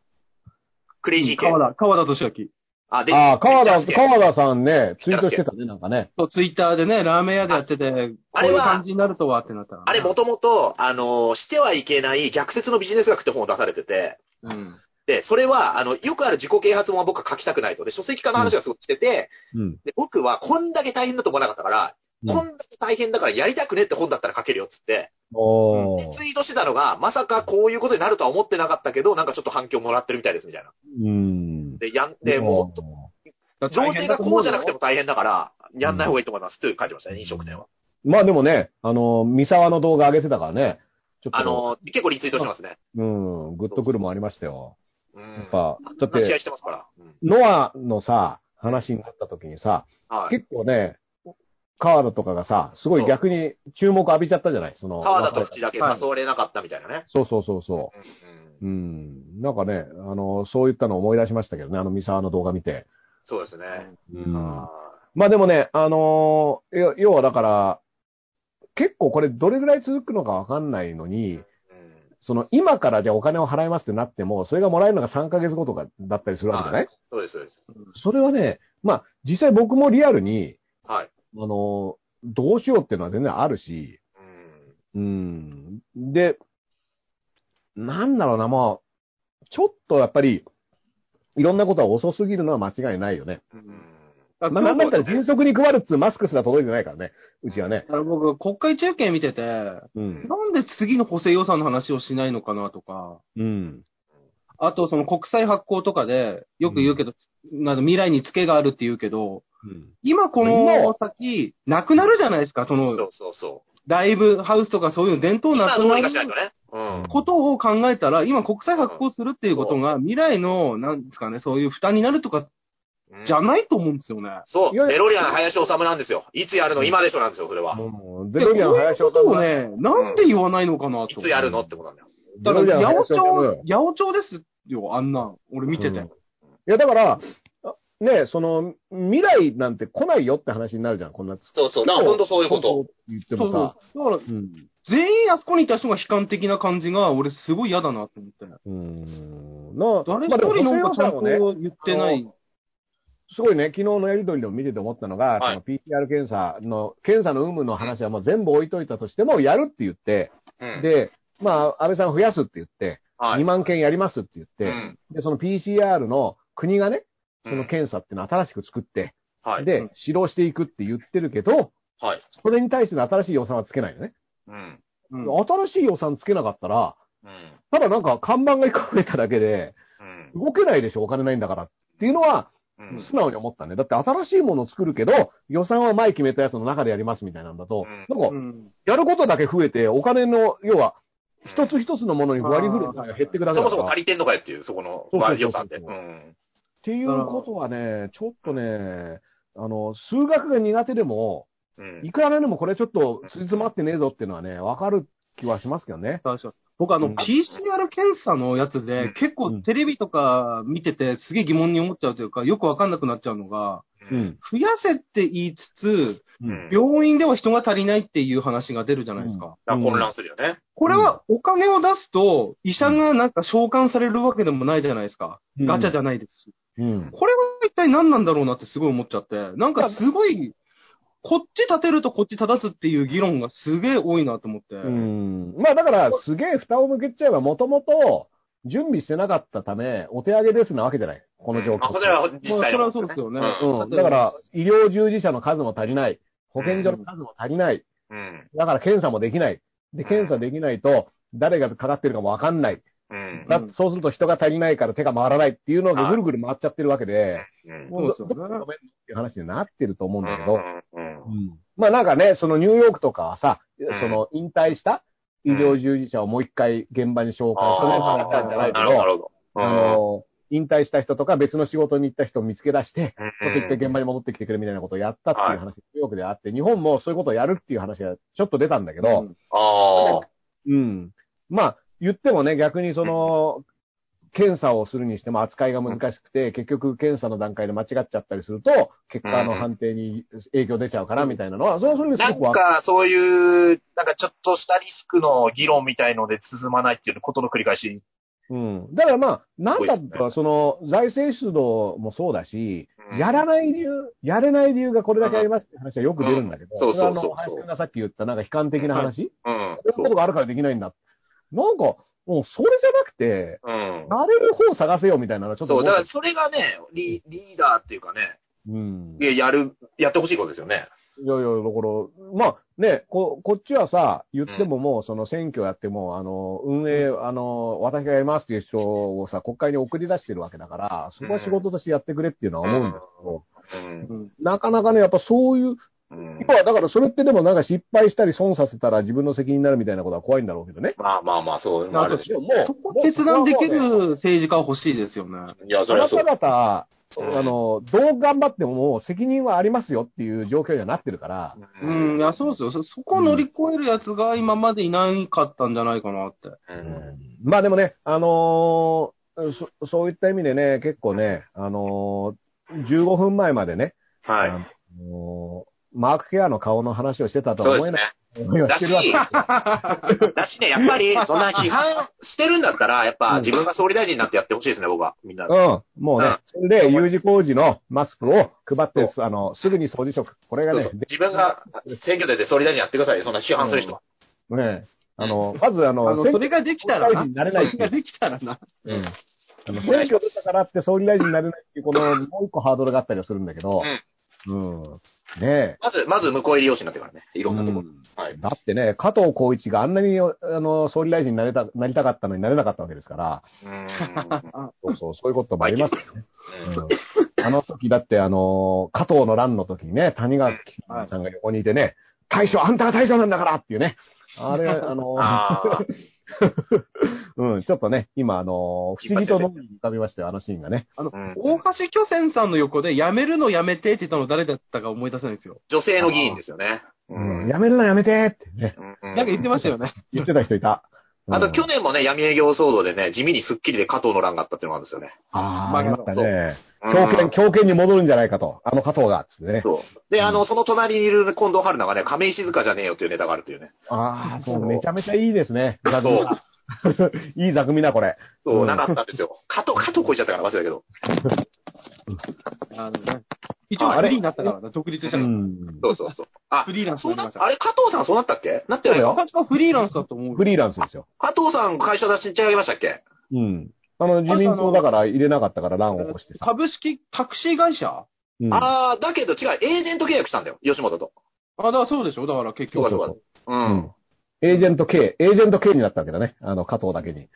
S4: クレイジー系。
S5: 川田、川田俊明。
S4: あ、デン
S3: あー、川
S4: デンジ
S3: 田、
S4: ャース系
S3: 川田さんね、ツイートしてたね、なんかね。
S5: そう、ツイッターでね、ラーメン屋でやってて、こ
S4: あ
S5: う
S4: れ
S5: いう
S4: は
S5: 感じになるとはってなったのね
S4: あれもともと、あのー、してはいけない逆説のビジネス学って本を出されてて、
S5: うん。
S4: で、それは、あの、よくある自己啓発本は僕は書きたくないと。で、書籍化の話がすごくしてて、
S3: うん。
S4: で、僕はこんだけ大変だと思わなかったから、
S3: うん
S4: こんだけ大変だからやりたくねって本だったら書けるよっつって、
S3: お
S4: で
S3: ー。
S4: ツイートしてたのが、まさかこういうことになるとは思ってなかったけど、なんかちょっと反響もらってるみたいですみたいな。
S3: うん。
S4: で、やん、で、もう、
S5: だから
S4: 情
S5: 大
S4: 勢
S5: 変
S4: が
S5: だと思
S4: こ
S5: う
S4: うじ
S5: よ
S4: ゃなくても大変だから、やんない方がいいと思いますって書いてましたね、飲食店は。
S3: まあでもね、あの、三沢の動画上げてたからね、ちょっと、
S4: あの、結構リツイートしてますね。
S3: うん、グッとくるもありましたよ。
S4: う
S3: や
S4: ん
S3: っ。ぱ、だっ
S4: 試合
S3: て、
S4: してますから。うん
S3: ノアのさ、話になった時にさ、
S4: はい。
S3: 結構ね、川田とかがさ、すごい逆に注目浴びちゃったじゃないその、
S4: 川田と口だけ誘
S5: はい
S4: われなかったみたいなね。
S3: そうそうそうそ
S4: うん
S3: う。うん。なんかね、あの、そういったのを思い出しましたけどね、あの三沢の動画見て。
S4: そうですね。
S3: うん。
S4: あ
S3: まあでもね、あのー要要はだから、結構これどれぐらい続くのかわかんないのに、
S4: ーうん
S3: その今からじゃあお金を払いますってなっても、それがもらえるのが3ヶ月後とかだったりするわけじゃない、
S4: はそうです、そうです。
S3: それはね、まあ実際僕もリアルに、
S4: はい。
S3: あのーどうしようっていうのは全然あるし、
S4: うん
S3: うん。で、なんだろうな、もう、ちょっとやっぱり、いろんなことは遅すぎるのは間違いないよね。
S4: うん
S5: だ
S3: ま
S5: か
S3: あ、
S5: ら
S3: なんだったら迅速に配るっつうマスクすら届いてないからね、うちはね。
S5: だから僕、国会中継見てて、な
S3: うん。
S5: んで次の補正予算の話をしないのかなとか、
S3: うん。
S5: あとその国債発行とかで、よく言うけど、なんか未来にツケがあるって言うけど、今この先、なくなるじゃないですか、そ
S4: そ
S5: の
S4: う、そうそう。
S5: ライブハウスとかそういう伝統な
S4: 今
S5: く
S4: どう
S5: な
S4: にかしない
S5: る
S4: とね。うん。
S5: ことを考えたら、今国債発行するっていうことが、未来の、なんですかね、そういう負担になるとか、
S4: うん
S5: じゃないと思うんですよね。
S4: そう。
S3: いやいや
S4: デロリアン林修なんですよ。いつやるの今でしょなんですよ、それは。
S3: もう、ゼロリアン林
S5: こ
S3: 修
S5: ういうこと
S3: 君
S5: を
S3: は、
S5: ね、なんで言わないのかなと。
S4: いつやるのってことなんだよ。
S3: ゼ
S5: だか
S3: ロリア
S5: ら、
S3: ン
S5: 八百
S3: 林
S5: 長
S3: 修、
S5: 八百長ですよ、あんなん。俺見てて。
S3: うんいや、だから、あねその、未来なんて来ないよって話になるじゃん、こんな。
S4: そうそう。だから本当そういうこ
S3: そう
S4: と。
S3: そう言って
S5: そ
S3: も
S5: うそう
S3: さ。。
S5: だから、
S3: うん。
S5: 全員あそこにいた人が悲観的な感じが、俺すごい嫌だなって思って。
S3: うん。な、
S5: 誰
S3: ま
S5: 一
S3: あでも
S5: 人なんかちゃん
S3: 補
S5: と
S3: 正予算をね
S5: 言ってない。
S3: すごいね、昨日のやりとりでも見てて思ったのが、
S4: はい
S3: その PCR 検査の、検査の有無の話はもう全部置いといたとしても、やるって言って、
S4: うん、
S3: で、まあ、安倍さん増やすって言って、
S4: はい
S3: 2万件やりますって言って、
S4: うん
S3: で、その PCR の国がね、そ
S4: うん
S3: の検査っていうのを新しく作って、
S4: はい。
S3: で、指導していくって言ってるけど、
S4: はい。
S3: それに対しての新しい予算はつけないよね。
S4: うん。
S5: うん
S3: 新しい予算つけなかったら、
S4: うん。
S3: ただなんか看板が一個増えただけで、
S4: うん。
S3: 動けないでしょ、お金ないんだからっていうのは、
S4: うん
S3: 素直に思ったね。だって新しいものを作るけど、予算は前決めたやつの中でやりますみたいなんだと、
S4: う
S3: なん
S5: う
S3: か、
S5: ん
S3: やることだけ増えて、お金の、要は、一つ一つのものに割り振るのが減ってくだけ
S4: そ
S3: だ
S4: も
S3: か
S4: そも
S3: ら。
S4: 足
S3: っ
S4: りてんのかよっていう、そこの
S3: そうそうそうそう
S4: 予算で。うん。
S3: ていうことはね、ちょっとね、あの、数学が苦手でも、
S4: うん
S3: いくらなんでもこれちょっと、ついつまってねえぞっていうのはね、わかる気はしますけどね。
S5: 確かに僕あの、
S3: うん
S5: PCR 検査のやつ
S4: う
S5: で
S4: ん、
S5: 結構テレビとか見てて、すげえ疑問に思っちゃうというか、よくわかんなくなっちゃうのが、
S3: うん。
S5: 増やせって言いつつ、
S4: うん
S5: 病院では人が足りないっていう話が出るじゃないですか。
S4: だから混乱するよね。
S5: これはお金を出すと、医者がなんか召喚されるわけでもないじゃないですか。ガチャじ
S3: ゃ、
S5: ゃないですし。
S3: うん。
S5: これは一体何なんだろうなってすごい思っちゃって、なんかすごい、こっち立てるとこっち正すっていう議論がすげえ多いなと思って。
S3: うん。まあだから、すげえ蓋を向けちゃえば、もともと準備してなかったため、お手上げですなわけじゃない。この状況。
S4: まあ、それは実
S5: まあ、そ
S4: 際
S5: れ
S4: の
S5: はそうですよね。
S3: うん。だから、医療従事者の数も足りない。保健所の数も足りない。
S4: うん。
S3: だから検査もできない。で、検査できないと、誰がかかってるかもわかんない。
S4: うん。
S3: だってそうすると人が足りないから手が回らないっていうのがぐるぐる回っちゃってるわけで、
S4: うん。
S5: そうですよね
S3: どっかがごめんっていう話になってると思うんだけど、
S4: うん。
S3: まあなんかね、そのニューヨークとかはさ
S4: ん、
S3: その引退した医療従事者をもう一回現場に紹介、それで話したんじゃないけ
S4: なるほど、な
S3: ど、
S4: るほど。
S3: あの、引退した人とか別の仕事に行った人を見つけ出して、
S4: うん
S3: ちょっと一回現場に戻ってきてくれみたいなことをやったっていう話、ニューヨークであって、日本もそういうことをやるっていう話がちょっと出たんだけど、
S4: あ
S3: うん。まあ、言ってもね、逆にその、検査をするにしても扱いが難しくて、結局検査の段階で間違っちゃったりすると、結果の判定に影響出ちゃうからみたいなのは、それはそれ
S4: あ。
S3: です
S4: な
S3: ご
S4: ん
S3: くわか
S4: か、そういう、なんかちょっとしたリスクの議論みたいので進まないっていうことの繰り返し。
S3: うん。だからまあ、なんだ
S4: 多い
S3: っ
S4: で
S3: た
S4: すね
S3: ら、その、財政出動もそうだし、
S4: うん
S3: やらない理由、やれない理由がこれだけありますって話はよく出るんだけど、
S4: うんそうそうそう
S3: れはあの、林くんがさっき言ったなんか悲観的な話、
S4: うん
S3: そういうことがあるからできないんだ。なんか、もうそれじゃなくて、
S4: うん。
S3: なれる方を探せよみたいなのはちょっと
S4: そ
S3: 思
S4: う、
S3: う
S4: だからそれがね、リリーダーっていうかね、
S3: うん。
S4: いややる、やってほしいことですよね。
S3: いやいや、だから、まあね、こ、こっちはさ、言ってももう、その選挙やっても、あの、運営、あの、私がやりますっていう人をさ、国会に送り出してるわけだから、そこは仕事としてやってくれっていうのは思うんですけど、
S4: うん。
S5: うん
S3: なかなかね、やっぱそういう、
S4: うん
S3: 今はだからそれってでもなんか失敗したり損させたら自分の責任になるみたいなことは怖いんだろうけどね。
S4: まあまあまあ、そういうのもあるでしょ。も
S5: そこを決断できる政治家は欲しいですよね。
S4: う、いや、そ
S3: あ
S4: れ
S3: な
S4: は
S3: た
S4: そう。
S3: 方、
S4: うん
S3: あの、どう頑張ってももう責任はありますよっていう状況にはなってるから、
S5: うん、いや、そうですよ。そ、そこを乗り越えるやつが今までいないかったんじゃないかなって。
S4: うん
S3: まあでもね、あのーそ、そういった意味でね、結構ね、あのー15分前までね、
S4: はい。
S3: あのーマークケアの顔の話をしてたとは
S4: そうで
S3: 思
S4: す
S3: え
S4: ね
S3: ない。。思いは
S4: だ
S3: し
S4: して
S3: るわけ。、
S4: だしね、やっぱり、そんな批判してるんだったら、やっぱ自分が総理大臣になってやってほしいですね、僕は。みんな。
S3: うん、もうね、それで U 字工事のマスクを配って、あの、すぐに掃除職。これが
S4: そう
S3: ね
S4: そう、自分が選挙出て総理大臣やってくださいよ、そんな批判する人は。
S3: でね、あの、まずあ
S5: あ
S3: の、選
S5: の、そ
S3: 挙
S5: れができたらな。
S3: 総理大臣になれないってい
S5: そ
S3: う
S5: れができたら な。
S3: うんあの選挙出たからって総理大臣になれないっていう、この、もう一個ハードルがあったりはするんだけど、うん。ねえ。
S4: まず、まず、向こう入り用紙になってからね、いろんなとこ
S3: う
S4: ろ。はい。
S3: だってね、加藤浩一があんなに、あの、総理大臣になれた、なりたかったのになれなかったわけですから、
S4: うん
S3: そうそう、そういうこともありますよね。
S4: うん
S3: うんあの時だって、あの、加藤の乱の時にね、谷川さんが横にいてね、大将、あんたが大将なんだからっていうね。あれ、あの、
S4: ああ、
S3: うん、ちょっとね、今、あの、不思議と脳に浮かびましたよ、あのシーンがね。
S5: あの、
S4: うん
S5: 大橋巨泉さんの横で、やめるのやめてって言ったの誰だったか思い出せないんですよ。
S4: 女性の議員ですよね。
S3: うん、やめるな、やめてーってね、
S4: な
S5: なんか言ってましたよね。
S3: 言ってた人いた。うん
S4: あと、去年もね、闇営業騒動でね、地味にスッキリで加藤の乱があったっていうのがあるんですよね。
S3: ああ、ありました
S4: そう
S3: ね。強権、強権に戻るんじゃないかと。あの加藤が、つってね。
S4: そう。で、あの、その隣にいる近藤春菜がね、亀井静香じゃねえよっていうネタがあるっていうね。
S3: ああ、そう
S4: そう
S3: めちゃめちゃいいですね。座組が いい座組だ、これ。
S4: そうう、
S3: ん
S4: なんかあったんですよ。加藤、加藤こいちゃったから忘れたけど。
S5: あのね。一応
S4: あ
S5: フ
S4: あれ
S5: リーになったからな、独立した
S3: う
S5: から。
S3: ん。
S4: そうそうそう。あ
S5: フ、リーランス
S4: そ
S5: に
S4: う
S5: な
S4: な
S5: りま、した。
S4: あれ、加藤さんそうなったっけなってないよ。
S5: 私はフリーランスだと思う。
S3: フリーランスですよ。
S4: 加藤さん会社出しちゃいましたっけ
S3: うん。あの、自民党だから入れなかったから乱を起こしてさ。
S5: 株式、タクシー会社
S3: うん
S4: ああ、だけど違う、エージェント契約したんだよ。吉本と。
S5: あ、だからそうでしょだから結
S4: そう
S5: 局
S4: か。そうか。う
S3: うんん。。エージェント K、エージェント K になったわけだね。あの、加藤だけに。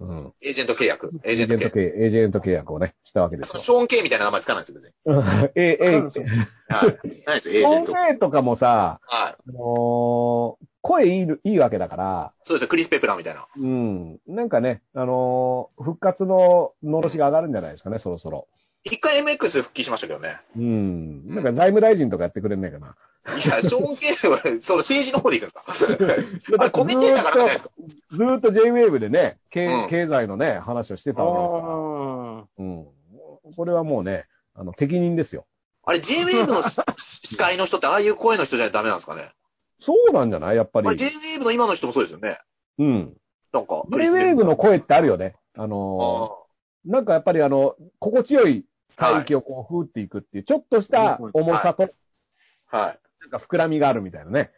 S3: うん。
S4: エージェント契約。エー
S3: エ
S4: ジェ
S3: ー
S4: ン
S3: ジ
S4: ト
S3: ェン
S4: 契
S3: ト
S4: 約。
S3: K、エージェント契約をね、したわけです
S4: その
S3: よ
S4: シ。ョーン K みたいな名前つかないですよ、別に。
S3: うん え、え
S5: そうなんです よ、
S4: はい。ないです、エージェント。
S3: 透明とかもさ、
S4: はい。
S3: あのー声いいの、いいわけだから、
S4: そうですよ、クリス・ペプラーみたいな。
S3: うん。なんかね、あのー復活ののろしが上がるんじゃないですかね、そろそろ。
S4: 一回 MX 復帰しましたけどね。
S3: うん。なんか財務大臣とかやってくれんないかな。
S4: い や、ショーン K は、その政治の方で行くん ですかあれ、コメンテーターからじゃないですか。
S3: ずーっと JWAVE でね、経
S4: うん
S3: 経済のね、話をしてたわけですから。
S5: あ
S3: うん。これはもうね、あの、適任ですよ。
S4: あれ、J-Wave の司会の人って、ああいう声の人じゃダメなんですかね。
S3: そうなんじゃないやっぱ
S4: あれ、
S3: り。
S4: J-Wave の今の人もそうですよね。
S3: うん。
S4: なんか。
S3: JWAVE の声ってあるよね。あ
S4: あ
S3: の
S4: ー
S3: ーなんかやっぱりあの、心地よい海域をこう、ふーっていくっていう、ちょっとした重さと、
S4: はい。
S3: なんか膨らみがあるみたいなね。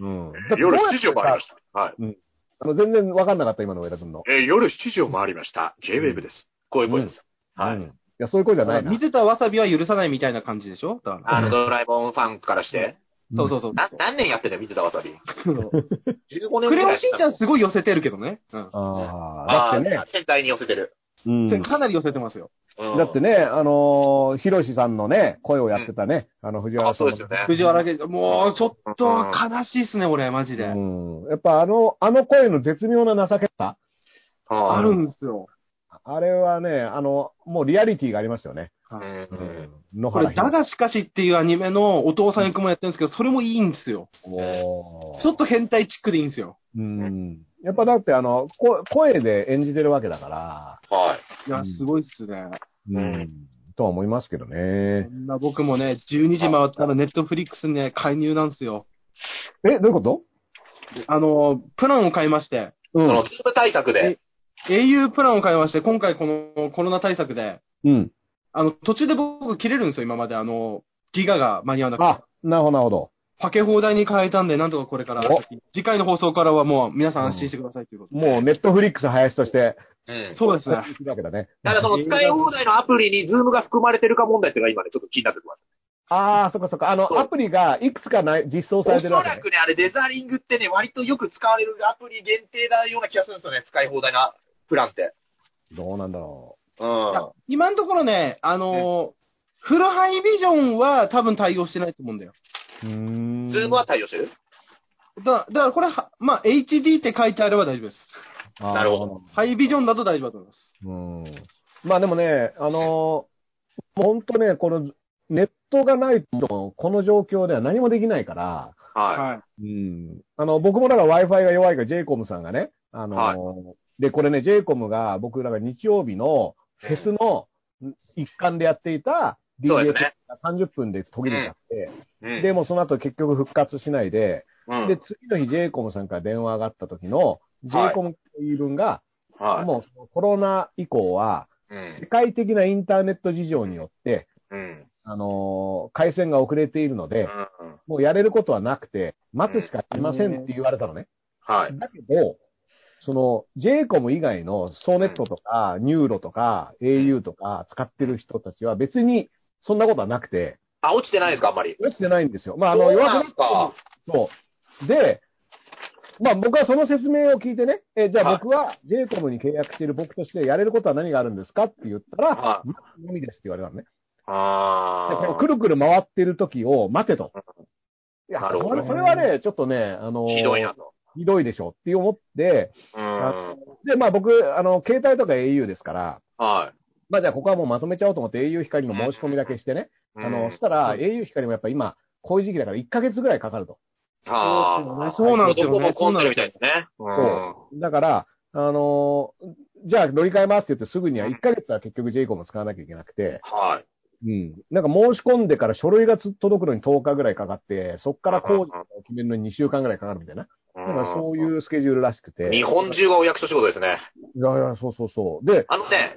S3: うん。
S4: 夜7時を回りました。はい。
S3: あの全然わかんなかった、今の上田君の。
S4: えー夜7時を回りました。J-Wave です。こういう声です。は
S3: うんい
S4: い。
S3: や、そういう声じゃないな。
S5: 水田わさびは許さないみたいな感じでしょだから。
S4: あの、ドラえもんファンからして、
S5: そうそうそう。
S4: な何年やってんだよ、見てたわさび。
S5: そう
S4: 15年
S5: ク
S4: ぐ
S5: レヨ
S4: ら
S5: ン
S4: い。
S5: しんちゃんすごい寄せてるけどね。うん。
S3: ああ、
S4: あ
S3: だ
S4: あ
S3: ってね
S4: ー、、全体に寄せてる。
S3: うん
S5: それかなり寄せてますよ。
S4: うん
S3: だってね、あのー、ひろしさんのね、声をやってたね、あの、藤原
S4: あ、
S3: さ
S4: そ
S3: ん
S4: うで
S3: の。
S4: すよね。
S5: 藤原家、もうちょっと悲しいっすね、俺、マジで。
S3: うん。やっぱあの、あの声の絶妙な情けさ。
S5: あ
S4: あ
S5: るんですよ。
S3: あれはね、あの、もうリアリティがありますよね。
S4: うんうん
S3: 野
S5: こ
S3: 原
S5: れ、
S3: ひろ
S5: だがしかしっていうアニメのお父さん役もやってるんですけど、それもいいんですよ。
S3: おー
S5: ちょっと変態チックでいいんですよ。
S3: うん。やっぱだってあの、こ声で演じてるわけだから、
S4: はい。
S5: いや
S3: う、ん
S5: すごいっすね。
S3: うん。とは思いますけどね
S5: そ。んな僕もね、12時回ったらネットフリックスにね、介入なんですよ。
S3: え、どういうこと
S5: あの、プランを買いまして、
S3: う
S4: その、
S3: ん。
S4: キーム対策で。
S5: au プランを買いまして、今回このコロナ対策で、
S3: うん。
S5: あの、途中で僕切れるんですよ、今まで。あの、ギガが間に合わなくて。
S3: あ、なるほど、なるほど。
S5: パケ放題に変えたんで、なんとかこれから
S3: お、
S5: 次回の放送からはもう皆さん安心してくださいということで。
S3: もうネットフリックス林として、
S4: うん。
S5: そうです
S3: そう
S5: ね。
S3: するわけだね。
S4: ただその使い放題のアプリにズームが含まれてるか問題っていうのが今ね、ちょっと気になってきます。
S3: ああ、そっかそっか。あ
S4: そう
S3: の、アプリがいくつかない実装さ
S4: お
S3: れ
S4: そ
S3: てるわけ、
S4: ら
S3: ね。
S4: くね、あれデザリングってね、割とよく使われるアプリ限定なような気がするんですよね、使い放題なプランって。
S3: どうなんだろ
S4: うん。
S5: いや今のところね、あのーフルハイビジョンは多分対応してないと思うんだよ。
S3: う。うーん。
S4: ズームは対応してる
S5: だだからこれは、まあ、HD って書いてあれば大丈夫です。
S3: あー
S4: なるほど。
S5: ハイビジョンだと大丈夫だと思います。
S3: うん。まあでもね、あのー、本当ね、この、ネットがないと、この状況では何もできないから、
S4: は
S5: はい。
S3: うん。あの、僕もだから Wi-Fi が弱いから JCOM さんがね、あのー
S4: は
S3: で、これね、JCOM が僕らが日曜日のフェスの一環でやっていた
S4: そうで
S3: DJ
S4: すね
S3: が30分で途切れちゃって、
S4: い。うん
S3: で、もうその後結局復活しないで、
S4: うん
S3: で、次の日 JCOM さんから電話があった時の、
S4: はい
S3: JCOM の言い分が、
S4: は
S3: もうコロナ以降は、
S4: い。うん
S3: 世界的なインターネット事情によって、
S4: うん。
S3: あのー回線が遅れているので、
S4: うん
S3: もうやれることはなくて、待つしかありませんって言われたのね。
S4: はい。
S3: だけど、その、JCOM 以外のソーネットとか、ニューロとか、au とか使ってる人たちは別にそんなことはなくて、
S4: あ、落ちてないですか、あんまり。
S3: 落ちてないんですよ。まあ、あ
S4: そ
S3: の、
S4: うなん
S3: 弱
S4: す
S3: く
S4: か
S3: なってもそう。で、まあ僕はその説明を聞いてね、えじゃ
S4: は
S3: あ
S4: い
S3: 僕は JCOM に契約している僕としてやれることは何があるんですかって言ったら、
S4: は
S3: のみですって言われたのね。
S4: あ
S3: でこの
S4: あ
S3: く。るくる回ってる時を待てと。いや、
S4: なるほ
S3: こ
S4: ど
S3: れそれはね、ちょっとね、あの
S4: ひどいなと。
S3: ひどいでしょって思って、
S4: うん。
S3: で、まあ僕、あの、携帯とか au ですから、
S4: は
S3: まあじゃあここはもうまとめちゃおうと思って au 光の申し込みだけしてね。
S4: い。
S3: あ
S4: う
S3: の、
S4: ん
S3: したら au 光もやっぱ今、こういう時期だから1ヶ月ぐらいかかると。
S4: はあ。
S5: そうなんですよね
S4: どこも混んでるみたいですね。うん。
S3: だから、あのーじゃあ乗り換えますって言ってすぐには1ヶ月は結局 j イコム使わなきゃいけなくて、
S4: はい。
S3: うん。なんか申し込んでから書類がつ届くのに10日ぐらいかかって、そっから工事を決めるのに2週間ぐらいかかるみたいな。なんかそう
S4: う
S3: いうスケジュールらしくて。
S4: ん。日本中がお役所仕事ですね。
S3: いやいや、そうそうそう。で、
S4: あのね、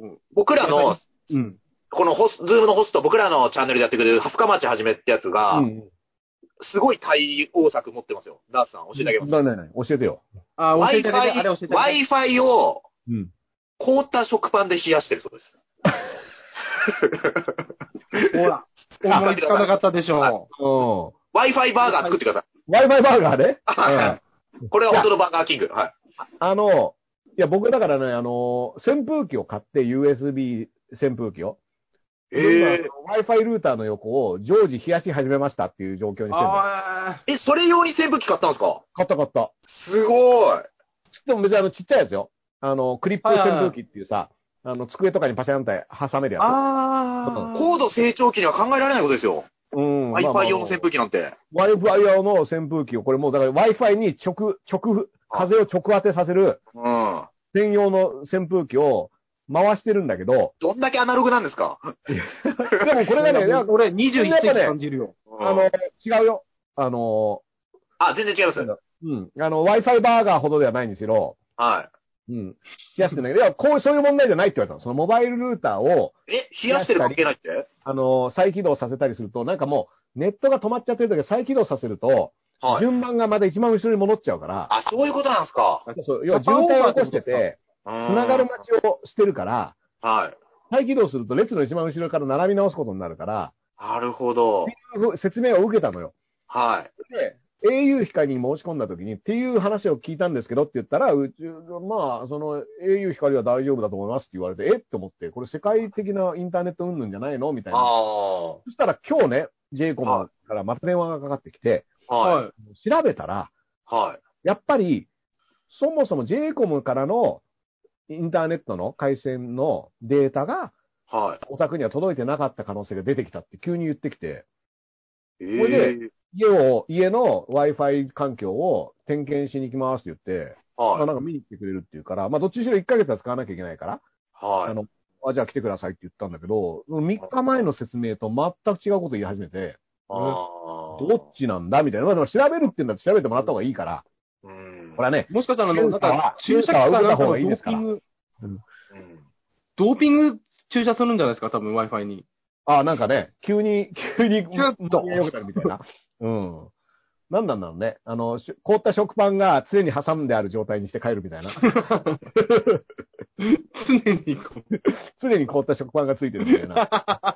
S4: うん
S5: うん。
S4: 僕らの、
S5: うん。
S4: このホス、ズームのホスト、僕らのチャンネルでやってくれる、ハスカマチ始めってやつが、
S3: うん。
S4: すごい対応策持ってますよ。ダースさん、教えてあげます。
S3: ないないない、教えてよ。
S5: あ、教えてあげて、あれ教えてあげて。
S4: Wi-Fi を
S3: うん。
S4: 凍った食パンで冷やしてるそうです。
S5: ほら、思いつかなかったでしょ
S4: Wi-Fi バーガー作ってくださ
S3: Wi-Fi バーガーね。
S4: はいう。これは本当のバーガーキング。はい。
S3: あの、いや、僕だからね、あの、扇風機を買って、USB 扇風機を。
S4: え
S3: え Wi-Fi ルーターの横を常時冷やし始めましたっていう状況にしてる
S5: う。
S3: の
S5: あ
S4: え、それ用に扇風機買ったんですか
S3: 買った買った。
S4: すごい。
S3: でも別にあのちっちゃいやつよ。あの、クリップ扇風機っていうさ、あの、机とかにパシャンって挟めるや
S5: ー
S3: つ。
S5: あー。
S4: 高度成長期には考えられないことですよ。
S3: うん。まあま
S4: Wi-Fi
S3: あ
S4: 用の扇風機なんて。
S3: Wi-Fi 用の扇風機を、これもうだから Wi-Fi に直、直、風を直当てさせる
S4: うん。
S3: 専用の扇風機を回してるんだ けど、
S4: どんだけアナログなんですか
S3: でもこれがね、いや
S5: 俺、21世紀感じるよ。
S3: あの、違うよ。あの、
S4: あ、全然違います。
S3: うん。あの、Wi-Fi バーガーほどではないんですけど、
S4: は
S3: うん。冷やしてんだけど、いや、こう、そういう問題じゃないって言われたの。そのモバイルルーターを、
S4: い。え、冷やしてる関係ないって
S3: あの、再起動させたりすると、なんかもう、ネットが止まっちゃってる時は再起動させると、
S4: はい。
S3: 順番がまた一番後ろに戻っちゃうから、
S4: あ、そういうことなんですか。
S3: そう要は渋滞を起こしてて、
S4: うん
S3: 繋がる待ちをしてるから、
S4: はい。
S3: 再起動すると列の一番後ろから並び直すことになるから、
S4: なるほど。
S3: 説明を受けたのよ。
S4: はい。
S3: au 光に申し込んだ時にっていう話を聞いたんですけどって言ったら、うち、まあ、その au 光は大丈夫だと思いますって言われて、えって思って、これ世界的なインターネット云々じゃないのみたい
S4: あ
S3: な。
S4: あ。
S3: そしたら今日ね、j イコムからまた電話がかかってきて、
S4: はい。
S5: い。
S3: 調べたら、
S4: はい。
S3: やっぱり、そもそも j イコムからのインターネットの回線のデータが
S4: はい。
S3: お宅には届いてなかった可能性が出てきたって急に言ってきて、
S4: え
S3: これ
S4: え。
S3: 家を、家の Wi-Fi 環境を点検しに行きますって言って、まあ
S4: はい。
S3: なんか見に来てくれるっていうから、まあどっちにしろ1ヶ月は使わなきゃいけないから、
S4: は
S3: あ
S4: い。
S3: の、あ、じゃあ来てくださいって言ったんだけど、3日前の説明と全く違うこと言い始めて、
S4: あー
S3: どっちなんだみたいな。まあでも調べるって言うんだって調べてもらった方がいいから、
S4: うん。
S3: これはね、
S5: もしかしたら、あ
S3: 検
S5: の、
S3: 査
S5: な
S3: は
S5: んか、注射器かなんかのドーピング、
S4: うん
S5: ドーピング注射するんじゃないですか、多分 Wi-Fi に。
S3: あなんかね、急に、急に、
S5: キュッと
S3: 良くなるみたいな。うん。なんなんだろうね。あの、し凍った食パンが常に挟んである状態にして帰るみた いな。
S5: 常にこう。
S3: 常に凍った食パンがついてるみたいな。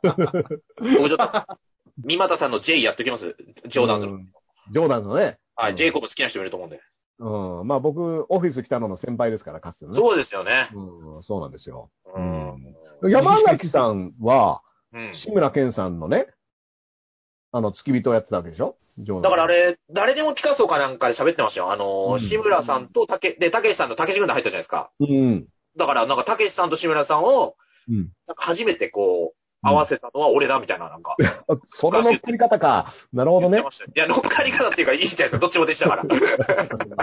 S4: 僕ちょっと、 三股さんの J やってきます。冗談す
S3: う
S4: る。
S3: ん冗談のね。
S4: は
S3: うん
S4: い。J コブ好きな人もいると思うんで。
S3: うん。まあ僕、オフィス来たのの先輩ですから、かつてのね。
S4: そうですよね。
S3: うん、そうなんですよ。
S4: う
S3: うん
S4: ん。
S3: 山崎さんは、
S4: うん
S3: 志村けんさんのね、あの、付き人をやってたわけでしょ
S4: だからあ
S3: れ、
S4: れ、誰でもピカソかなんかで喋ってましたよ。あの
S3: う
S4: ー
S3: ん、
S4: 志村さんとたけ、で、たけしさんのたけし軍団入ったじゃないですか。
S3: うん。
S4: だから、なんかたけしさんと志村さんを、
S3: うん。
S4: なんか初めてこう、合わせたのは俺だみたいな、なんか。
S3: あその乗っかり方か。なるほ
S4: 言
S3: ど
S4: って
S3: ね。
S4: ましたよいや、乗っかり方っていうかいいじゃないですか。どっちもでしたから。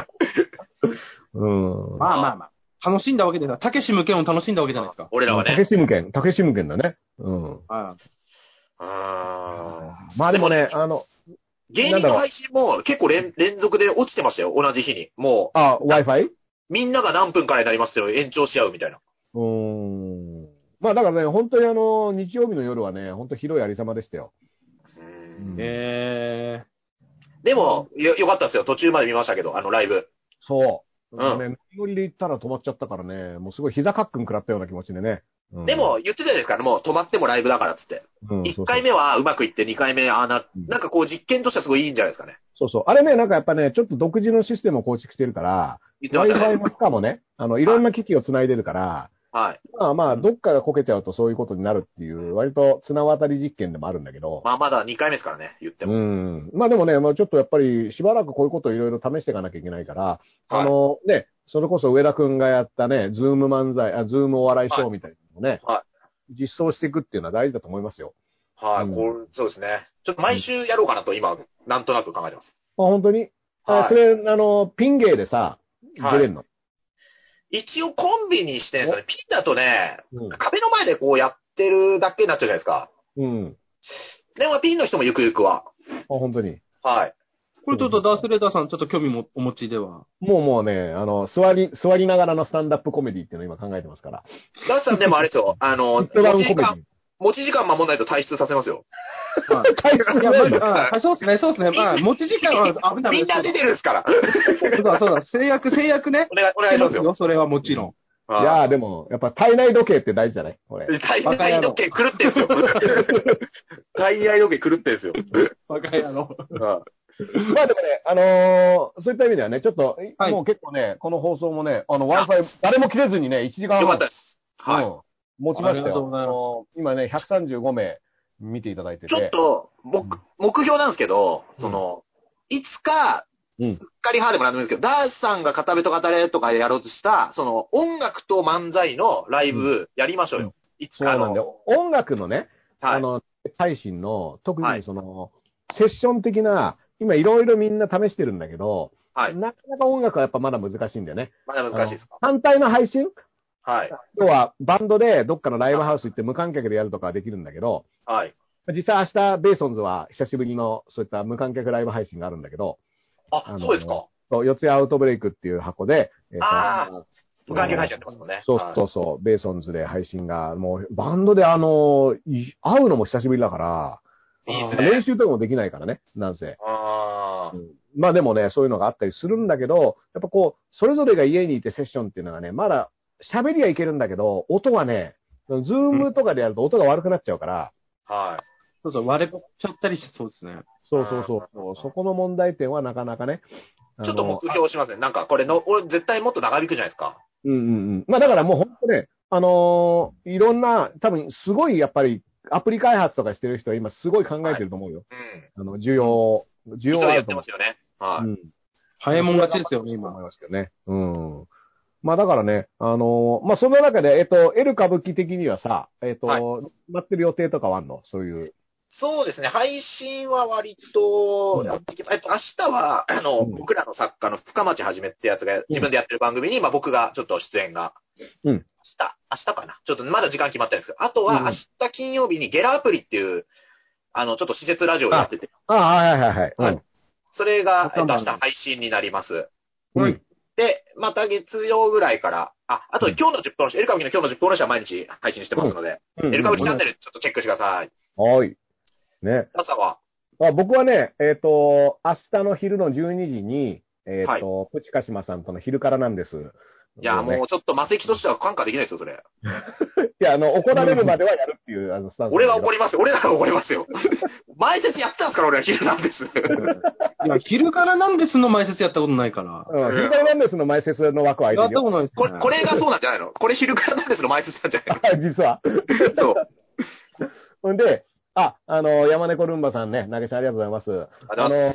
S3: うん。
S5: まあまあまあ。楽しんだわけですよ。たけし無権を楽しんだわけじゃないですか。
S4: 俺らは
S3: 竹
S4: ね。
S3: 新県、竹新県だね。うん。
S5: は
S4: うーん。
S3: まあでもね、あの、
S4: 芸人の配信も結構連連続で落ちてましたよ、同じ日に。も
S3: あ、Wi-Fi?
S4: う、みんなが何分からになりますっていうのを延長し合うみたいな。
S3: うーん。まあだからね、本当にあの、日曜日の夜はね、本当広いありさまでしたよ。
S5: い。え
S4: でもよ、よかったですよ。途中まで見ましたけど、あのライブ。
S3: そう。
S4: うん
S3: あのね、乗りで行ったら止まっちゃったからね、もうすごい膝カックン食らったような気持ちでね。うん
S4: で、も、言ってたじゃないですか、もう止まってもライブだからっつって。
S3: うん
S4: 1回目はうまくいって、2回目、ああな、
S3: うん
S4: なんかこう実験としてはすごいいいんじゃないですかね。
S3: そうそう。あれね、なんかやっぱね、ちょっと独自のシステムを構築してるから、
S4: 言ってましたね。
S3: Wi-Fi もしか もね、あの、いろんな機器を繋いでるから、
S4: はい。
S3: まあまあ、どっかがこけちゃうとそういうことになるっていう、割と綱渡り実験でもあるんだけど、
S4: まあまだ2回目ですからね、言って
S3: う
S4: も。
S3: ん。まあでもね、まあ、ちょっとやっぱりしばらくこういうことをいろいろ試していかなきゃいけないから、あの、ね、それこそ上田くんがやったね、ズーム漫才、あズームお笑いショーみたいなのをね、
S4: は
S3: 実装していくっていうのは大事だと思いますよ。
S4: はい、
S3: うん
S4: こう、そうですね。ちょっと毎週やろうかなと今、なんとなく考えてます。
S3: あ、本当に、あ
S4: は
S3: それ、あの、ピン芸でさ、
S4: はい
S3: 出れんの、
S4: い。一応コンビにしてるんですよね、ピンだとね、
S3: うん
S4: 壁の前でこうやってるだけになっちゃうじゃないですか。
S3: うん。
S4: でもピンの人もゆくゆくは。
S3: あ、本当に。
S4: はい。
S5: ー。これちょっとダースレーダーさん、ちょっと興味もお持ちでは。
S3: もうもうね、あの、座り、座りながらのスタンダップコメディっていうのを今考えてますから。
S4: ダンスさんでもあれですよ、あ の、持
S3: ヒットダウン
S4: ち時
S3: コメデ
S4: 間、持ち時間守らないと退出させますよ。
S5: はい
S3: ィ。
S5: いや、まず、ああそうですね、そうですね。まあ、持ち時間は危ない。
S4: みんな出てるんですから。
S5: そうだ、そうだ、制約、制約ね。
S4: お願い、お願いしますよ。
S5: それはもちろん。
S3: い
S4: は
S3: やーでも、やっぱ体内時計って大事じゃないこれ。
S4: 体内時計狂ってんすよ。体内時計狂ってん すよ。
S5: バカ野郎。
S3: まあでもね、あのーそういった意味ではね、ちょっと、
S5: はい
S3: もう結構ね、この放送もね、あの、Wi-Fi、誰も切れずにね、1時間半。
S4: よかったです。はい。
S3: うん持ちました
S5: ありがとうございます
S3: よ。あの今ね、135名見ていただいてて。
S4: ちょっと、僕、目標なんですけど、その、いつか、
S3: うん
S4: うっかり派でもなんでもいいんですけど、ダースさんが片べと語れとかやろうとした、その、音楽と漫才のライブやりましょうよ。いつ
S3: そう
S4: かあ
S3: な
S4: の
S3: んだよ。音楽のね、
S4: は
S3: あ
S4: い。
S3: の、配信の、特
S4: は
S3: に
S4: い
S3: その、セッション的な、今いろいろみんな試してるんだけど、
S4: はい
S3: なかなか音楽はやっぱまだ難しいんだよね。
S4: まだ難しいですか
S3: あの反対の配信
S4: はい。
S3: 要は、バンドでどっかのライブハウス行って無観客でやるとかはできるんだけど、
S4: はい。
S3: 実際明日、ベーソンズは久しぶりのそういった無観客ライブ配信があるんだけど、あ
S4: あ
S3: の、
S4: そうですか。
S3: そう四谷アウトブレイクっていう箱で、えーと
S4: あ無観客配信やってますもんね。
S3: そう
S4: はい
S3: そうそう、ベーソンズで配信が、もうバンドであの、い会うのも久しぶりだから、
S4: いいですね。
S3: 練習とかもできないからね、なんせ。
S4: ああ。
S3: まあでもね、そういうのがあったりするんだけど、やっぱこう、それぞれが家にいてセッションっていうのがね、まだ喋りはいけるんだけど、音がね、ズームとかでやると音が悪くなっちゃうから、
S4: は
S5: そうそう、割れちゃったりしそうですね。
S3: そうそうそうそう、そこの問題点はなかなかね。あ
S4: い。
S3: の
S4: ちょっと目標しますね。なんか、これの、俺絶対もっと長引くじゃないですか。
S3: うんうんうん。まあだからもう本当ね、あのーいろんな、多分すごいやっぱりアプリ開発とかしてる人は今すごい考えてると思うよ。
S4: うん。
S3: あの、需要、需
S4: 一
S3: 要
S4: 人
S3: はあ
S4: やっ
S3: ると
S4: て
S3: 思
S4: ますよね。は
S3: う。
S4: い。
S3: うん
S5: 早いもん勝ちですよね、
S3: 思
S5: 今。
S3: いますけどね。うん。まあだからね、あのーまあその中で、えっと、L 歌舞伎的にはさ、えっと、
S4: はい
S3: 待ってる予定とかはあんのそういう。
S4: そうですね、配信は割とやってきえっと、明日は、あの、
S3: うん
S4: 僕らの作家の深町はじめってやつが、自分でやってる番組に、まあ僕がちょっと出演が、
S3: うん
S4: 明日、明日かな。ちょっとまだ時間決まってないんですけど、あとは
S3: うん
S4: 明日金曜日にゲラアプリっていう、あの、ちょっと施設ラジオをやってて、
S3: ああ、はいはいはい。はい。
S4: それが、えっと、
S5: 頭
S4: 明
S5: の
S4: 日配信になります。
S3: うん。
S5: はい
S4: で、また月曜ぐらいから、あ、あと今日の10分のエルカブキの今日の10分のは毎日配信してますので、
S3: うん
S4: エルカブキチャンネルちょっとチェックしてください。
S3: はい。ね。
S4: 朝は、
S3: あ僕はね、えっ、と、明日の昼の12時に、えっ、と、プチカシマさんとの昼からなんです。
S4: いや、
S3: ね
S4: もうちょっと魔石としては感化できないですよ、それ。
S3: いや、あの、怒られるまではやるっていう、あの、スタンス。
S4: 俺が怒
S3: り。
S4: りますよ。俺なら怒りますよ。 前説やってたんですから、俺はヒルなんです。
S5: いや、昼からなんですの前説やったことないから。
S3: うん。ヒルタイランデスの前説の枠は
S5: や
S3: 空
S5: っ
S3: い
S5: た
S3: て
S5: ことないです
S4: こ
S5: ね。
S4: れ、これがそうなんじゃないのこれ、ヒルからなんですの前説なんじゃない
S3: るよ。実は。
S4: のそう。
S3: ほんで、あ、あの、山猫ルンバさんね、投げさんありがとうございます。
S4: あの、
S3: あの、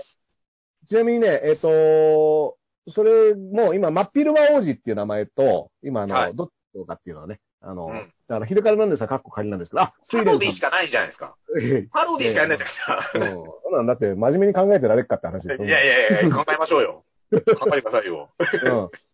S3: ちなみにね、えっ、と、それも今、真っ昼間王子っていう名前と、今、あの、
S4: はい
S3: どっちかっていうのはね、あの、
S4: うん
S3: だから、昼からなんですが、カッコ仮なんです けど、あ、
S4: パ
S3: 水蓮
S4: ロディしかないじゃないですか。
S3: さ
S4: パロディしかやんないじゃない
S3: ん。うん、 そんなんだって、真面目に考えてられっかって話
S4: で
S3: で
S4: すすか。
S3: よ。
S4: いやいやいや、考えましょうよ。考えてくださいよ。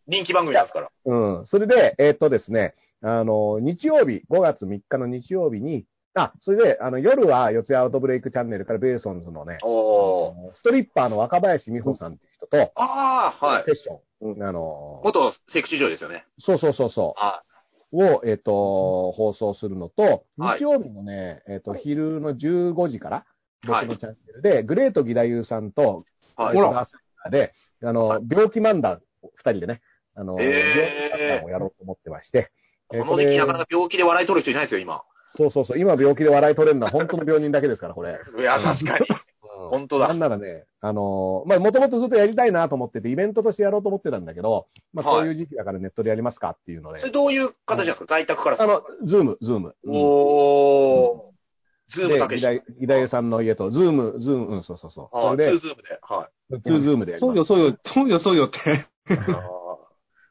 S4: 人気番組なんですから。
S3: うん。うん。それで、えっ、とですね、あの、日曜日、5月3日の日曜日に、あ、それで、あの、夜は、四谷アウトブレイクチャンネルから、ベーソンズのね、
S4: おー。
S3: ストリッパーの若林美穂さんっていう人と、
S4: ああ、はい
S3: セ。ッション、あの、
S4: 元セクシー女優ですよね。
S3: そうそうそうそ
S4: あ
S3: う、を、えっ、と、放送するのと、
S4: はい
S3: 日曜日のね、えっ、と、昼の15時から、
S4: は
S3: 僕
S4: い
S3: のチャンネルで、グレート義太夫さんと、
S4: はい
S3: ほら。で、あの、病気漫談、二人でね、あの、
S4: へー
S3: 病気漫談をやろうと思ってまして、えー
S4: こ
S3: こ
S4: の時期
S3: れ
S4: なかなか病気で笑い取る人いないですよ、今。
S3: そうそうそう、今病気で笑い取れるのは本当の病人だけですから、これ。
S4: いや、確かに。本当だ
S3: なんならね、あのーまあ、もともとずっとやりたいなと思ってて、イベントとしてやろうと思ってたんだけど、まあ、こ
S4: はいう
S3: いう時期だからネットでやりますかっていうので、
S4: それどういう形なんですか在宅からです
S3: あ
S4: か
S3: の、ズーム、ズーム。
S4: おー。ズーム
S3: で
S4: だけ
S3: 義
S4: して。
S3: 太義太夫さんの家と、ズーム、ズーム、うん、そうそうそう。
S4: はい
S3: それ
S4: ツー、
S3: で
S4: ズームで。はい。
S3: ツーズームでやり
S5: そ
S3: ま
S5: う
S3: す
S5: よ、そうよ、そうよ、そうよって。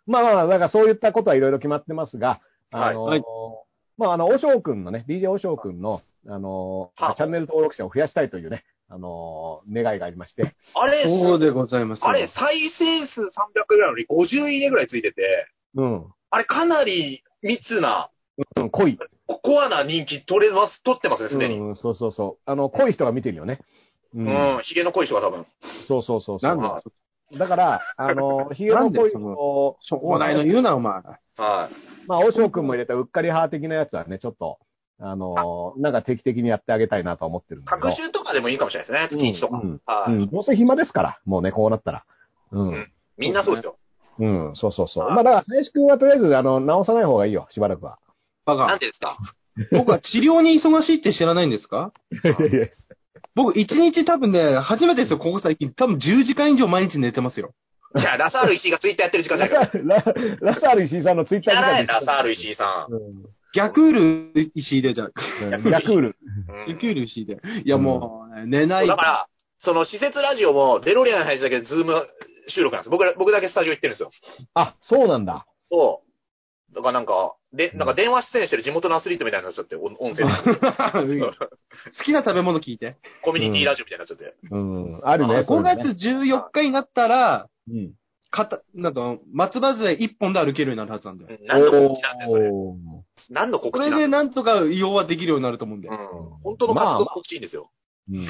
S3: まあまあまあ、なんかそういったことはいろいろ決まってますが、
S4: はい
S3: あのー
S5: はい
S3: まああの、おしょうくんのね、DJ おしょうくんの、あのー
S4: はい
S3: チャンネル登録者を増やしたいというね、あのー願いがありまして、
S4: あれ、
S5: そうでございます。
S4: あれ、再生数300ぐらいなのに50いいねぐらいついてて、
S3: うん、
S4: あれかなり密な、
S3: うん、濃い。
S4: コアな人気取れます、取ってますね、すでに。
S3: うん、そうそうそう。あの、濃い人が見てるよね。う。
S4: うんん、ヒゲの濃い人が多分。
S3: そうそうそうそう。
S5: なんだ、
S3: だから、あの、ヒゲの濃い人を、
S5: しょうもないの言うな、お前。
S4: はい。
S3: まあ、おしょうくんも入れたうっかり派的なやつはね、ちょっと、あの、なんか定期的にやってあげたいなとは思ってるんだけど。
S4: 各週とかでもいいかもしれないですね、月1とか。
S3: うん
S4: は
S3: う
S4: い、
S3: ん、どうせ暇ですから、もうね、こうなったら。うん。
S4: みんなそうですよ。
S3: うん、そうそうそう。
S4: はい
S3: まあ、だから、林くんはとりあえず、あの、直さない方がいいよ、しばらくは。
S5: バ
S4: な
S5: カ
S4: ん。でですか
S5: 僕は治療に忙しいって知らないんですか僕、一日多分ね、初めてですよ、ここ最近。多分10時間以上毎日寝てますよ。
S4: いや、ラサール石井がツイッターやってる時間じゃ
S3: ラ
S4: ない から。
S3: ララサール石井さんのツイッター
S4: やらない、
S3: 見た
S4: ラ
S3: ん
S4: サール
S3: です
S4: 石井さん。
S5: 逆ール石井で、じゃあ。
S3: うんうんヤクール。
S4: うん
S5: 逆ール石井で。いや、もう、寝ない。
S4: だから、その施設ラジオも、デロリアンの話だけズーム収録なんです。僕ら、僕だけスタジオ行ってるんですよ。
S3: あ、そうなんだ。
S4: そう。だからなんか、で、なんか電話出演してる地元のアスリートみたいになっちゃって、お音声で。
S5: 好きな食べ物聞いて。
S4: コミュニティラジオみたいになっちゃって。
S3: うん。あるね。そうい
S5: 5
S3: うのね
S5: 月14日になったら、
S3: うん。
S5: かた、なんか、松葉杖1本で歩けるようになるはずなんだ
S4: う
S5: よ。
S4: ん、何の告知なんだよ、それ。
S3: おー
S4: 何の
S5: こ
S4: 告知な
S5: れ
S4: んだ
S5: で
S4: よ。
S5: なんとか要はできるようになると思うんだ
S4: う
S5: よ。
S4: ん。本当の活動の告知いいんですよ。
S3: うん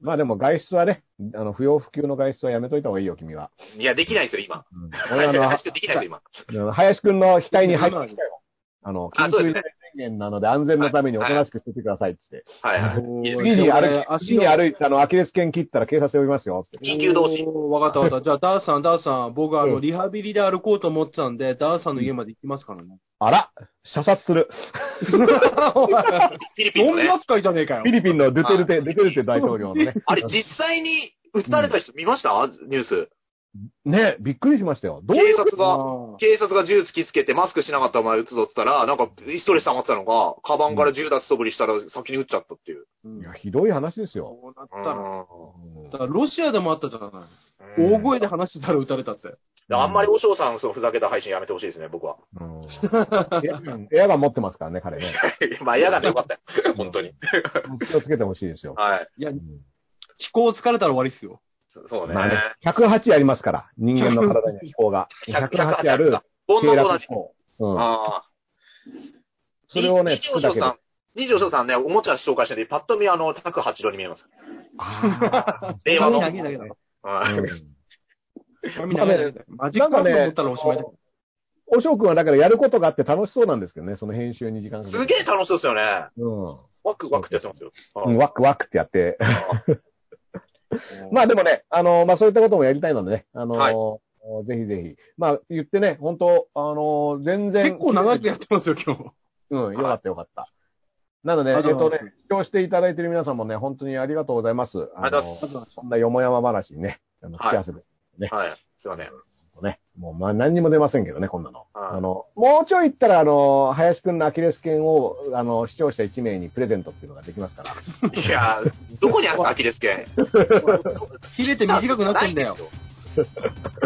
S3: まあでも外出はね、あの、不要不急の外出はやめといた方がいいよ、君は。
S4: いや、できないですよ、今。
S3: うん、俺あ
S4: 話
S3: の
S4: しくできないですよ、今。
S3: あの、林くんの額に入ってきたよ。あの、
S4: あ
S3: 緊
S4: そう
S3: 急
S4: で
S3: 事
S4: すね
S3: 態念なので安全のためにおとなしくしててくださいっつって。
S4: はいはい。
S3: 次に歩き、次に歩いて、あの、アキレス腱切ったら警察呼びますよっつって。
S4: 緊急同士
S5: おーわかった わかった。じゃあ、ダースさん、ダースさん、僕、あ
S3: う
S5: の、
S3: ん
S5: リハビリで歩こうと思ってたんで、ダースさんの家まで行きますからね。
S3: あら射殺する。
S5: おい
S4: フィリピン
S5: そ
S4: の
S5: ん
S4: ね。
S5: な扱いじゃねえかよ
S3: フィ。リピンのドゥテルテ、ドゥテルテ大統領のね。
S4: あれ、実際に撃たれた人見ました、ニュース。
S3: ね、びっくりしましたよ。どう
S4: 警
S3: いう
S4: 察
S5: あ
S4: が、警察が銃突きつけて、マスクしなかったお前撃つぞって言ったら、なんか、ストレス溜まってたのが、カバンから銃出す素振りしたら先に撃っちゃったっていう。
S5: ー
S3: いや、ひどい話ですよ。
S5: そうなっ
S4: う
S5: た
S4: ん
S5: ら。だからロシアでもあったじゃな
S4: う
S5: い。
S4: ん
S5: 大声で話してたら撃たれたって。
S4: あんまり和尚さん、そのふざけた配信やめてほしいですね、僕 は。
S3: うんエ アガンエアガン持ってますからね、彼ね。
S4: まあ、嫌がってよかった よ。本当に。
S3: 気をつけてほしいですよ。
S4: はい。
S5: いや
S3: う、ん
S5: 飛行疲れたら終わりっすよ。
S4: そうね。
S3: まあね、108ありますから、人間の体には飛行が。
S4: 100
S3: 108ある、
S4: 煩
S3: 経
S4: 悩と同
S3: 絡
S4: じ
S3: 飛。行。うん。
S4: ああ。
S3: それをね、
S4: 二
S3: 聞く
S4: 条
S3: だ
S4: 翔
S3: けで
S4: さ。ん、二条翔さんね、おもちゃ紹介してて、パッと見あの、タク八郎に見えます。
S3: あ
S4: 令和の。
S5: 投げ投げ投げ
S3: ーう
S4: はい
S3: ん
S5: 紙投げ投げ投げマジックだと思ったらおしまいだ。
S3: おしょうくんはだからやることがあって楽しそうなんですけどね、その編集に時間かけ
S4: す
S3: て。
S4: げえ楽しそうですよね。
S3: うん。
S4: ワクワクってやってますよ。
S3: うんワクワクってやって。ま
S5: あ、
S3: あでもね、あのまあそういったこともやりたいのでね、あの
S4: はい
S3: ぜひぜひ。まあ言ってね、本当あの全然。
S5: 結構長くやってますよ、今日。
S3: うん、よかったよかった。なので、え
S5: あ
S3: っ
S5: りがと
S3: と
S5: うございます
S3: ね、視聴していただいている皆さんもね、本当にありがとうございます。
S4: ありがとうご
S5: ざいます
S3: のそんなよもやま話にね、あの、付
S4: はい
S3: き合わせて、
S4: はい。すいません。
S3: ね、もう、まあ、何にも出ませんけどね、こんなの。
S4: はい
S3: あの、もうちょい言ったら、あの、林くんのアキレス腱を、あの、視聴者1名にプレゼントっていうのができますから。
S4: いや、どこにあったアキレス腱。
S5: 切れて短くなってんだよ。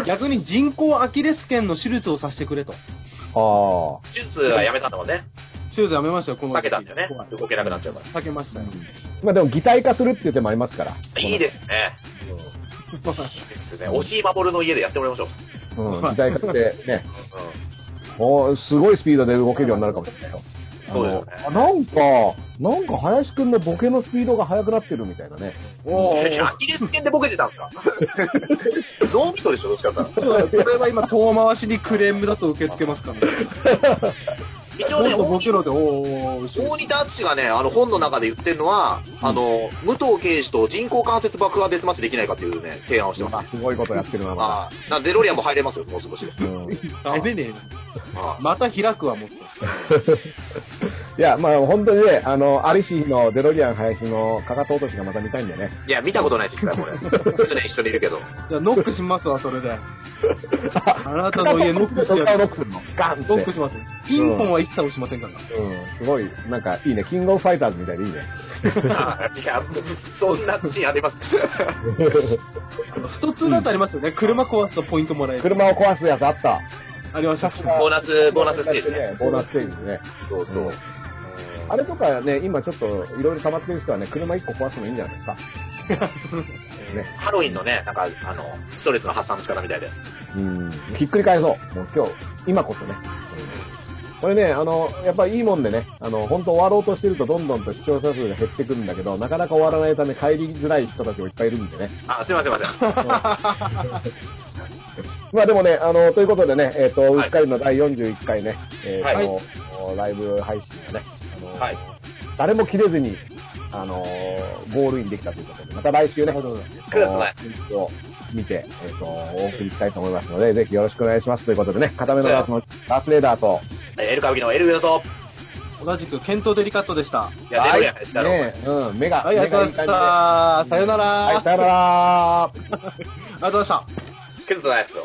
S5: 逆に人工アキレス腱の手術をさせてくれと。
S3: あ
S4: 手術はやめたんだもんね。
S5: 手術やめましたよ、この
S4: 避
S5: 時
S4: けたんだよね。動けなくなっちゃうから。
S5: 避けましたよ。
S3: あ。まあでも、擬態化するっていう手もありますから。
S4: いいですね。いいですね。押井守の家でやってもらいましょう。
S3: うん、擬態化して、ね、
S4: う
S3: おすごいスピードで動けるようになるかもしれないよ。
S4: そうですよね
S3: あのあなんか、なんか林くんのボケのスピードが速くなってるみたいなね。
S5: おーお
S4: ん。いやアキレス腱でボケてたんですか脳みそでしょ、どっちかって言ったら
S5: ーこれは今、遠回しにクレームだと受け付けますからね。
S4: 一応ね、
S5: もっと
S4: 大
S5: ボ
S4: 西
S5: ケろで、おーおーおー
S4: 大仁田淳がね、あの本の中で言ってるのは、あの、武藤刑事と人工関節爆破デスマッチできないかっていうね、提案をしてます。
S3: すごいことやってるな、
S4: あ
S3: ま
S4: あ、なデロリアンも入れますよ、もう少しで。
S3: だ。うん、 い
S5: ダメねえな
S4: あ
S5: また開くわ、もっと。
S3: や、まあ本当にね、あの、アリシーのデロリアン林のかかと落としがまた見たいんだよね。
S4: あいや、見たことないです、これ。僕ね、一緒にいるけど。
S5: じゃあ、ノックしますわ、それで。あなたの家ノックし
S3: そっから
S5: や
S3: ノ
S5: る
S3: ッ。クするの。ガンって。
S5: ノックします。ピンポンは一切押しませんから。
S3: うん、すごい、なんかいいね。キングオブファイターズみたいでいいね。
S4: あ あいや、そんなシーンあります。
S5: あの一つだとありますよね。車壊すとポイントもらえる。
S3: 車を壊すやつあった。
S5: ありました。
S4: ボーナス、ボーナスステージね。
S3: ね。ボーナスステージね。。
S4: そうそううん
S3: あれとかね、今ちょっといろいろ溜まってる人はね、車一個壊すのいいんじゃないです か。ね。
S4: ハロウィンのね、なんか、あの、ストレスの発散の仕方みたいで。
S3: うん。ひっくり返そう。もう今日、今こそね。これね、あの、やっぱいいもんでね、あの、本当終わろうとしてるとどんどんと視聴者数が減ってくるんだけど、なかなか終わらないため帰りづらい人たちもいっぱいいるんでね。
S4: あ、すいません、すいま せん。
S3: まあでもね、あの、ということでね、えっ、と、
S4: はいう
S3: っかりの第41回ね、えっ、
S4: はい
S3: と、ライブ配信がね、あの、
S4: はい
S3: 誰も切れずに、あの、ゴールインできたということで、また来週ね、9
S4: 九月前
S3: を見て、えっ、と、お送りしたいと思いますので、ぜひよろしくお願いしますということでね、片目のダースのダースレーダーと、
S4: エルカブキのエルウェルと、
S5: 同じく、ケントデリカットでした。
S4: いや、デロリアン
S3: は
S4: で
S3: い
S4: したろ。
S3: ねえうん、目が、
S5: はい、あり
S3: 目
S5: が
S3: が
S5: と
S3: いうい感じ
S5: ござい
S3: で
S5: ました。さよなら。
S3: はい、さよなら
S5: ありがとうございました。
S4: ケツじゃないですよ。